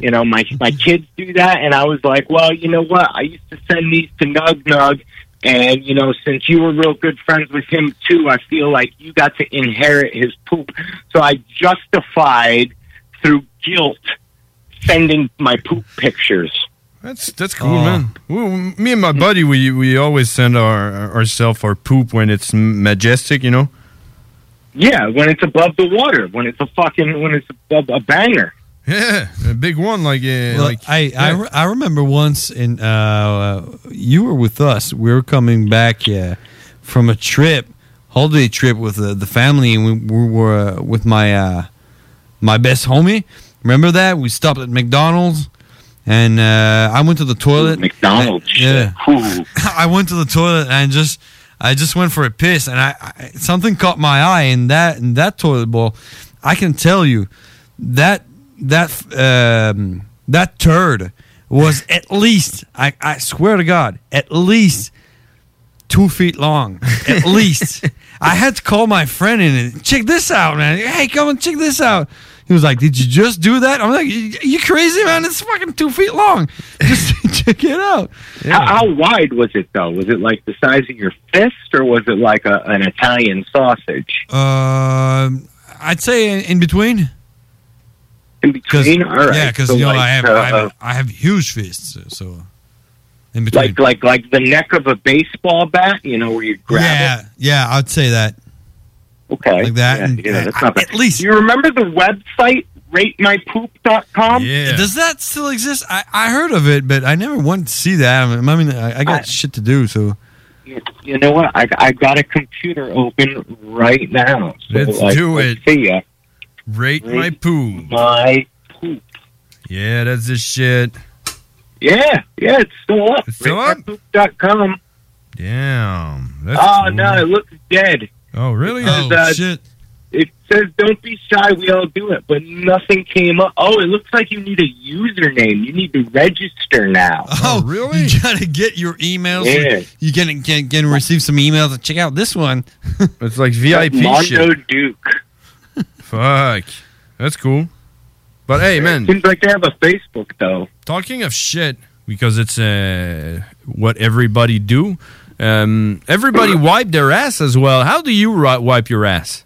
S29: You know, my my kids do that, and I was like, "Well, you know what? I used to send these to Nug Nug, and you know, since you were real good friends with him too, I feel like you got to inherit his poop." So I justified through guilt sending my poop pictures.
S10: That's that's cool,
S8: Oh.
S10: man. Well, me and my buddy, we we always send our ourselves our poop when it's m- majestic, you know.
S29: Yeah, when it's above the water, when it's a fucking when it's above a banger.
S10: Yeah, a big one like uh,
S8: Well,
S10: like
S8: I, I, re- I remember once in uh, uh, you were with us. We were coming back uh, from a trip, holiday trip with uh, the family, and we, we were uh, with my uh, my best homie. Remember that we stopped at McDonald's, and uh, I went to the toilet.
S29: McDonald's,
S8: yeah.
S29: Ooh.
S8: I went to the toilet and just I just went for a piss and I, I something caught my eye in that in that toilet bowl. I can tell you that that um, that turd was at least I, I swear to God at least two feet long at least. I had to call my friend in and check this out, man. Hey, come and check this out. He was like, "Did you just do that?" I'm like, "You you crazy, man? It's fucking two feet long. Just check it out."
S29: How, how wide was it though? Was it like the size of your fist, or was it like a, an Italian sausage?
S8: Um, I'd say in, in between.
S29: In
S8: Yeah,
S29: between,
S8: 'cause
S29: all right.
S8: yeah, because
S29: So
S8: you know
S29: like,
S8: I have,
S29: uh,
S8: I have I have huge fists, so- so in between.
S29: Like like like the neck of a baseball bat, you know, where you grab
S8: yeah, yeah, I'd say that.
S29: Okay,
S8: like that.
S29: Yeah,
S8: and-
S29: yeah, that's
S8: I-
S29: not
S8: at least
S29: you remember the website ratemypoop.com.
S10: Yeah.
S8: Does that still exist? I, I heard of it, but I never wanted to see that. I mean, I, mean, I, I got shit to do, so
S29: it. You know what? I, I got a computer open right now. So
S10: Let's
S29: like,
S10: do
S29: let's
S10: it.
S29: See ya.
S10: rate my
S29: Rate
S10: poop.
S29: My poop.
S10: Yeah, that's the shit.
S29: Yeah, yeah, it's still up.
S10: It's still up.
S29: Poop.com.
S10: Damn. That's
S29: oh
S10: cool.
S29: no, it looks dead.
S10: Oh really?
S29: Because, uh, It says, "Don't be shy. We all do it." But nothing came up. Oh, it looks like you need a username. You need to register now.
S8: Oh, really? You gotta get your emails.
S29: Yeah.
S8: You can, can can receive some emails and check out this one.
S10: it's like
S29: Mondo Duke.
S10: Fuck. That's cool. But hey, man.
S29: Seems like they have a Facebook though.
S10: Talking of shit, because it's uh, what everybody do. Um, everybody wipe their ass as well. How do you ri- wipe your ass?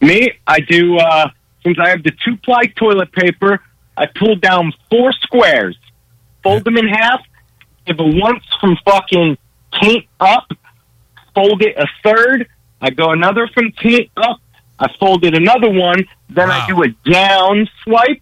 S29: Me, I do. Uh, since I have the two ply toilet paper, I pull down four squares, fold them in half, give it once from fucking taint up, fold it a third. I go another from taint up. I fold it another one. Then I do a down swipe,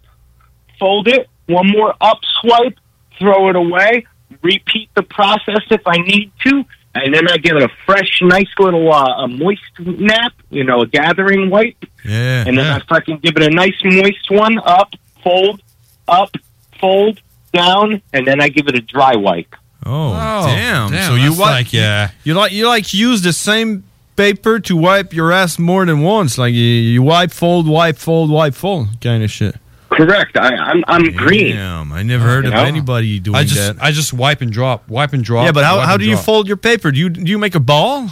S29: fold it one more up swipe, throw it away. Repeat the process if I need to, and then I give it a fresh, nice little uh, a moist nap. You know, a gathering wipe.
S10: Yeah.
S29: And then I fucking give it a nice moist one up, fold, up, fold, down, and then I give it a dry wipe.
S10: Oh, damn.
S29: damn,
S10: So you
S29: that's
S10: wipe
S29: like, uh,
S10: you like you like use the same paper to wipe your ass more than once. Like you, you wipe, fold, wipe, fold, wipe, fold, kind of shit.
S29: Correct. I, I'm I'm green.
S10: Damn, I never heard of
S29: You know?
S10: anybody doing
S8: I just,
S10: that.
S8: I just wipe and drop, wipe and drop.
S10: yeah, but how,
S8: wipe
S10: how
S8: and
S10: do you
S8: drop.
S10: fold your paper? Do you do you make a ball?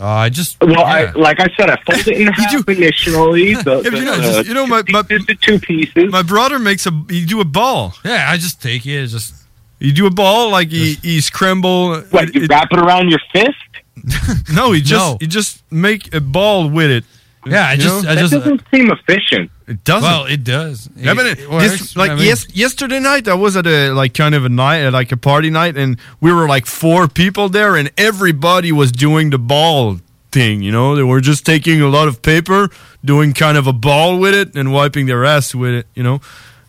S8: Uh, I just
S29: Well, I, like I said, I fold it in half initially. The,
S10: Yeah, but
S29: the,
S10: you know,
S29: uh,
S10: just- you know, my, my
S29: two pieces.
S10: My brother makes a. You do a ball. Yeah, I just take it. Just you do a ball like he, he scramble.
S29: What you wrap it around your fist?
S10: no, he just
S29: No.
S10: he just make a ball with it.
S29: Yeah, I
S10: You
S29: just-
S10: know?
S29: I That just- doesn't seem efficient.
S10: It doesn't.
S29: Well,
S10: it does.
S29: It-
S10: Yeah, but it-
S29: it
S10: this-
S29: works.
S10: like
S29: I mean-
S10: yes, yesterday night, I was at a like kind of a night, at like a party night, and we were like four people there, and everybody was doing the ball thing. You know, they were just taking a lot of paper, doing kind of a ball with it, and wiping their ass with it. You know,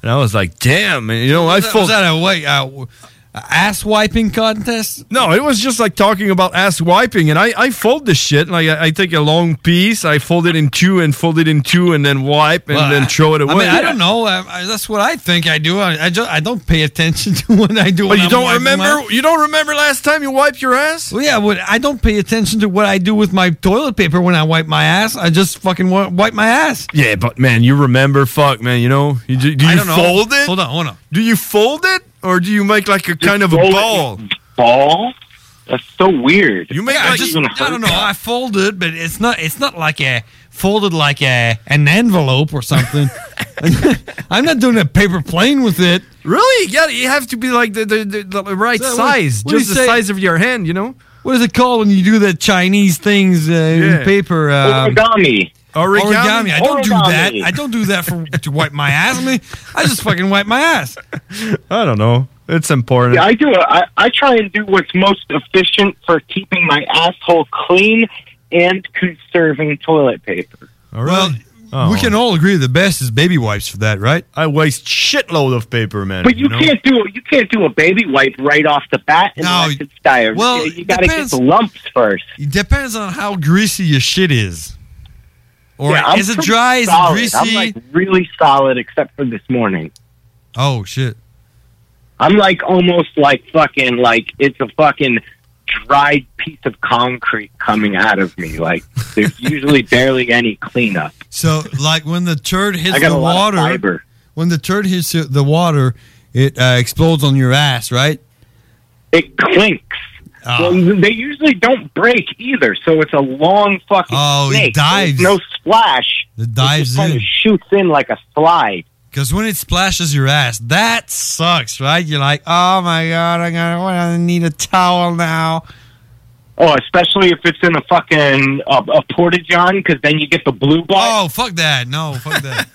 S10: and I was like, damn, man, you know, I
S8: Was that-
S10: felt
S8: was that a uh, wait, ass wiping contest?
S10: No, it was just like talking about ass wiping, and I, I fold this shit. Like I, I take a long piece, I fold it in two, and fold it in two, and then wipe, and
S8: Well,
S10: then
S8: I-
S10: throw it away.
S8: I, mean, I don't know. I, I- that's what I think I do. I, I just I don't pay attention to what I do. when
S10: Well, Oh, you
S8: I'm
S10: don't
S8: wiping my-
S10: remember- you don't remember last time you wiped your ass?
S8: Well, yeah. What I don't pay attention to what I do with my toilet paper when I wipe my ass. I just fucking wa- wipe my ass.
S10: Yeah, but man, you remember, fuck, man, you know? You, do do
S8: I
S10: you
S8: don't know.
S10: fold it?
S8: Hold on, hold on.
S10: Do you fold it, or do you make like a kind of a
S8: fold it.
S10: ball?
S29: Ball? That's so weird.
S10: You make
S8: Yeah, I
S10: like
S8: just I don't know. I folded, but it's not it's not like a folded like a an envelope or something. I'm not doing a paper plane with it.
S10: Really? Yeah, you have to be like the the, the, the right
S8: So what-
S10: size,
S8: what do
S10: just
S8: you
S10: the
S8: say?
S10: size of your hand, you know?
S8: What is it called when you do the Chinese things uh, in paper? Um,
S29: Origami.
S10: Origami?
S8: I don't do that.
S10: Origami.
S8: I don't do that for to wipe my ass. I mean, I just fucking wipe my ass.
S10: I don't know. It's important.
S29: Yeah, I do. I, I try and do what's most efficient for keeping my asshole clean and conserving toilet paper.
S8: Well, we can all agree the best is baby wipes for that, right?
S10: Oh. I waste shitload of paper, man.
S29: But you, can't do you can't do a baby wipe right off the bat unless it's diarrhea.
S8: well,
S29: you got to get
S8: depends.
S29: the lumps first.
S8: It depends on how greasy your shit is. Or
S29: Yeah, I'm
S8: is it
S29: pretty
S8: dry? Is it
S29: solid.
S8: greasy?
S29: I'm like really solid, except for this morning.
S8: oh shit!
S29: I'm like almost like fucking like it's a fucking dried piece of concrete coming out of me. Like there's usually barely any cleanup.
S8: So, like when the turd hits
S29: I got
S8: the
S29: a lot of
S8: water,
S29: fiber.
S8: when the turd hits the water, it uh, explodes on your ass, right?
S29: It clinks.
S8: Ah.
S29: Well, they usually don't break either, so it's a long fucking
S8: Oh, it
S29: snake.
S8: dives.
S29: There's no splash.
S8: It dives
S29: just kinda
S8: in.
S29: shoots in like a slide.
S8: Because when it splashes your ass, that sucks, right? You're like, oh my god, I gotta, I need a towel now.
S29: Oh, especially if it's in a fucking uh, a porta john, because then you get the blue butt. Oh,
S8: fuck that! No, fuck that.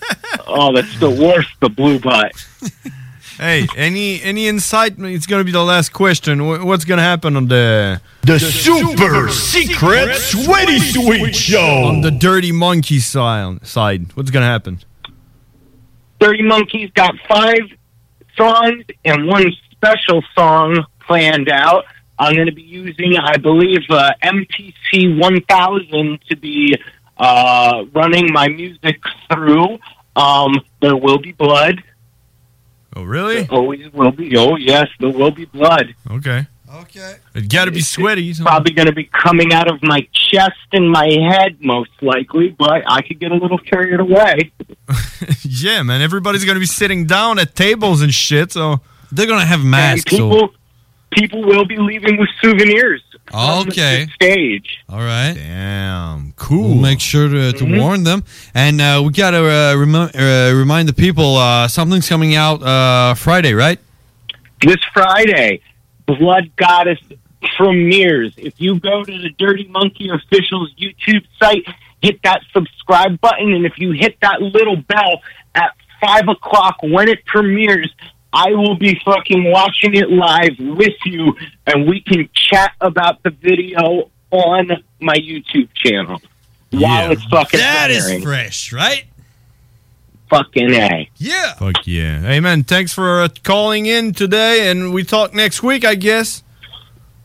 S29: oh, that's the worst. The blue butt.
S10: Hey, any any insight? It's gonna be the last question. Wh- What's gonna happen on the
S4: The Super Secret Sweaty Sweet
S10: on
S4: Show.
S10: the Dirty Monkey side? Side. What's gonna happen?
S29: Dirty Monkeys got five songs and one special song planned out. I'm going to be using, I believe, uh, MTC 1000 to be uh, running my music through. Um, there will be blood.
S10: Oh, really?
S29: There always will be. Oh, yes, there will be blood.
S10: Okay. Okay. It gotta be sweaty. so-
S29: Probably going to be coming out of my chest and my head, most likely, but I could get a little carried away.
S10: Yeah, man. Everybody's gonna be sitting down at tables and shit. So
S8: they're gonna have
S29: And people, people will be leaving with souvenirs
S8: Okay.
S29: Stage. Mm-hmm.
S8: All right. Damn. Cool. We'll make sure to, to warn them. And uh, we got to uh, remi- uh, remind the people uh, something's coming out uh, Friday, right?
S29: This Friday, Blood Goddess premieres. If you go to the Dirty Monkey Official's YouTube site, hit that subscribe button, and if you hit that little bell at five o'clock when it premieres, I will be fucking watching it live with you, and we can chat about the video on my YouTube channel while it's fucking
S9: That is
S29: premiering.
S9: fresh, right?
S29: fucking a.
S9: Yeah.
S10: Fuck yeah. Hey, man, thanks for uh, calling in today, and we talk next week, I guess.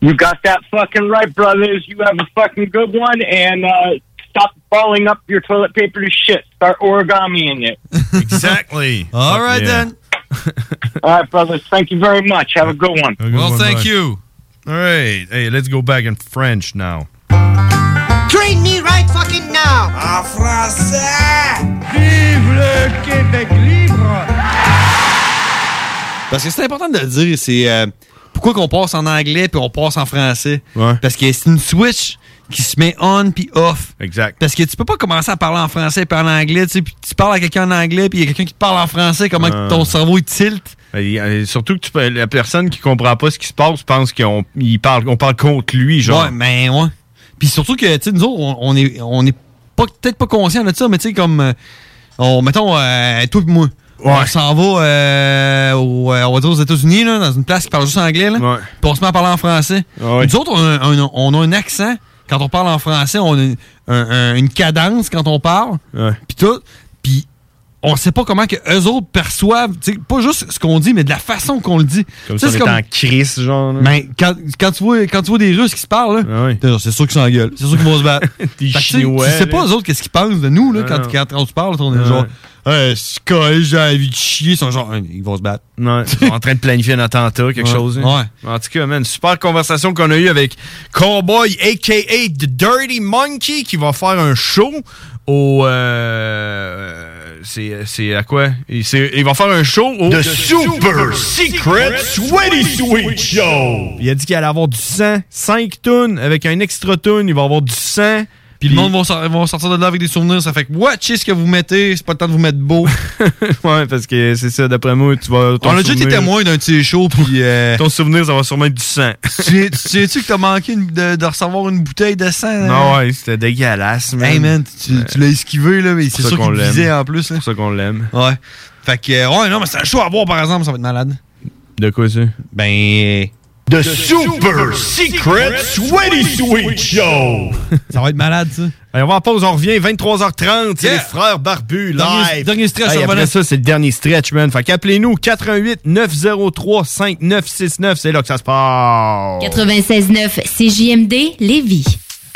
S29: You got that fucking right, brothers. You have a fucking good one, and uh, stop balling up your toilet paper to shit. Start origamiing it.
S10: Exactly. All right, then.
S29: All right, brothers. Thank you very much. Have a good one.
S10: Well, thank you. All right. Hey, let's go back in French now.
S3: Train me right fucking now! En français! Vive le Québec libre!
S8: Parce que c'est important de le dire, c'est euh, pourquoi qu'on passe en anglais puis on passe en français. Parce que c'est une switch qui se met on puis off.
S10: Exact.
S8: Parce que tu peux pas commencer à parler en français puis en anglais, tu sais, puis tu parles à quelqu'un en anglais puis il y a quelqu'un qui te parle en français, comment
S10: Ah.
S8: que ton cerveau il tilt.
S10: Et, euh, surtout que tu peux- la personne qui comprend pas ce qui se passe pense qu'on il parle, on parle contre lui, genre.
S8: Ouais, mais ouais. Puis surtout que, tu sais, nous autres, on, on est, on est pas- peut-être pas conscient de ça, mais tu sais, comme, euh, on, mettons, euh, toi et moi, on s'en va, euh, au- euh, on va dire aux États-Unis, là, dans une place qui parle juste anglais, là, puis on se met à parler en français. Nous autres, on a, un, on a un accent. Quand on parle en français, on a une, un- un- une cadence quand on parle, puis tout. Puis on sait pas comment que eux autres perçoivent, tu sais, pas juste ce qu'on dit, mais de la façon qu'on le dit.
S10: Comme
S8: Tu sais,
S10: si
S8: c'est
S10: on était en crise, genre. là. Ah
S8: mais quand, quand tu vois, quand tu vois des Russes qui se parlent, là, t'es genre, c'est sûr qu'ils s'engueulent. C'est sûr qu'ils vont se battre. Fait que tu sais,
S10: Chinois,
S8: Tu sais
S10: là.
S8: pas, eux autres, qu'est-ce qu'ils pensent de nous, là,
S10: Non,
S8: quand,
S10: non. Ah
S8: quand on se parle. On est
S10: Ouais.
S8: genre, hey, c'est quoi, j'ai envie de chier. Ils sont genre, Hey, ils vont se battre.
S10: Ouais, ils sont en train de planifier un attentat, quelque
S8: Ouais.
S10: chose. hein.
S8: Ouais.
S10: En tout cas, man, super conversation qu'on a eue avec Cowboy, a.k.a. The Dirty Monkey, qui va faire un show au... euh, c'est c'est à quoi? Il, c'est- il va faire un show au...
S4: The
S10: Oh, The
S4: Super Secret Sweaty Sweet Show.
S10: Il a dit qu'il allait avoir du sang, 5 tonnes, avec un extra tonne, il va avoir du sang.
S8: Puis le monde va, sor- va sortir de là avec des souvenirs. Ça fait que, watchez ce que vous mettez. C'est pas le temps de vous mettre beau.
S10: ouais, parce que c'est ça, d'après moi, tu vas... ton
S8: on a déjà été
S10: souvenir-
S8: témoin d'un petit show, puis. euh,
S10: Ton souvenir, ça va sûrement être du sang.
S8: tu sais tu que t'as manqué une- de, de recevoir une bouteille de sang? hein?
S10: Non, ouais, c'était dégueulasse, man.
S8: Hey, man, tu, tu l'as esquivé, là, mais c'est sûr qu'il visait en plus. C'est
S10: pour ça qu'on l'aime.
S8: Ouais. Fait que, euh, ouais, non, mais c'est un show à voir, par exemple, ça va être malade.
S10: De quoi ça?
S8: Ben.
S4: The Super Secret Sweaty Sweet Show.
S8: Ça va être malade, ça.
S10: Allez, on va en pause, on revient 23h30, c'est les frères barbus live. Ah,
S8: Dernier- dernier stretch,
S10: Hey,
S8: on
S10: après
S8: revenait.
S10: ça, c'est le dernier stretch, man. Fait qu'appelez-nous 88 903 5969, c'est là que ça se passe.
S6: 96.9 CJMD Lévis.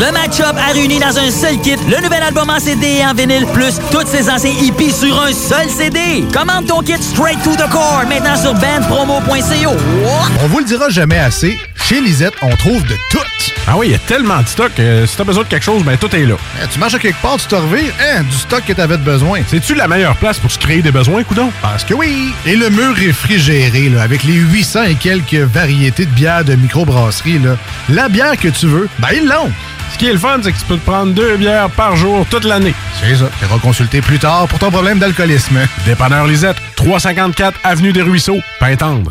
S30: Le Matchup a réuni dans un seul kit le nouvel album en CD et en vinyle, plus toutes ses anciens hippies sur un seul CD. Commande ton kit Straight to the Core maintenant sur bandpromo.co.
S12: On vous le dira jamais assez, chez Lisette, on trouve de tout.
S17: Ah oui, il y a tellement de stock. euh, si t'as besoin de quelque chose, ben tout est là.
S12: Hein, tu marches à quelque part, tu te revires, hein, du stock que t'avais de besoin.
S17: C'est-tu la meilleure place pour se créer des besoins, coudon?
S12: Parce que oui! Et le mur réfrigéré, là, avec les 800 et quelques variétés de bières de microbrasserie, là, la bière que tu veux, ben ils l'ont!
S17: Ce qui est le fun, c'est que tu peux te prendre deux bières par jour toute l'année.
S12: C'est ça. Tu consulter plus tard pour ton problème d'alcoolisme.
S17: Dépanneur Lisette, 354 Avenue des Ruisseaux, Pintendre.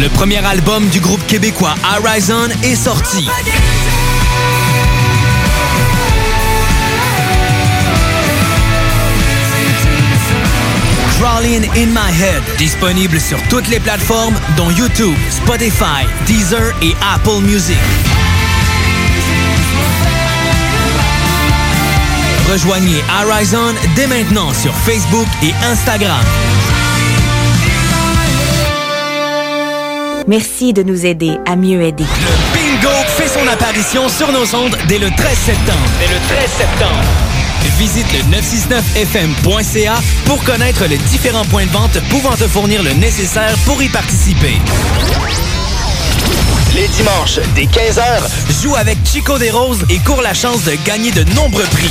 S20: Le premier album du groupe québécois Horizon est sorti. Crawling in My Head, disponible sur toutes les plateformes dont YouTube, Spotify, Deezer et Apple Music. Rejoignez Horizon dès maintenant sur Facebook et Instagram.
S25: Merci de nous aider à mieux aider.
S20: Bingo fait son apparition sur nos ondes dès le 13 septembre. Dès le 13 septembre. Visite le 969fm.ca pour connaître les différents points de vente pouvant te fournir le nécessaire pour y participer. Les dimanches, dès 15h, joue avec Chico des Roses et cours la chance de gagner de nombreux prix.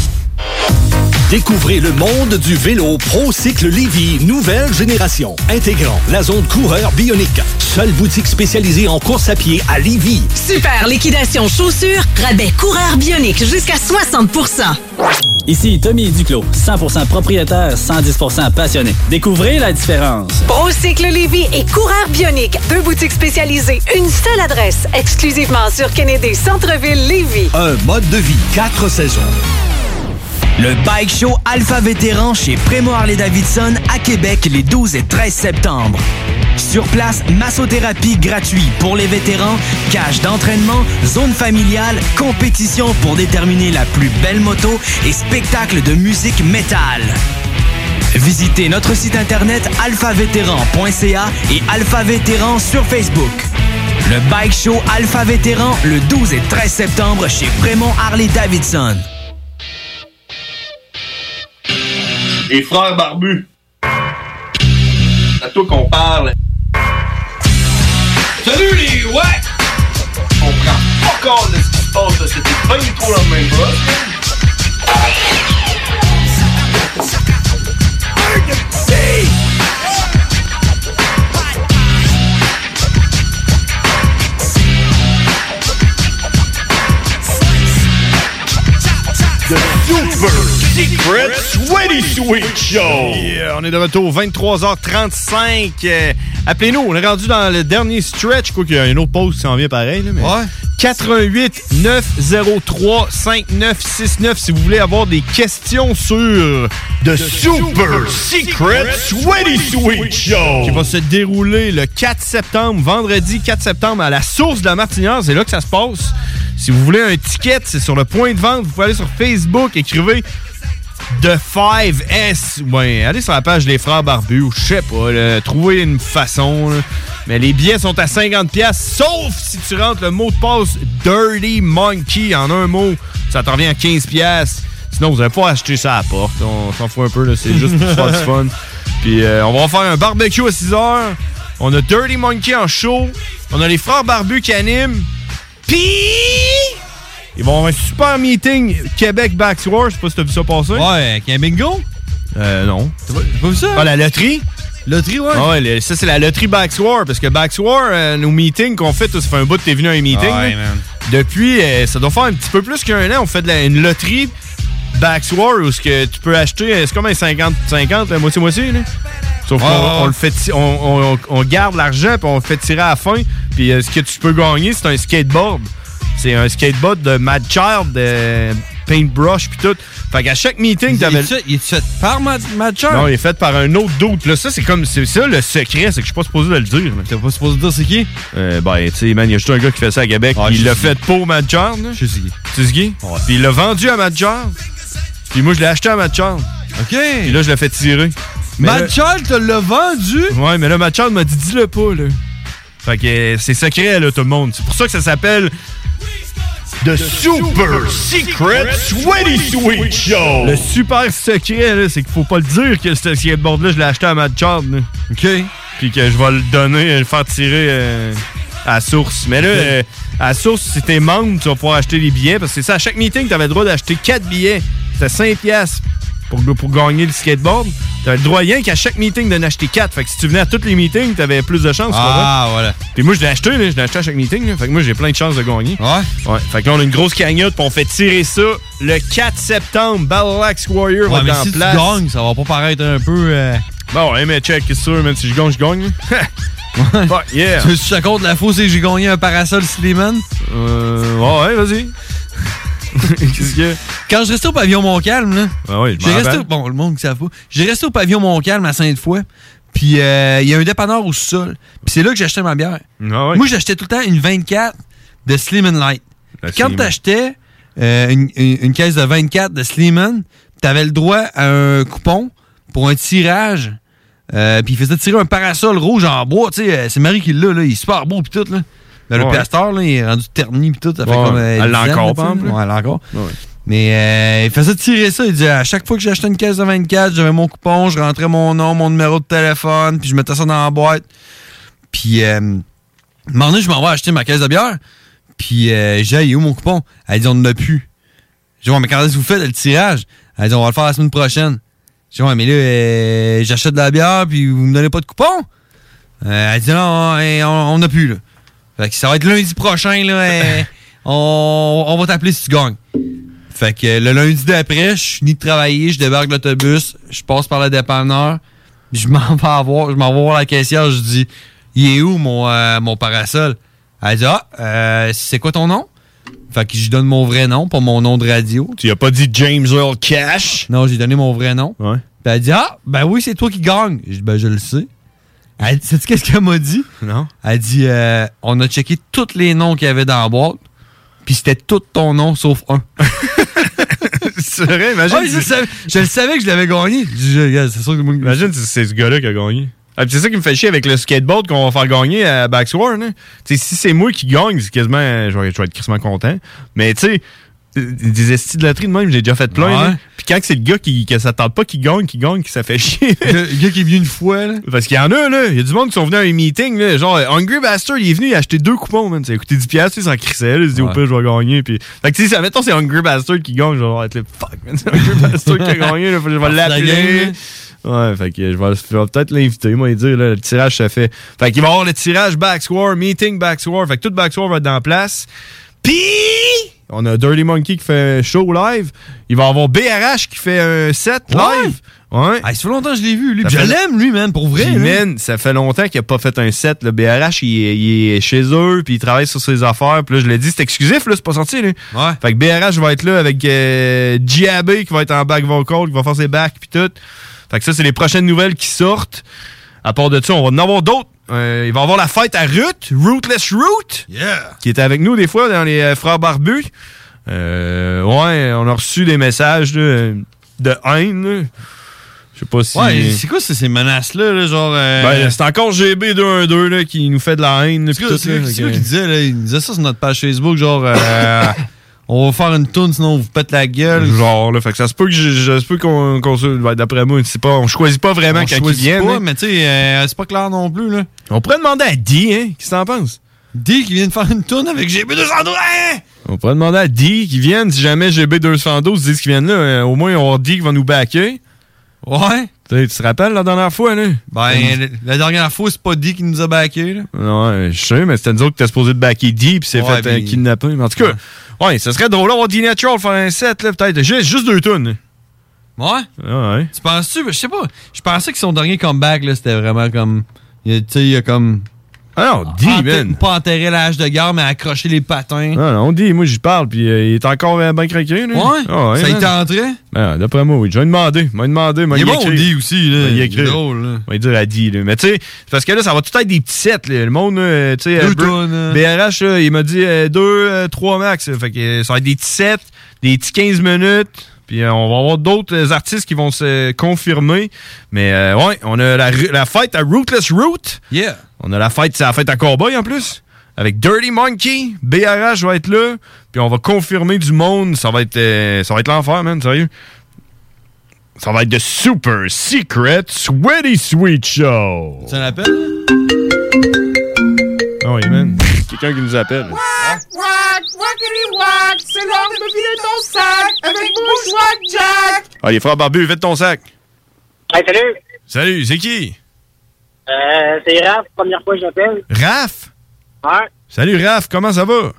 S13: Découvrez le monde du vélo ProCycle Lévy nouvelle génération, intégrant la zone coureur bionique. Seule boutique spécialisée en course à pied à Lévy.
S28: Super liquidation chaussures, rabais coureur bionique jusqu'à 60
S19: Ici Tommy Duclos, 100% propriétaire, 110% passionné. Découvrez la différence.
S18: Procycle Lévy et Coureur Bionique, deux boutiques spécialisées, une seule adresse, exclusivement sur Kennedy Centre-ville Lévy.
S20: Un mode de vie, quatre saisons. Le Bike Show Alpha Vétéran chez Prémo Harley-Davidson à Québec les 12 et 13 septembre. Sur place, massothérapie gratuite pour les vétérans, cage d'entraînement, zone familiale, compétition pour déterminer la plus belle moto et spectacle de musique métal. Visitez notre site internet alphavétéran.ca et Alpha Vétéran sur Facebook. Le Bike Show Alpha Vétéran le 12 et 13 septembre chez Prémont Harley-Davidson.
S7: Les frères barbus. C'est à toi qu'on parle. Salut les ouais! On prend pas compte de ce qui se passe, là. c'était pas du tout la même chose.
S10: The Super Secret Sweaty Sweet Show.
S8: Yeah, euh, on est de retour 23h35. Euh, Appelez-nous, on est rendu dans le dernier stretch. Quoi qu'il y a une autre pause qui s'en vient pareil. là, mais 88 903 5969 si vous voulez avoir des questions sur The
S10: Super Secret Sweaty Sweet Show.
S8: qui va se dérouler le 4 septembre, vendredi 4 septembre à la source de la Martinière. C'est là que ça se passe. Si vous voulez un ticket, c'est sur le point de vente. Vous pouvez aller sur Facebook, écrivez The 5S. Ouais, allez sur la page des Frères Barbus ou je sais pas, là, trouvez une façon. là. Mais les billets sont à 50$, sauf si tu rentres le mot de passe Dirty Monkey en un mot. Ça t'en revient à 15$. Sinon, vous n'allez pas acheter ça à la porte. On s'en fout un peu, là. c'est juste pour se faire du fun. Puis euh, on va faire un barbecue à 6 heures. On a Dirty Monkey en show. On a les frères barbus qui animent. Puis. Ils vont avoir un super meeting Québec Backsword. Je sais pas si t'as vu ça passer. Ouais, avec un bingo? Euh, non. T'as pas, vu ça? Ah, la loterie? Loterie, ouais. Ah ouais, le- ça, c'est la loterie Backsword. Parce que Backsword, nos meetings qu'on fait, toi, ça fait un bout que t'es venu à un meeting.
S3: Ouais,
S8: là.
S3: man.
S8: Depuis, euh, ça doit faire un petit peu plus qu'un an. On fait de la- une loterie Backsword où ce que tu peux acheter, euh, c'est comme un 50-50, la moitié-moitié, là. Sauf
S3: Ouais,
S8: qu'on
S3: ouais,
S8: on
S3: ouais.
S8: le fait, ti- on, on- on garde l'argent puis on le fait tirer à la fin. Puis euh, ce que tu peux gagner, c'est un skateboard. C'est un skateboard de Mad Child, de Paintbrush puis tout. Fait qu'à chaque meeting, t'avais. Il est fait par Mad, Child? Non, il est fait par un autre doute. Là, ça, c'est comme. C'est ça le secret, c'est que je suis pas supposé de le dire. T'es pas supposé dire c'est qui? Euh, ben, tu sais, man, il y a juste un gars qui fait ça à Québec.
S3: Ah,
S8: il
S3: je
S8: l'a
S3: sais.
S8: fait pour Mad Child, là.
S3: Je sais qui.
S8: Tu sais ce qui? Puis il l'a vendu à Mad Child. Puis moi, je l'ai acheté à Mad Child. OK. Puis là, je l'ai fait tirer.
S3: Mad
S8: Child te l'a vendu? Ouais, mais là, Mad Child m'a dit, dis-le pas, là. Fait que euh, c'est secret, là, tout le monde. C'est pour ça que ça s'appelle The Super
S10: Secret Sweaty Sweet Show.
S8: Le super secret, là, c'est qu'il faut pas le dire que ce skateboard-là, je l'ai acheté à Mad Child. là. OK. Puis que je vais le donner, euh, le faire tirer euh, à la source. Mais là,
S3: Ok.
S8: euh, à la source, si t'es membre, tu vas pouvoir acheter les billets. Parce que c'est ça, à chaque meeting, t'avais le droit d'acheter 4 billets. C'était 5 piastres pour, pour gagner le skateboard.
S10: T'avais le droit rien qu'à chaque meeting d'en acheter 4. Fait que si tu venais à tous les meetings, t'avais plus de chances.
S8: Ah,
S10: voilà. Puis moi, je l'ai acheté, là, je l'ai acheté à chaque meeting. là. Fait que moi, j'ai plein de chances de gagner. Ouais. Fait que là, on a une grosse cagnotte, puis on fait tirer ça le 4 septembre. Battle Axe Warrior
S8: Ouais,
S10: va
S8: mais
S10: être en
S8: si tu
S10: place.
S8: gagnes, ça va pas paraître un peu. euh,
S10: Bon, ouais, mais check, c'est sûr, même si je gagne, je gagne. Fuck, yeah.
S8: Tu veux que je te compte la fausse et j'ai gagné un parasol Slimane?
S10: Euh. ouais, vas-y. Qu'est-ce que.
S8: Quand je restais au pavillon Montcalm, là.
S10: Ah oui, je
S8: J'ai
S10: m'en
S8: resté, au-
S10: rappelle.
S8: bon, le monde qui savent pas. J'ai resté au pavillon Montcalm à Sainte-Foy. Puis euh, il y a un dépanneur au sol. Puis c'est là que j'achetais ma bière.
S10: Hmm.
S8: Moi, j'achetais tout le temps une 24 de Slim and Light. Puis quand
S10: Slim.
S8: t'achetais euh, une, une- une caisse de 24 de Slim and, t'avais le droit à un coupon pour un tirage. Euh, puis il faisait tirer un parasol rouge en bois. Tu sais, euh, c'est Marie qui l'a, là. Il est super beau, puis tout, là. Ben, le
S10: Ouais.
S8: pasteur, là, il est rendu terni, puis tout. Ça fait
S10: Ouais.
S8: comme, euh,
S10: Elle l'a
S8: 10 ans,
S10: encore,
S8: là,
S10: par
S8: tu sais.
S10: exemple, là.
S8: Ouais, elle l'a encore. Mais euh, il faisait tirer ça. Il disait à chaque fois que j'achetais une caisse de 24, j'avais mon coupon, je rentrais mon nom, mon numéro de téléphone, puis je mettais ça dans la boîte. Puis, euh, un moment donné, je m'en vais acheter ma caisse de bière. Puis, euh, j'ai dit, où mon coupon? Elle dit, on ne l'a plus. J'ai dit, ouais, mais quand est-ce que vous faites le tirage? Elle dit, on va le faire la semaine prochaine. J'ai dit, ouais, mais là, euh, j'achète de la bière, puis vous me donnez pas de coupon? Euh, elle dit, non, hein, on on n'a plus, là. Fait que ça va être lundi prochain, là. euh, on, on va t'appeler si tu gagnes. Fait que euh, le lundi d'après, je finis de travailler, je débarque de l'autobus, je passe par le dépanneur, je m'en vais avoir, je m'en vais voir la caissière, je dis Il est où mon, euh, mon parasol? Elle dit Ah, euh, c'est quoi ton nom? Fait que je lui donne mon vrai nom, pas mon nom de radio. Tu as pas dit James Earl Cash? Non, j'ai donné mon vrai nom. Ouais. Puis elle dit Ah, ben oui, c'est toi qui gagne. Je dis Ben je le sais. Elle dit Sais-tu qu'est-ce qu'elle m'a dit? Non. Elle dit euh, On a checké tous les noms qu'il y avait dans la boîte, puis c'était tout ton nom sauf un.
S10: C'est vrai, imagine.
S8: Ah oui, je le savais- je le savais que je l'avais gagné. C'est sûr que
S10: Imagine, si c'est ce gars-là qui a gagné. Ah, puis c'est ça qui me fait chier avec le skateboard qu'on va faire gagner à Backsword. hein. Tu sais, Si c'est moi qui gagne, c'est quasiment. Je vais, je vais être crissement content. Mais tu sais, euh, des estis de loterie de même, j'ai déjà fait plein.
S8: Ouais.
S10: là. Puis quand c'est le gars qui, que ça tente pas qui gagne, qui gagne, que ça fait chier.
S8: Le gars qui est venu une fois, là.
S10: Parce qu'il y en a, là. Il y a du monde qui sont venus à un meeting, là. Genre, euh, Hungry Bastard, il est venu, il a acheté deux coupons, man. Ça a coûté 10$, piastres, il s'en crissait, là. Il se dit, au
S8: Ouais.
S10: pire, je vais gagner. Puis... Fait que, tu sais, mettons, c'est Hungry Bastard qui gagne, je vais être là, fuck, man. C'est Hungry Bastard qui a gagné, là. Faut que je vais
S8: Partie de la game,
S10: l'appeler.
S8: là.
S10: Ouais, fait que je vais, je vais peut-être l'inviter, moi, et dire, là, le tirage, ça fait. Fait qu'il va y avoir le tirage Backswar, meeting Backswar. Fait que tout Backswar va être dans la place. Puis, on a Dirty Monkey qui fait un show live. Il va y avoir BRH qui fait un set live. Ouais.
S8: ça fait longtemps que je l'ai vu, lui. Puis je l'aime, lui, man, pour vrai,
S10: Puis,
S8: lui.
S10: man, ça fait longtemps qu'il a pas fait un set. Le BRH, il, est- il est chez eux, puis il travaille sur ses affaires. Puis là, je l'ai dit, c'est exclusif, là, c'est pas sorti, là. Ouais. Fait que BRH va être là avec euh, JAB qui va être en back vocal, qui va faire ses backs, puis tout. Fait que ça, c'est les prochaines nouvelles qui sortent. À part de ça, on va en avoir d'autres. Euh, il va y avoir la fête à Root, Rootless Root, qui était avec nous des fois dans les euh, Frères Barbus. Euh, ouais, on a reçu des messages là, de haine. là. Je sais pas si.
S8: Ouais, c'est quoi ces- ces menaces-là, là, genre. euh,
S10: Ben, c'est encore GB212 là, qui nous fait de la haine. là,
S8: C'est
S10: pis
S8: quoi-
S10: tout, là,
S8: c'est- c'est
S10: fait
S8: quoi
S10: que-
S8: qu'il disait, là? Il disait ça sur notre page Facebook, genre. euh, on va faire une toune, sinon on vous pète la gueule.
S10: Genre, là, fait que ça se peut que je, je- ça se peut qu'on qu'on se- ben, d'après moi, c'est pas on choisit pas vraiment
S8: on
S10: quand ils
S8: choisit
S10: viennent.
S8: pas,
S10: hein.
S8: mais tu sais, euh, c'est pas clair non plus, là.
S10: On pourrait demander à D, hein, qu'est-ce que t'en penses
S8: D qui vient de faire une toune avec GB212.
S10: On pourrait demander à D qu'ils viennent si jamais GB212 disent qu'ils viennent là, euh, au moins on va avoir D qui va nous backer.
S8: Ouais.
S10: Tu sais, tu te rappelles la dernière fois là
S8: Ben, la- la dernière fois, c'est pas D qui nous a backé, là.
S10: Ouais, je sais, mais c'était nous autres qui t'as supposé de backer D puis c'est
S8: Ouais,
S10: fait euh,
S8: puis-
S10: kidnapper. Mais en tout cas, ouais, ça serait drôle d'avoir D Natural faire un set là peut-être juste, juste deux tonnes.
S8: Hein? Ouais?
S10: Ouais.
S8: Tu penses-tu? Je sais pas. Je pensais que son dernier comeback, là, c'était vraiment comme. il a- Tu sais, il a comme.
S10: Ah non,
S8: dit, man. Pas enterré la hache de guerre, mais accroché les patins.
S10: Ah Non, non, on dit, moi j'y parle, puis euh, il est encore euh, ben craqué. Là.
S8: Ouais?
S10: Ah
S8: Ça y
S10: man.
S8: tenterait?
S10: Ben, D'après moi, oui. Je vais demandé. Je vais demandé.
S8: Il est bon, D aussi, là.
S10: Il
S8: Il
S10: a
S8: est
S10: écrit.
S8: drôle, là.
S10: Il dire à D, là. Mais tu sais, c'est parce que là, ça va tout être des petits sets, là. Le monde, euh, tu sais.
S8: Deux
S10: euh, Br-
S8: tonnes, hein.
S10: BRH, là, il m'a dit euh, 2, 3 max. là. Fait que euh, ça va être des petits sets, des petits 15 minutes. Puis euh, on va avoir d'autres euh, artistes qui vont se confirmer. Mais euh, ouais, on a la, ru- la fête à Rootless Root.
S8: Yeah.
S10: On a la fête, c'est la fête à Cowboy en plus. Avec Dirty Monkey, BRH va être là, puis on va confirmer du monde. Ça va être, euh, ça va être l'enfer, man, sérieux. Ça va être de super secret sweaty sweet show.
S8: Tu l'appelles?
S10: Ah oui, man. Quelqu'un qui nous appelle.
S3: Wack, wackity wack, c'est l'heure de me vider ton sac avec Bourgeois Jack.
S10: Ah, les frères barbus, faites ton sac.
S29: Hey, salut!
S8: Salut, c'est qui?
S29: Euh, c'est Raph, première fois que j'appelle.
S8: Raph?
S29: Ouais,
S8: Salut Raph, comment ça va?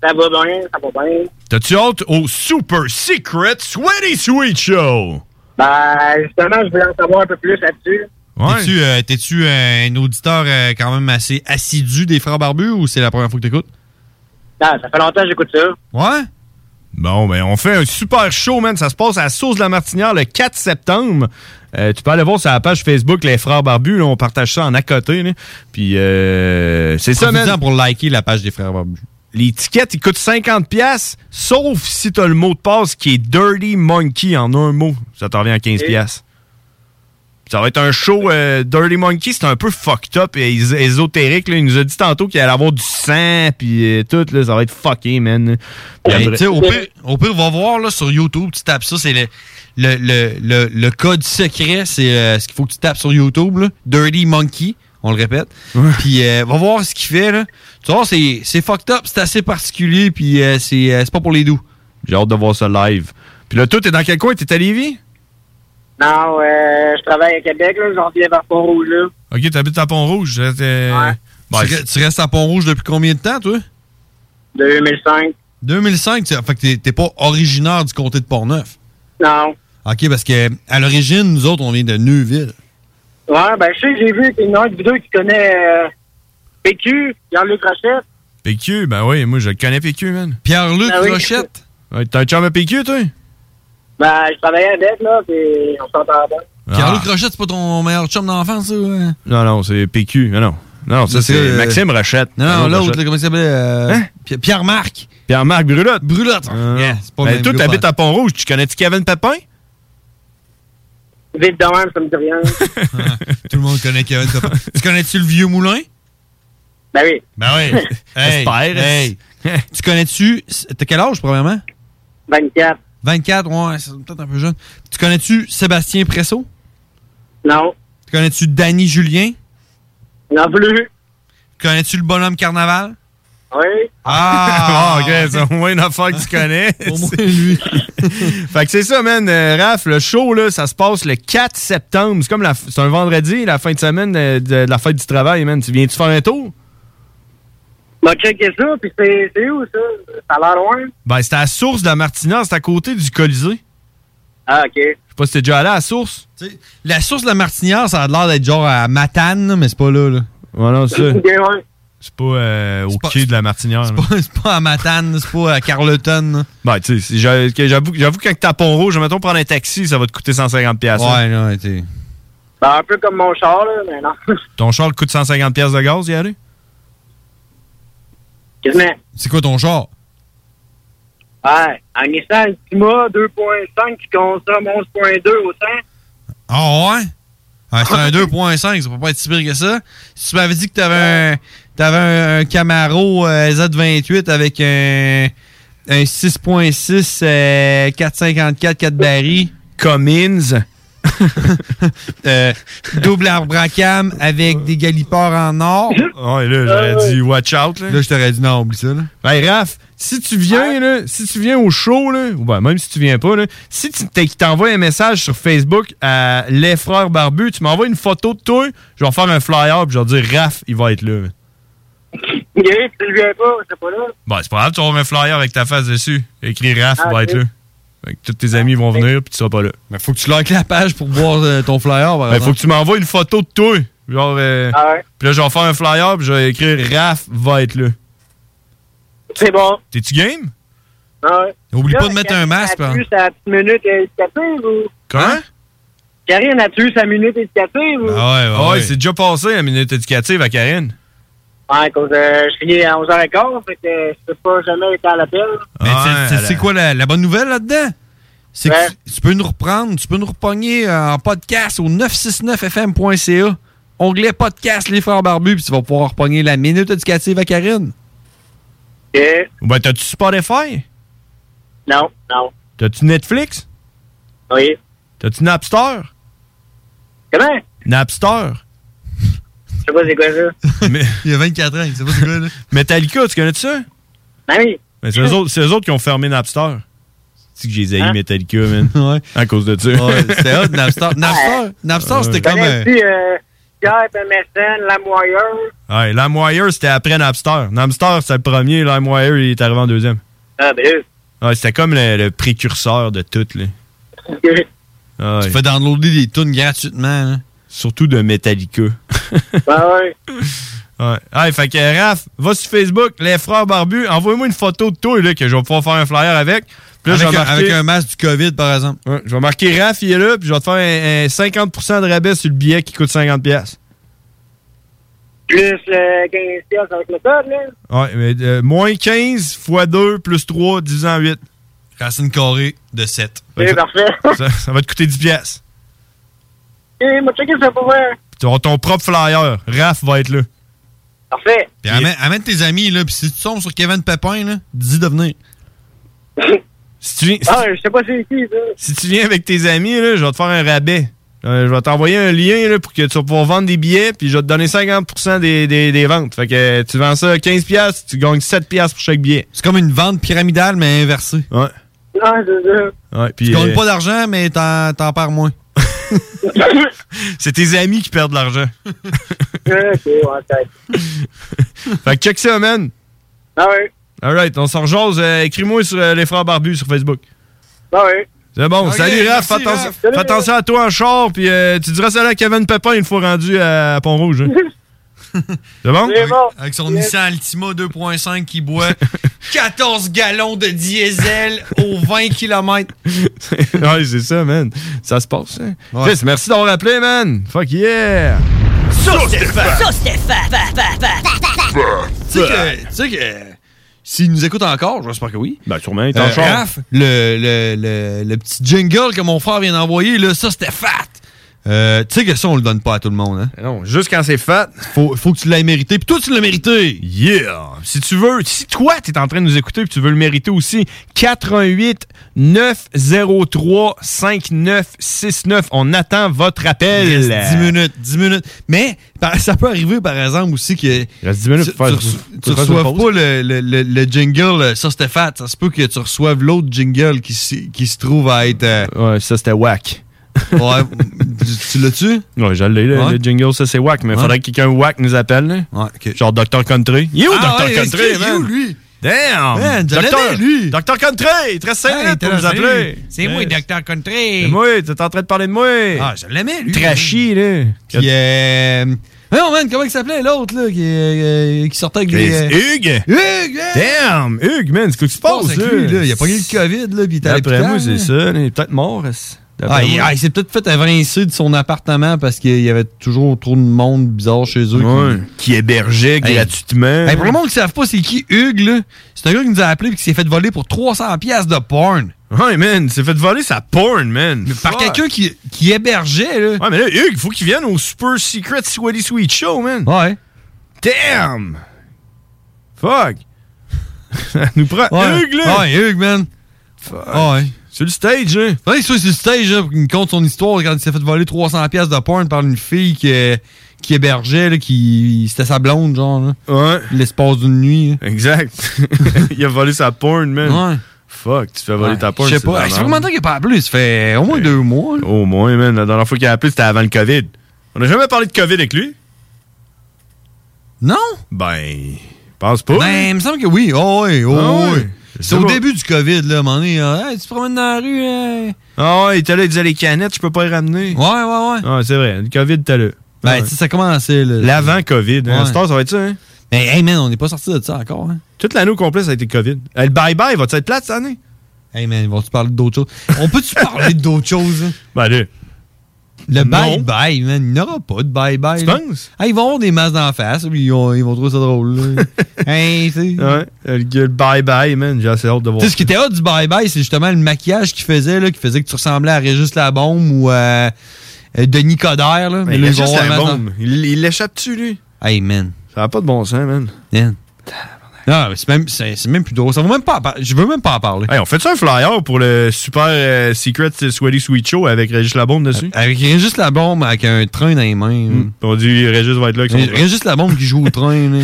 S29: ça va bien, ça va bien.
S8: T'as-tu hâte au Super Secret Sweaty Sweet Show?
S29: Ben, justement, je voulais en savoir un peu plus là-dessus.
S20: T'es-tu, euh, t'es-tu, euh, un auditeur euh, quand même assez assidu des Frères Barbus ou c'est la première fois que t'écoutes?
S29: Non, ça fait longtemps que j'écoute ça.
S20: Ouais?
S8: Bon, ben on fait un super show, man. Ça se passe à la Sauce de la Martinière le 4 septembre. Euh, tu peux aller voir sur la page Facebook Les Frères Barbus. là. on partage ça en à côté. là. Puis euh, c'est ça, man.
S20: Profite-en pour liker la page des Frères Barbus.
S8: L'étiquette, il coûte 50 pièces, sauf si tu as le mot de passe qui est Dirty Monkey en un mot. Ça t'en revient à 15 pièces. Ça va être un show euh, Dirty Monkey, c'est un peu fucked up et és- ésotérique. là. Il nous a dit tantôt qu'il allait avoir du sang, puis euh, tout, là, ça va être fucké, man. Puis
S20: Ben,
S8: après-
S20: tu sais, au, pire, au pire, va voir là, sur YouTube, tu tapes ça, c'est le, le, le, le- le code secret, c'est euh, ce qu'il faut que tu tapes sur YouTube, là. Dirty Monkey, on le répète. Puis euh, va voir ce qu'il fait. Là. Tu vois, c'est c'est fucked up, c'est assez particulier, puis euh, c'est euh, c'est pas pour les doux.
S8: J'ai hâte de voir ça live. Puis là, toi, t'es dans quel coin? T'es à Lévis?
S29: Non, euh, je travaille à Québec, là, j'en viens vers Pont-Rouge, là.
S8: Ok, t'habites à Pont-Rouge.
S20: tu, re- tu restes à Pont-Rouge depuis combien de temps, toi?
S29: 2005.
S20: 2005, tu- fait que t'es- t'es pas originaire du comté de Port-Neuf.
S29: Non.
S20: OK, parce que à l'origine, nous autres, on vient de Neuville.
S29: Ouais, ben, je sais que j'ai vu qu'il y en a un vidéo qui connaît euh, PQ, Jean-Luc Rochette.
S8: PQ, ben oui, moi je le connais PQ, man.
S20: Pierre-Luc
S29: Ah oui.
S20: Rochette.
S8: Ouais, T'as un chum à PQ, toi? Ah.
S29: Ben, je travaillais avec, là, puis on s'entend bien.
S20: Pierre-Luc Rochette, c'est pas ton meilleur chum d'enfance, ça? ouais?
S8: Non, non, c'est PQ. Non, non. Non, non, ça
S20: Là,
S8: c'est
S20: c'est, euh,
S8: Maxime Rochette.
S20: Non, non,
S8: Maxime
S20: l'autre,
S8: Rochette. Hein?
S20: là, comment il s'appelait? euh, Pi- Pierre-Marc.
S8: Pierre-Marc Brulotte.
S20: Brulotte.
S8: Yeah,
S20: pas le
S8: ben,
S20: même hein.
S8: toi,
S20: gars,
S8: t'habites
S20: pas-
S8: à Pont-Rouge. Tu connais-tu Kevin Papin?
S29: Vite de même, ça me dit rien.
S20: Tout le monde connaît Kevin Topin. tu connais-tu le vieux moulin?
S29: ben oui.
S20: Ben oui. Hey,
S29: J'espère.
S20: hey. tu connais-tu. T'as quel âge, premièrement?
S29: 24.
S20: 24, ouais, c'est peut-être un peu jeune. Tu connais-tu Sébastien Presso?
S29: Non.
S20: Tu connais-tu Danny Julien?
S29: Non plus.
S20: Connais-tu le bonhomme carnaval?
S29: Oui.
S8: Ah, ok, c'est au moins une affaire que tu connais. au moins
S20: lui.
S8: fait que c'est ça, man. Euh, Raph, le show, là, ça se passe le 4 septembre. C'est comme la f- c'est un vendredi, la fin de semaine euh, de, de la fête du travail, man. Tu viens-tu faire un tour?
S29: M'a checké ça, puis c'est c'est où, ça? Ça a l'air loin.
S8: Ben, c'est à la source de la Martina, c'est à côté du Colisée.
S29: Ah, OK.
S8: Je sais pas si t'es déjà allé à la source.
S20: La source de la Martinière, ça a l'air d'être genre à Matane, mais c'est pas là. là.
S8: Voilà, c'est ça.
S29: Bien loin.
S8: C'est pas euh, au pied de la Martinière. là.
S20: c'est pas à Matane, c'est pas à Carleton.
S8: Ben, tu sais, c'est- j'a- que j'avoue j'avoue que quand t'es à Pont-Rouge, mettons prendre un taxi, ça va te coûter 150$. piastres,
S20: Ouais,
S8: hein.
S20: non, t'es.
S29: Ben, un peu comme mon char, là, mais non.
S8: Ton char le coûte 150$ piastres de gaz, y aller?
S29: Quasiment.
S20: C'est quoi ton char?
S29: Ouais, un Nissan Altima 2.5 qui consomme 11.2 au 100.
S20: Ah ouais? Ah, c'est un 2.5, ça peut pas être si pire que ça. Si tu m'avais dit que t'avais un, t'avais un, un Camaro euh, Z28 avec un, un 6.6 euh, 454 4 barils.
S8: Cummins.
S20: Euh, double arbre à cam avec des galipords en or.
S8: Ouais, là, j'aurais dit watch out. Là,
S20: je t'aurais dit non, oublie ça. Là.
S8: Ben, Raph, si tu viens, là, si tu viens au show, là, ou ben, même si tu viens pas, là, si tu t'es- qu'il t'envoie un message sur Facebook à Les Frères Barbus, tu m'envoies une photo de toi, je vais en faire un flyer, puis je vais dire Raph, il va être là.
S29: Il est, tu le viens pas, c'est pas là.
S8: Bon, c'est pas grave, tu vas avoir un flyer avec ta face dessus. Écrit Raph,
S29: Ah,
S8: il va
S29: ok.
S8: être là. Fait que tous tes amis vont venir, puis tu seras pas là.
S20: Mais faut que tu likes la page pour voir euh, ton flyer. par
S8: Ben, faut
S20: exemple.
S8: que tu m'envoies une photo de toi. Genre, euh,
S29: Ah
S8: puis là, je vais en faire un flyer, puis je vais écrire Raph va être là.
S29: C'est bon.
S8: T'es-tu game?
S20: Hein?
S29: Ouais.
S8: Oublie
S29: Là,
S8: pas de mettre un
S29: Karine
S8: masque,
S29: a-tu
S8: hein.
S29: sa petite minute éducative ou?
S8: Comment?
S29: Karine a tué sa minute éducative
S20: Ah
S29: ou?
S8: Ah ouais, c'est déjà passé la minute éducative à Karine.
S29: Ouais, cause euh, je finis à 11h15, fait que je peux pas jamais être à l'appel.
S20: Mais tu- tu-
S29: elle
S20: c'est
S29: a-
S20: quoi la, la bonne nouvelle là-dedans? C'est
S29: Ouais.
S20: que tu, tu peux nous reprendre, tu peux nous repogner euh, en podcast au 969fm.ca, onglet podcast Les Frères Barbus, puis tu vas pouvoir repogner la minute éducative à Karine.
S8: Ben, t'as-tu Spotify?
S29: Non, non.
S8: T'as-tu Netflix?
S29: Oui.
S8: T'as-tu Napster?
S29: Comment?
S8: Napster.
S29: Je sais pas c'est quoi ça.
S8: Mais...
S20: Il y a 24 ans, il sait pas c'est quoi, là.
S8: Metallica, tu connais ça?
S29: Ben oui.
S8: Mais c'est eux, autres- c'est eux autres qui ont fermé Napster. C'est que j'ai zaï Metallica, man. À cause de ça.
S10: Ouais, c'était hot, Napster. Napster, Napster, c'était comme. euh,
S29: Connais-tu euh, Skype, MSN, La Moyeuse?
S8: Ouais, LimeWire, c'était après Napster. Napster, c'est le premier. LimeWire, il est arrivé en deuxième.
S29: Ah, ben, euh,
S8: Ouais, c'était comme le, le précurseur de tout, là.
S29: ok.
S10: Tu fais downloader des tunes gratuitement. hein?
S8: Surtout de Metallica.
S29: Ben, ouais.
S8: Ouais. Ouais, fait que euh, Raph, va sur Facebook, les frères barbus, envoie-moi une photo de toi là, que je vais pouvoir faire un flyer avec. Puis là,
S10: Avec
S8: je vais
S10: un- avec un
S8: masque du COVID, par exemple. je vais marquer Raph, il est là, puis je vais te faire un, un 50% de rabais sur le billet qui coûte 50$. piastres.
S29: Plus le 15 piastres avec le code, là.
S8: Ouais, mais euh, moins 15 x 2 plus 3, divisé en 8. Racine carrée de 7.
S29: C'est parfait.
S8: Ça, ça va te coûter 10$. piastres.
S29: Ok, moi, checker ça pour voir.
S8: Puis Tu auras ton propre flyer. Raph va être là.
S29: Parfait.
S10: Puis amène, amène tes amis, là. Puis si tu tombes sur Kevin Pépin, là, dis de venir.
S8: Si tu viens,
S29: Ah, je sais pas c'est qui, ça.
S8: si tu viens avec tes amis, là, je vais te faire un rabais. Euh, je vais t'envoyer un lien là, pour que tu vas pouvoir vendre des billets, puis je vais te donner 50% des, des, des ventes. Fait que euh, tu vends ça 15$, tu gagnes 7$ pour chaque billet. C'est comme une vente pyramidale, mais inversée. Ouais.
S29: Non, c'est ça.
S8: ouais puis,
S10: Tu gagnes
S8: euh,
S10: pas d'argent, mais t'en t'en perds moins.
S8: c'est tes amis qui perdent de l'argent.
S29: Ok, ouais, peut-être.
S8: fait que check ça, man.
S29: Ah, ouais.
S8: Alright, on s'en rejase. Euh, Écris-moi sur euh, les frères barbus sur Facebook.
S29: Ah, ouais.
S8: C'est bon.
S29: Ok,
S8: Salut,
S29: merci,
S8: Raph. Fais attention,
S29: Raph. Salut.
S8: fais attention à toi en char, puis euh, tu diras salut à Kevin Pépin une fois rendu à Pont-Rouge. hein. C'est bon?
S10: Avec, avec son Nissan Altima 2.5 qui boit 14 gallons de diesel aux 20 km.
S8: ouais, c'est ça, man. Ça se passe, hein? Chris, merci d'avoir appelé, man. Fuck yeah!
S24: Sauce
S8: Stéphane.
S24: Sauce Stéphane.
S10: Tu sais que. Tu sais que. S'il nous écoute encore, j'espère que oui.
S8: Ben, sûrement, il est en
S10: Euh,
S8: char.
S10: Raph, le, le, le, le petit jingle que mon frère vient d'envoyer, là, ça, c'était fat. Euh, tu sais que ça, on le donne pas à tout le monde. Hein?
S8: Ben Non, juste quand c'est fat.
S10: Faut, faut que tu l'aies mérité. Puis toi, tu l'as mérité.
S8: Yeah! Si tu veux, si toi, t'es en train de nous écouter et tu veux le mériter aussi, 88 903 5969. On attend votre appel.
S10: Il reste 10 minutes, 10 minutes. Mais par- ça peut arriver, par exemple, aussi que.
S8: minutes
S10: tu,
S8: pour faire-
S10: tu reço-
S8: pour
S10: tu
S8: faire une
S10: reçoives
S8: pause.
S10: pas le, le- le- le jingle, euh, ça c'était fat. Ça se peut que tu reçoives l'autre jingle qui, s'y- qui se trouve à être. euh,
S8: Ouais, ça c'était whack.
S10: ouais, tu- tu l'as-tu?
S8: Ouais, j'allais, le,
S10: Ouais.
S8: le jingle, ça c'est whack, mais
S10: Ouais.
S8: faudrait que quelqu'un whack nous appelle. là. Genre Dr. Country. You,
S10: Ah
S8: Dr.
S10: ouais,
S8: Country,
S10: est-ce qu'il est
S8: man!
S10: où, lui?
S8: Damn!
S10: Man, je
S8: Docteur-
S10: l'aimais, lui!
S8: Docteur Country, très simple
S10: Hey,
S8: pour
S10: t'es
S8: nous
S10: Ah, là,
S8: appeler.
S10: salut. C'est moi, Docteur Country.
S8: C'est moi, t'es en train de parler de moi.
S10: Ah, je l'aimais, lui.
S8: Trashy, là.
S10: Puis, euh, Non, man, comment il s'appelait l'autre, là, qui, euh, qui sortait avec
S8: Chris
S10: des. euh,
S8: Hugues!
S10: Hugues! yeah!
S8: Damn! Hugues, man, c'est quoi que tu
S10: Passe
S8: penses,
S10: avec lui, là, il a pas eu le COVID, là, puis il est à
S8: D'après
S10: l'hôpital,
S8: moi, c'est
S10: là.
S8: ça. là, Il est peut-être mort.
S10: Ah, il, ah, il s'est peut-être fait avincer de son appartement parce qu'il y avait toujours trop de monde bizarre chez eux.
S8: Ouais, qui hébergeait gratuitement.
S10: Hey, pour le monde qui ne savent pas c'est qui Hugues, là, c'est un gars qui nous a appelé et qui s'est fait voler pour 300 pièces de porn.
S8: Ouais, man, il s'est fait voler sa porn, man.
S10: par quelqu'un qui, qui hébergeait, là.
S8: Ouais, mais là, Hugues, faut qu'il vienne au Super Secret Sweaty Sweet Show, man.
S10: Ouais.
S8: Damn! Fuck! Ça nous prend
S10: Ouais.
S8: Hugues, là!
S10: Ouais, Hugues, man. Ah
S8: Fuck.
S10: Ouais.
S8: Sur le stage, hein.
S10: Ouais, soit sur le stage, là, pour qu'il nous conte son histoire quand il s'est fait voler 300 pièces de porn par une fille qui, euh, qui hébergeait, là, qui. C'était sa blonde, genre, là.
S8: Ouais.
S10: L'espace d'une nuit, là.
S8: Exact. il a volé sa porn, man.
S10: Ouais.
S8: Fuck, tu fais voler
S10: Ouais,
S8: ta porn.
S10: Je sais
S8: c'est de la
S10: pas. Hey, Ça fait
S8: merde.
S10: combien de temps qu'il n'a pas appelé? Ça fait au moins deux mois.
S8: Au moins, man. La dernière fois qu'il a appelé, c'était avant le COVID. On n'a jamais parlé de COVID avec lui?
S10: Non?
S8: Ben, pense pas.
S10: Ben, il me semble que oui. Oh, oui, oh,
S8: Ah
S10: oui.
S8: ouais.
S10: C'est au début du COVID, là, à un moment donné, euh, Hey, tu te promènes dans la rue. hein?
S8: Ah ouais, il était là, il disait les canettes, je peux pas les ramener.
S10: Ouais, ouais,
S8: ouais. Ouais, c'est vrai. Le COVID, t'as là.
S10: Ben,
S8: Ouais.
S10: tu sais, ça commençait, là.
S8: L'avant-COVID. hein.
S10: Ouais.
S8: À cette heure, ça va être ça, hein?
S10: Mais, hey, man, on n'est pas sorti de ça encore, hein?
S8: Toute l'année au complet, ça a été COVID. Euh, Le bye-bye, va-tu être plate cette année?
S10: Hey, man, vont-tu parler d'autres choses? On peut-tu parler d'autres choses? hein?
S8: Ben, allez.
S10: Le
S8: Non.
S10: bye-bye, man. Il n'y aura pas de bye-bye. Tu
S8: penses?
S10: Hey, ils vont avoir des masses d'en face, puis ils vont, ils vont trouver ça drôle, là. hey, tu sais.
S8: Ouais, euh, le gars, le bye-bye, man. J'ai assez hâte de
S10: Tu
S8: voir.
S10: sais, ce qui était hot du bye-bye, c'est justement le maquillage qu'il faisait, là, qui faisait que tu ressemblais à Régis Labombe ou à euh, Denis Coderre, là.
S8: Ben, il
S10: là, ils
S8: lâche
S10: vont avoir
S8: la
S10: masse d'en-
S8: bombe. Il il l'échappe-tu, lui?
S10: Hey, man.
S8: Ça n'a pas de bon sens, man.
S10: Non, mais c'est même, c'est, c'est même plus drôle. Ça vaut même pas en par- Je veux même pas en parler.
S8: Hey, on fait ça un flyer pour le super euh, Secret Sweaty Sweet Show avec Régis Labombe dessus?
S10: Avec Régis Labombe, avec un train dans les mains. là.
S8: Puis On dit Régis va être là. avec son-
S10: Régis Labombe qui joue au train. là.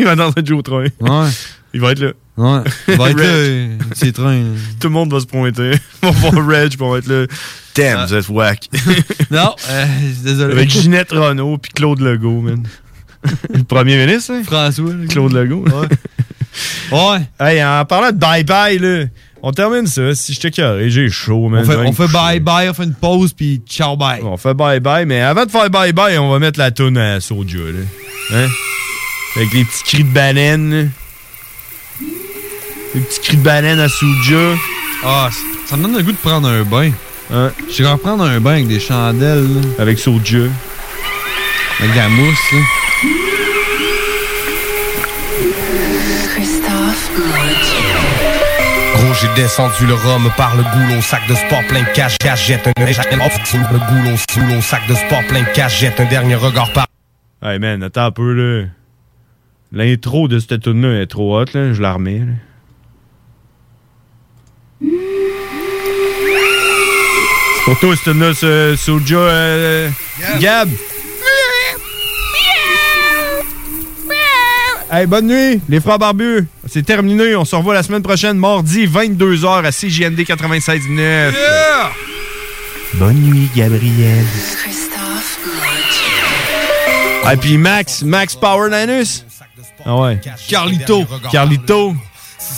S8: il va être en train de jouer au train.
S10: Ouais.
S8: Il va être là.
S9: Ouais. Il va être là, euh,
S8: ces trains. Tout le monde va se pointer. On va voir Reg, puis on va être là. Damn,
S10: Ah.
S8: vous êtes whack.
S9: non, euh, désolé.
S8: Avec Ginette Renault puis Claude Legault, man. le premier ministre, hein?
S9: François.
S8: Claude Legault. Ouais.
S9: ouais.
S8: Hey, en parlant de bye-bye, là, on termine ça. Si je te carré, j'ai chaud, man.
S9: On fait-
S8: Même
S9: on fait
S8: couché.
S9: bye-bye, on fait une pause, puis ciao bye.
S8: On fait bye-bye, mais avant de faire bye-bye, on va mettre la toune à Soulja, là. Hein? Avec les petits cris de baleine, là. Les petits cris de baleine à Soulja.
S9: Ah, c- ça me donne le goût de prendre un bain. Je vais reprendre un bain avec des chandelles.
S8: Hein? Avec Soulja.
S9: Avec de la mousse, là.
S15: Gros, j'ai descendu le rhum par le goulot, sac de sport plein de cash, cash, jette un jette un off sur le goulot, goulot, sac de sport plein de cash, jette un dernier regard par.
S8: Hey man, attends un peu là. L'intro de cette tune là est trop hot là, je la remets. là. C'est Pour toi, cette tune là, ce Soulja euh, Gab. Hey, bonne nuit, les frères barbus. C'est terminé, on se revoit la semaine prochaine, mardi 22h à CJND 96.9. Bonne nuit, Gabriel. Et puis Max, Max Power Niners. Ah ouais. Carlito. Carlito.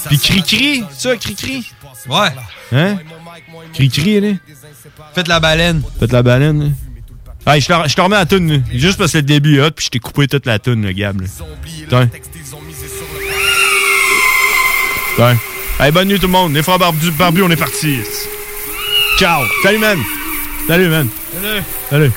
S8: Puis Cri-Cri, ça, Cri-Cri.
S9: Ouais.
S8: Hein? Cri-Cri, là.
S9: Faites la baleine.
S8: Faites la baleine, là. Hey, je te re- je te remets la toune, là. Juste parce que le début est hot, puis je t'ai coupé toute la toune, le Gab, là. Tiens. Tiens. Hey, bonne nuit, tout le monde. Les frères barbus, barbus on est parti. Ciao. Salut, man. Salut, man.
S9: Salut.
S8: Salut.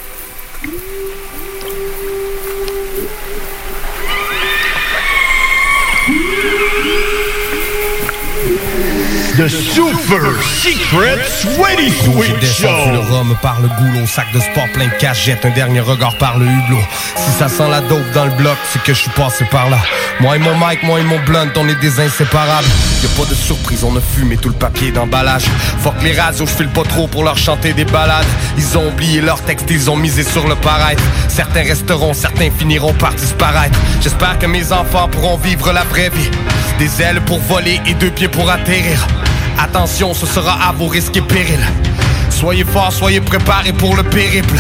S10: The Super Secret Sweaty
S15: J'ai
S10: Sweet
S15: descendu le
S10: Show.
S15: rhum par le goulot, sac de sport plein de cash, jette un dernier regard par le hublot. Si ça sent la dope dans le bloc, c'est que je suis passé par là. Moi et mon mic, moi et mon blunt, on est des inséparables. Y a pas de surprise, on a fumé tout le papier d'emballage. Fuck les radios, je file pas trop pour leur chanter des balades. Ils ont oublié leur texte, ils ont misé sur le paraître. Certains resteront, certains finiront par disparaître. J'espère que mes enfants pourront vivre la vraie vie. Des ailes pour voler et deux pieds pour atterrir. Attention, ce sera à vos risques et périls. Soyez forts, soyez préparés pour le périple.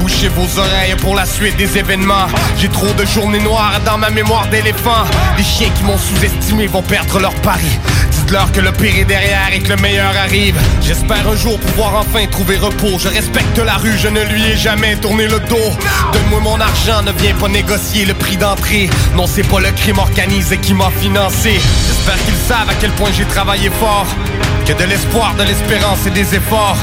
S15: Bouchez vos oreilles pour la suite des événements. J'ai trop de journées noires dans ma mémoire d'éléphant. Les chiens qui m'ont sous-estimé vont perdre leur pari. Dites-leur que le pire est derrière et que le meilleur arrive. J'espère un jour pouvoir enfin trouver repos. Je respecte la rue, je ne lui ai jamais tourné le dos. Donne-moi mon argent, ne viens pas négocier le prix d'entrée. Non, c'est pas le crime organisé qui m'a financé. J'espère qu'ils savent à quel point j'ai travaillé fort. Que de l'espoir, de l'espérance et des efforts.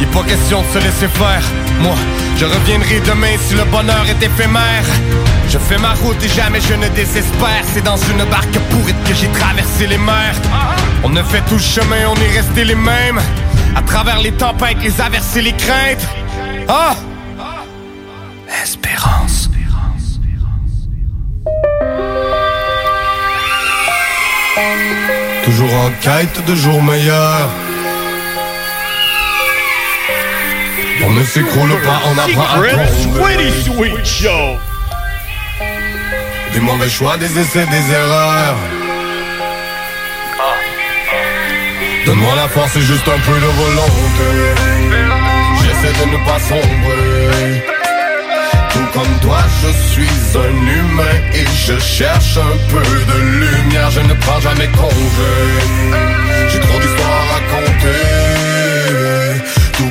S15: Il est pas question de se laisser faire. Moi, je reviendrai demain si le bonheur est éphémère. Je fais ma route et jamais je ne désespère. C'est dans une barque pourrite que j'ai traversé les mers. On a fait tout le chemin, on est resté les mêmes. À travers les tempêtes, les averses et les craintes. Ah! Espérance.
S3: Toujours en quête de jours meilleurs. On ne s'écroule pas, on apprend à
S10: Secret Sweaty
S3: prendre.
S10: Sweet Show.
S3: Des mauvais choix, des essais, des erreurs. Donne-moi la force et juste un peu de volonté. J'essaie de ne pas sombrer. Tout comme toi, je suis un humain et je cherche un peu de lumière. Je ne prends jamais congé. J'ai trop d'histoires à raconter. Tout